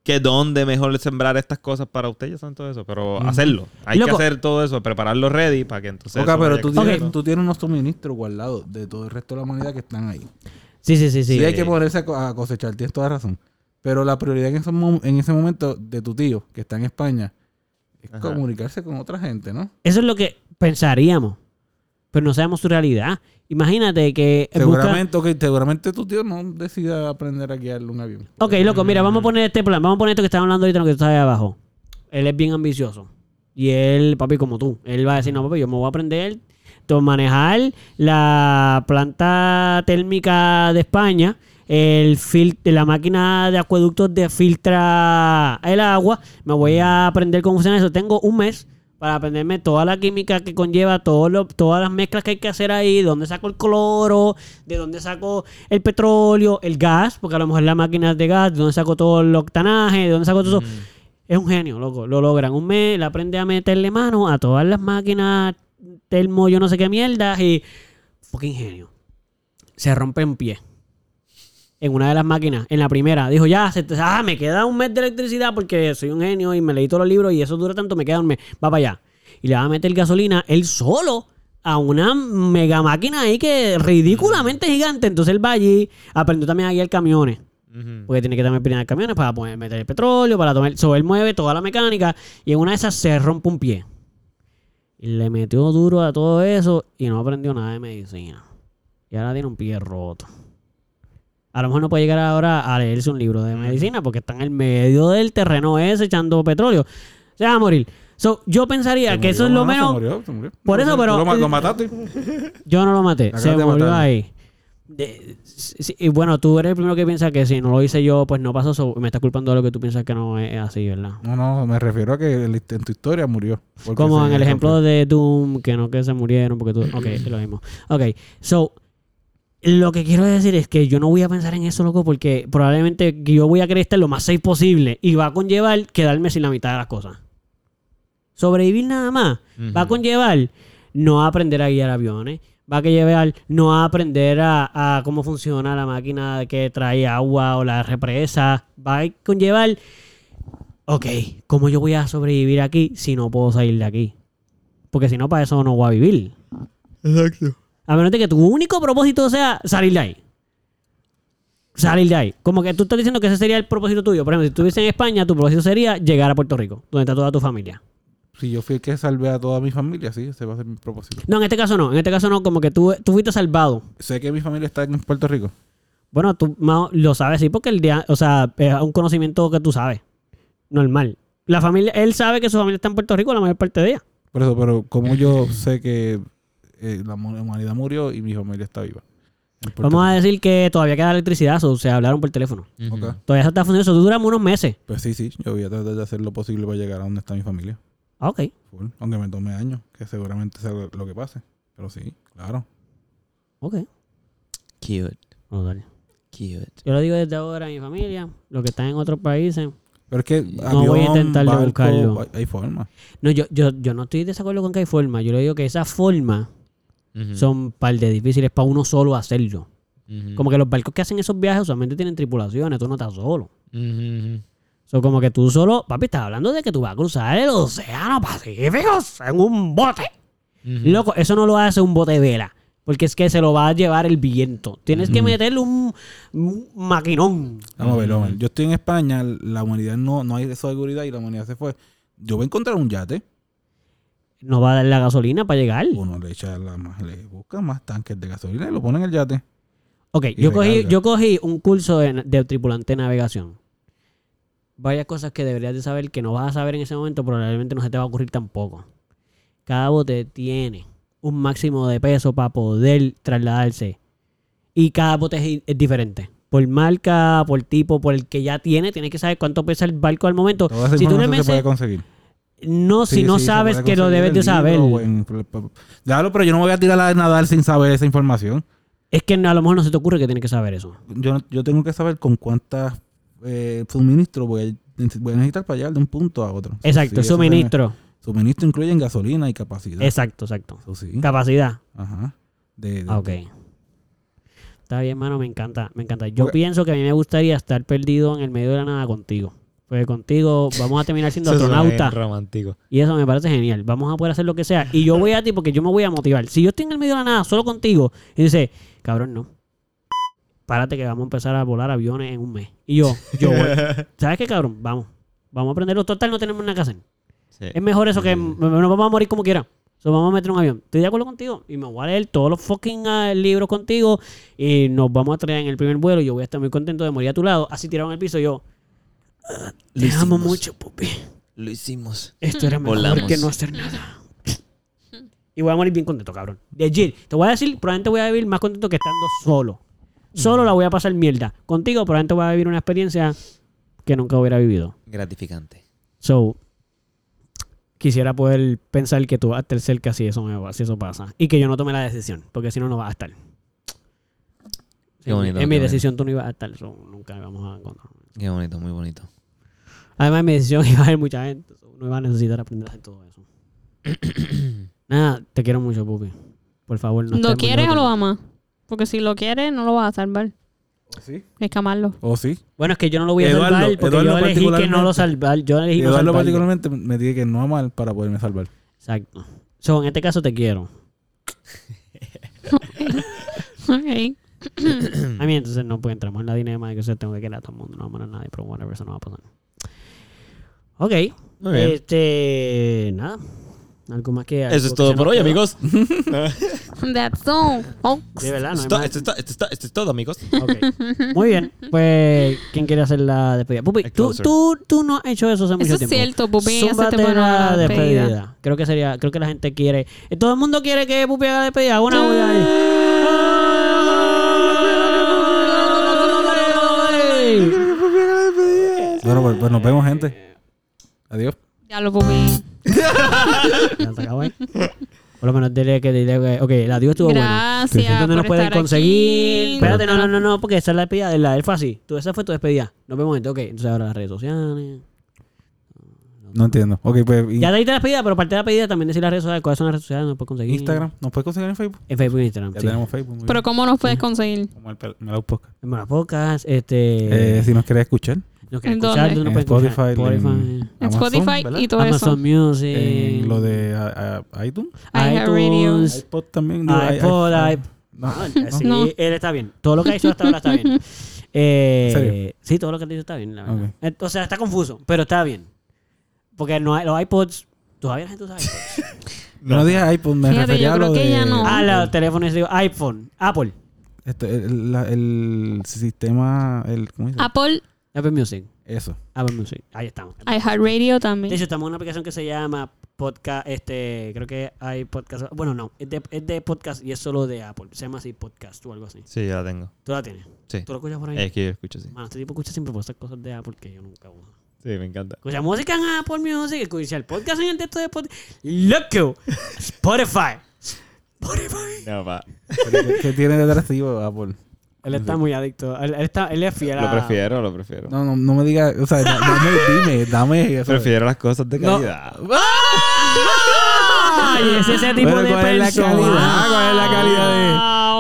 S3: que dónde mejor sembrar estas cosas para ustedes ya saben todo eso, pero hacerlo. Hay
S1: Loco.
S3: que hacer todo eso, prepararlo ready para que entonces.
S4: Ok,
S3: eso
S4: pero
S3: vaya
S4: tú
S1: Ok.
S4: tienes,
S3: creciendo.
S4: tú tienes unos suministros guardados de todo el resto de la humanidad que están ahí.
S1: Sí, sí, sí,
S4: Sí,
S1: sí.
S4: hay que ponerse a co- a cosechar, tienes toda razón. Pero la prioridad en, esos mom- en ese momento de tu tío, que está en España, Es
S3: Ajá.
S4: comunicarse con otra gente, ¿no?
S1: Eso es lo que pensaríamos. Pero no sabemos su realidad. Imagínate que. en busca-
S4: Seguramente, ok, seguramente tu tío no decida aprender a guiar un avión.
S1: Ok, loco, mira, vamos a poner este plan. Vamos a poner esto que están hablando ahorita, lo que tú sabes abajo. Él es bien ambicioso. Y él, papi, como tú. Él va a decir, no, papi, yo me voy a aprender a manejar la planta térmica de España, el fil- la máquina de acueductos de filtra el agua. Me voy a aprender cómo funciona eso. Tengo un mes para aprenderme toda la química que conlleva, todo lo- todas las mezclas que hay que hacer ahí, de dónde saco el cloro, de dónde saco el petróleo, el gas, porque a lo mejor la máquina es de gas, de dónde saco todo el octanaje, de dónde saco todo eso. Es un genio, loco. Lo logran. Un mes, le aprende a meterle mano a todas las máquinas, termo, yo no sé qué mierdas, y fucking genio. Se rompe un pie. En una de las máquinas, en la primera, dijo, ya, se te- ah, me queda un mes de electricidad porque soy un genio y me leí todos los libros y eso dura tanto, me queda un mes, va para allá. Y le va a meter gasolina él solo a una mega máquina ahí que es ridículamente gigante. Entonces él va allí, aprendió también a guiar camiones.
S3: Ujú.
S1: Porque tiene que también pinar camiones para poder meter el petróleo, para tomar. So, él mueve toda la mecánica y en una de esas se rompe un pie. Y le metió duro a todo eso y no aprendió nada de medicina. Y ahora tiene un pie roto. A lo mejor no puede llegar ahora a leerse un libro de medicina porque está en el medio del terreno ese echando petróleo. Se va a morir. So, yo pensaría
S4: Se
S1: que eso es
S4: murió,
S1: lo
S4: mano, se
S1: menos.
S4: murió, se murió.
S1: Por eso,
S4: Tú
S1: pero-
S4: Lo, ma- lo mataste.
S1: Yo no lo maté.
S4: Acabas
S1: Se
S4: de
S1: murió
S4: matarlo.
S1: ahí. De- sí, y bueno, tú eres el primero que piensa que si no lo hice yo, pues no pasó. so- me estás culpando de lo que tú piensas que no es así, ¿verdad?
S4: No, no, me refiero a que el- en tu historia murió. porque
S1: Como
S4: se-
S1: en el ejemplo de Doom, que no que se murieron porque tú... Ok, es lo mismo. Ok, so... Lo que quiero decir es que yo no voy a pensar en eso, loco, porque probablemente yo voy a querer estar lo más safe posible y va a conllevar quedarme sin la mitad de las cosas. Sobrevivir nada más va a conllevar no aprender a guiar aviones, va a llevar no aprender a, a cómo funciona la máquina que trae agua o la represa, va a conllevar, ok, ¿cómo yo voy a sobrevivir aquí si no puedo salir de aquí? Porque si no, para eso no voy a vivir.
S3: Exacto.
S1: A menos de que tu único propósito sea salir de ahí. Salir de ahí. Como que tú estás diciendo que ese sería el propósito tuyo. Por ejemplo, si estuviese en España, tu propósito sería llegar a Puerto Rico, donde está toda tu familia.
S4: Si yo fui el que salvé a toda mi familia, sí, ese va a ser mi propósito.
S1: No, en este caso no. En este caso no, como que tú, tú fuiste salvado.
S4: Sé que mi familia está en Puerto Rico.
S1: Bueno, tú Mao, lo sabes, sí, porque el día, o sea, es un conocimiento que tú sabes. Normal. La familia, él sabe que su familia está en Puerto Rico la mayor parte de ella.
S4: Por eso, pero como yo sé que eh, la mu- la humanidad murió y mi familia está viva. En Puerto
S1: Vamos a decir que todavía queda electricidad, o se hablaron por teléfono.
S4: Rico.
S3: Ujú.
S4: Ok.
S1: Todavía eso está funcionando, eso dura unos meses.
S4: Pues sí, sí, yo voy a tratar de hacer lo posible para llegar a donde está mi familia.
S1: Ah, ok.
S4: Full. Aunque me tome años, que seguramente sea lo lo que pase. Pero sí, claro.
S1: Ok.
S5: Cute.
S1: Vamos a darle.
S5: Cute.
S1: Yo lo digo desde ahora a mi familia, los que están en otros países.
S4: Pero es que
S1: voy a intentar de buscarlo.
S4: hay- Hay forma.
S1: No, yo, yo, yo no estoy de desacuerdo con que hay forma. Yo le digo que esas formas
S5: Ujú.
S1: son par de difíciles para uno solo hacerlo.
S5: Ujú.
S1: Como que los barcos que hacen esos viajes usualmente tienen tripulaciones, tú no estás solo.
S5: Ujú, ujú.
S1: So, como que tú solo, papi, estás hablando de que tú vas a cruzar el océano Pacífico en un bote. Loco, eso no lo hace un bote de vela. Porque es que se lo va a llevar el viento. Tienes que meterle un, un maquinón.
S4: Vamos a ver, vamos a ver. Yo estoy en España, la humanidad no, no hay de seguridad y la humanidad se fue. Yo voy a encontrar un yate.
S1: No va a dar la gasolina para llegar.
S4: Uno le echa la más, le busca más tanques de gasolina y lo pone en el yate.
S1: Ok,
S4: Y
S1: yo cogí,
S4: recarga.
S1: yo cogí un curso de, de tripulante de navegación. Varias cosas que deberías de saber que no vas a saber en ese momento, probablemente no se te va a ocurrir tampoco. Cada bote tiene un máximo de peso para poder trasladarse. Y cada bote es, i- es diferente. Por marca, por tipo, por el que ya tiene, tienes que saber cuánto pesa el barco al momento.
S4: Toda esa
S1: Si tú le
S4: información se puede
S1: metes-
S4: conseguir.
S1: no, si
S4: Sí,
S1: no
S4: sí, se
S1: sabes
S4: puede
S1: que lo
S4: conseguir
S1: debes
S4: en
S1: de
S4: libro
S1: saber.
S4: o en- Déjalo, pero yo no me voy a tirar a nadar sin saber esa información.
S1: Es que a lo mejor no se te ocurre que tienes que saber eso.
S4: Yo, yo tengo que saber con cuántas eh, suministros voy a, voy a necesitar para llegar de un punto a otro.
S1: Exacto,
S4: Sí, eso tiene-
S1: suministro.
S4: Suministro incluyen gasolina y capacidad.
S1: Exacto, exacto.
S4: Eso sí.
S1: Capacidad.
S4: Ajá. De, de-
S1: Ah, ok. Está bien, mano, me encanta, me encanta. Yo
S3: Pues-
S4: Ok.
S1: pienso que a mí me gustaría estar perdido en el medio de la nada contigo. Porque contigo vamos a terminar siendo
S3: Eso suena bien
S1: astronautas
S3: romántico.
S1: y eso me parece genial. Vamos a poder hacer lo que sea. Y yo voy a ti porque yo me voy a motivar. Si yo estoy en el medio de la nada solo contigo y dices, cabrón, no. Párate que vamos a empezar a volar aviones en un mes. Y yo, yo voy. ¿Sabes qué, cabrón? Vamos. Vamos a aprenderlo. Total, no tenemos nada que hacer.
S3: Sí.
S1: Es mejor eso que m- nos vamos a morir como quiera. Nos vamos a meter en un avión. Estoy de acuerdo contigo. Y me voy a leer todos los fucking ah, libros contigo. Y nos vamos a traer en el primer vuelo. Yo voy a estar muy contento de morir a tu lado. Así tirado en el piso yo. "Ah, Te amo mucho, pupi.
S5: Lo hicimos.
S1: Esto era mejor
S5: Volamos.
S1: que no hacer nada. Y voy a morir bien contento, cabrón. Legit. Te voy a decir, probablemente voy a vivir más contento que estando solo. Solo la voy a pasar mierda. Contigo probablemente voy a vivir una experiencia que nunca hubiera vivido.
S5: Gratificante.
S1: So, quisiera poder pensar que tú vas a estar cerca si eso, me va- si eso pasa. Y que yo no tome la decisión, porque si no, no vas a estar.
S5: Qué
S1: En-
S5: bonito,
S1: en mi
S5: qué
S1: decisión tú no ibas a estar, so, nunca vamos a encontrar.
S5: Qué bonito, muy bonito.
S1: Además, en mi decisión iba a haber mucha gente, so, no iba a necesitar aprender a hacer todo eso. Nada, te quiero mucho, Pupi. Por favor, no
S2: ¿Lo
S1: estés muy
S2: quieres o
S1: loco.
S2: lo amas? Porque si lo quieres, no lo vas a salvar.
S4: ¿O oh, sí?
S2: Es que amarlo.
S4: ¿O sí?
S1: Bueno, es que yo no lo voy a
S4: Eduardo,
S1: salvar porque
S4: Eduardo
S1: yo elegí que no lo
S4: particularmente.
S1: salvar. Yo elegí no
S4: Eduardo
S1: salvarlo.
S4: particularmente me dice que no amar para poderme salvar.
S1: Exacto. So, en este caso te quiero.
S2: Ok.
S5: Mm.
S1: A mí entonces no pues entramos en la dinámica de que se tengo que quedar a todo el mundo, no vamos a nadie, pero bueno, eso no va a pasar. Ok.
S5: Muy bien.
S1: Este nada. Algo más que algo
S5: Eso
S1: que
S5: es todo
S1: se
S5: por
S1: nos
S5: hoy,
S1: quedó.
S5: amigos.
S2: That's all, folks.
S1: De verdad, Ah, no hay
S5: Esto,
S1: más.
S5: esto está- esto está- esto es todo, amigos.
S1: Ok. Muy bien. Pues, ¿quién quiere hacer la despedida? Pupi,
S3: El
S1: tú,
S3: closer.
S1: tú, tú no has hecho eso hace mucho
S2: Eso es
S1: tiempo.
S2: cierto, Pupi. Hace
S1: Zúmbate
S2: tiempo no
S1: la
S2: la despedida.
S1: Creo que sería, creo que la gente quiere. eh, Todo el mundo quiere que Pupi haga despedida. Una voy ahí.
S4: Bueno, pues, pues nos vemos, gente. Adiós.
S2: Ya lo, Pupi.
S1: Ya se acabó, ¿eh? Por lo menos dile que dile que. Ok, el adiós estuvo bueno.
S2: Gracias.
S1: ¿Dónde nos
S2: por
S1: pueden
S2: estar
S1: conseguir?
S2: aquí.
S1: Espérate, no, no, no, no, porque esa es la despedida. de La del Fácil. Tú, esa fue tu despedida. Nos vemos entonces. Ok, entonces ahora las redes sociales.
S4: No entiendo. Ok, pues y-
S1: Ya te diste la despedida, pero parte de la despedida también decir las redes sociales. ¿Cuáles son las redes sociales? Nos puedes conseguir.
S4: Instagram. ¿Nos puedes conseguir en Facebook?
S1: En Facebook e Instagram.
S4: Ya
S1: sí.
S4: tenemos Facebook. muy
S2: Pero
S4: bien.
S2: ¿cómo nos puedes conseguir?
S4: Como el pel- Melau Podcast.
S1: En Buenas Pocas, este.
S4: Eh, si nos quieres escuchar.
S1: nos quieren
S2: ¿en
S1: escuchar,
S2: dónde?
S1: tú nos
S4: en
S1: puedes escuchar.
S4: Spotify.
S1: Spotify.
S2: En
S4: Amazon,
S2: Spotify
S4: ¿verdad?
S2: y todo
S1: Amazon
S2: eso.
S1: Music.
S4: En lo
S1: Eh.
S4: de ah, ah, iTunes.
S2: iHeartRadio.
S1: iTunes.
S4: iPod también. digo, i-
S1: iPod,
S4: i-
S1: iP-
S4: No,
S1: Ah, Sí,
S2: No.
S1: él está bien. Todo lo que ha hecho hasta ahora está bien. Eh,
S4: ¿En serio?
S1: Sí, todo lo que ha dicho está bien, la verdad.
S4: Ok.
S1: Eh, O sea, está confuso, pero está bien. Porque no hay- los iPods. Todavía la gente usa iPods.
S4: no, digas iPod, me
S2: Fíjate,
S4: refería
S2: yo
S4: a lo
S2: creo que
S4: de...
S2: ya no.
S1: ah, los teléfonos, digo, iPhone, Apple,
S4: Esto, este, el, la- el sistema... El, ¿Cómo dice?
S2: Apple,
S1: Apple Music,
S4: Eso.
S1: Apple Music. Ahí estamos.
S2: iHeartRadio
S1: De
S2: también.
S1: hecho, estamos en una aplicación que se llama Podcast. Este, creo que hay podcast. Bueno, no, es de, es de podcast y es solo de Apple. Se llama así podcast o algo así.
S3: Sí, ya la tengo.
S1: Tú la tienes.
S3: Sí.
S1: Tú lo escuchas por ahí.
S3: Es que yo escucho, sí.
S1: Mano, este tipo escucha siempre por esas cosas de Apple que yo nunca uso.
S3: Sí, me encanta.
S1: Escucha música en Apple Music, escucha el podcast en el texto de podcast. ¡Loco! Spotify. Spotify.
S3: No, va.
S4: Pero, ¿Qué, qué tiene detrás tío, Apple?
S1: Él está muy adicto. Él, él está, él es fiel a...
S3: Lo prefiero, lo prefiero.
S4: No, no, no me digas... O sea, da- dame, dime, dame... eso.
S3: Prefiero las cosas de
S1: No.
S3: calidad.
S1: ¡Ay! Es ese tipo
S4: Pero
S1: de
S4: ¿cuál es la
S1: persona.
S4: calidad? ¿Cuál es la calidad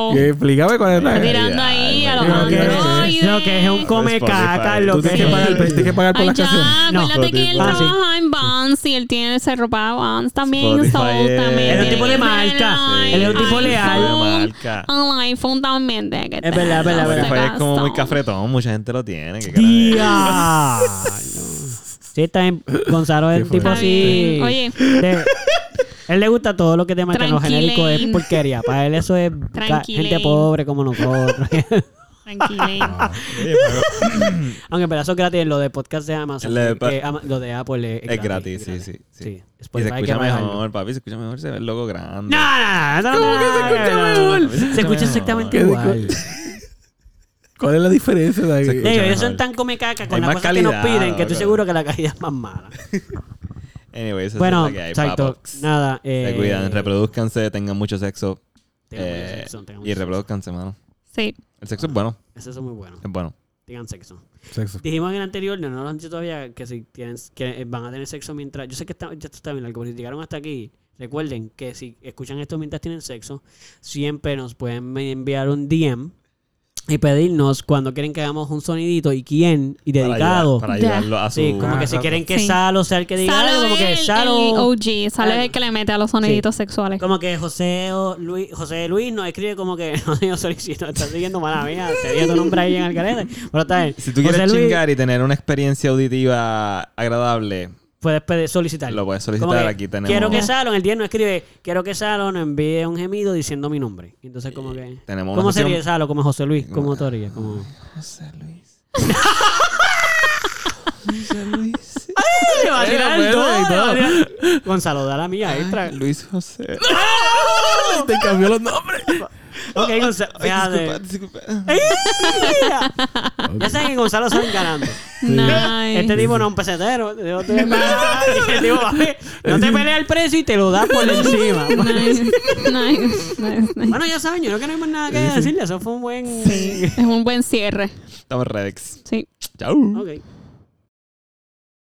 S2: Wow.
S4: de...? Explícame cuál es la
S3: Mira,
S2: Tirando ahí a
S3: Ay,
S2: los
S4: lo que es,
S2: androides.
S1: Lo que es un come caca,
S3: Spotify.
S1: lo
S4: Tú
S1: que
S4: tienes que pagar,
S1: es...
S4: tienes que pagar por
S2: Ay,
S4: las canciones.
S2: ya,
S1: No.
S2: acuérdate que él
S1: Ah, sí.
S2: trabaja en Vans y él tiene se ropa de Vans también.
S3: Spotify
S2: so,
S3: es-
S1: Él
S2: también
S1: es un
S2: tiene
S1: tipo de
S2: que
S1: marca.
S2: ser
S1: Él es un tipo
S2: iPhone,
S1: leal.
S3: marca.
S2: Un iPhone también. de que
S1: Es verdad, es
S2: te-
S1: verdad, es
S2: no se
S1: verdad.
S3: Spotify es como muy
S2: gasta.
S3: cafretón. Mucha gente lo tiene. ¿qué carajo es?
S1: ¡Día! Sí, está en... Gonzalo es un
S4: Qué
S1: tipo
S4: fuerte.
S1: así...
S2: Oye,
S1: De- él le gusta todo lo que te matan. Lo genérico es
S2: Tranquilen.
S1: porquería. Para él eso es ca-
S2: Tranquilen.
S1: gente pobre como nosotros.
S2: tranquila.
S3: Oye, pero-
S1: Aunque pero eso es gratis. Lo de podcast de Amazon.
S3: Lo de pa-
S1: eh, Ama- lo de Apple es,
S3: Es gratis, sí, sí, sí. Y se
S1: Spotify hay que
S3: escucha
S1: pagarlo.
S3: mejor, papi. Se escucha mejor. Se ve el logo grande.
S1: No, no, no, no, no, no, no, no, no. Se escucha exactamente
S4: ¿Qué
S1: igual.
S4: ¿Cuál es la diferencia de
S3: Se
S4: ahí?
S3: escucha
S1: Ellos ellos
S3: mejor.
S1: son tan come caca con
S3: Hay
S1: las
S3: más
S1: cosas que nos
S3: calidad,
S1: piden que estoy
S3: bro.
S1: seguro que la calidad es más mala.
S3: Anyway, esa
S1: Bueno,
S3: es la que hay,
S1: exacto.
S3: papox.
S1: Nada.
S3: Se
S1: eh,
S3: cuidan, reproduzcanse, tengan mucho sexo.
S1: tengan mucho
S3: eh,
S1: sexo, tengan
S3: y
S1: mucho sexo.
S3: reproduzcanse, mano.
S2: Sí.
S3: El sexo es bueno.
S1: Eso es muy bueno.
S3: Es bueno.
S1: Tengan sexo.
S4: Sexo.
S1: Dijimos en el anterior, no, no lo han dicho todavía, que si tienen, que eh, van a tener sexo mientras. Yo sé que está, ya esto está bien largo, pero si llegaron hasta aquí, recuerden que si escuchan esto mientras tienen sexo, siempre nos pueden me- enviar un DM y pedirnos cuando quieren que hagamos un sonidito y quién y
S3: Para ayudar-
S1: dedicado.
S3: Para ayudarlo a su.
S1: sí, como
S4: Ah,
S1: que si
S4: exacto.
S1: quieren que
S2: Sí.
S1: Salo sea el que diga algo,
S2: Salo
S1: como que
S2: es el
S1: Salo.
S2: OG. Salo es el que le mete a los soniditos sexuales.
S1: Como que José o Luis, José Luis nos escribe como que no yo solicito, estás siguiendo mala mía, te dio tu nombre ahí en el carete. Pero está bien.
S3: Si tú
S1: José
S3: quieres
S1: Luis-
S3: chingar y tener una experiencia auditiva agradable,
S1: Puedes pedir- solicitarlo.
S3: Lo puedes
S1: Como
S3: solicitar,
S1: que,
S3: aquí tenemos-
S1: Quiero que Salon, el 10 no escribe, quiero que Salon envíe un gemido diciendo mi nombre. Entonces, como que.
S3: tenemos una
S1: ¿Cómo
S3: sesión-
S1: sería Salon? Como José Luis, como Toría. Como...
S5: José Luis. José Luis.
S1: Le va a tirar
S5: Eh,
S1: todo,
S5: bueno, y
S1: le va a
S5: todo.
S1: tirar- Gonzalo, da la mía extra.
S5: Luis José. Te cambió los nombres.
S1: Ok, Gonzalo.
S5: Disculpa,
S1: Fíjate.
S5: disculpa.
S1: Ya saben que Gonzalo salen ganando.
S2: Nice.
S1: Este tipo no es un pesetero. Yo te- Este tipo, a ver, no te pelea el precio y te lo da por encima.
S2: Nice, nice, nice, nice.
S1: Bueno, ya saben, yo creo que no hay más nada que decirle. Eso fue un buen.
S2: Sí, es un buen cierre.
S5: Estamos en Redex.
S2: Sí.
S5: Chau.
S1: Ok.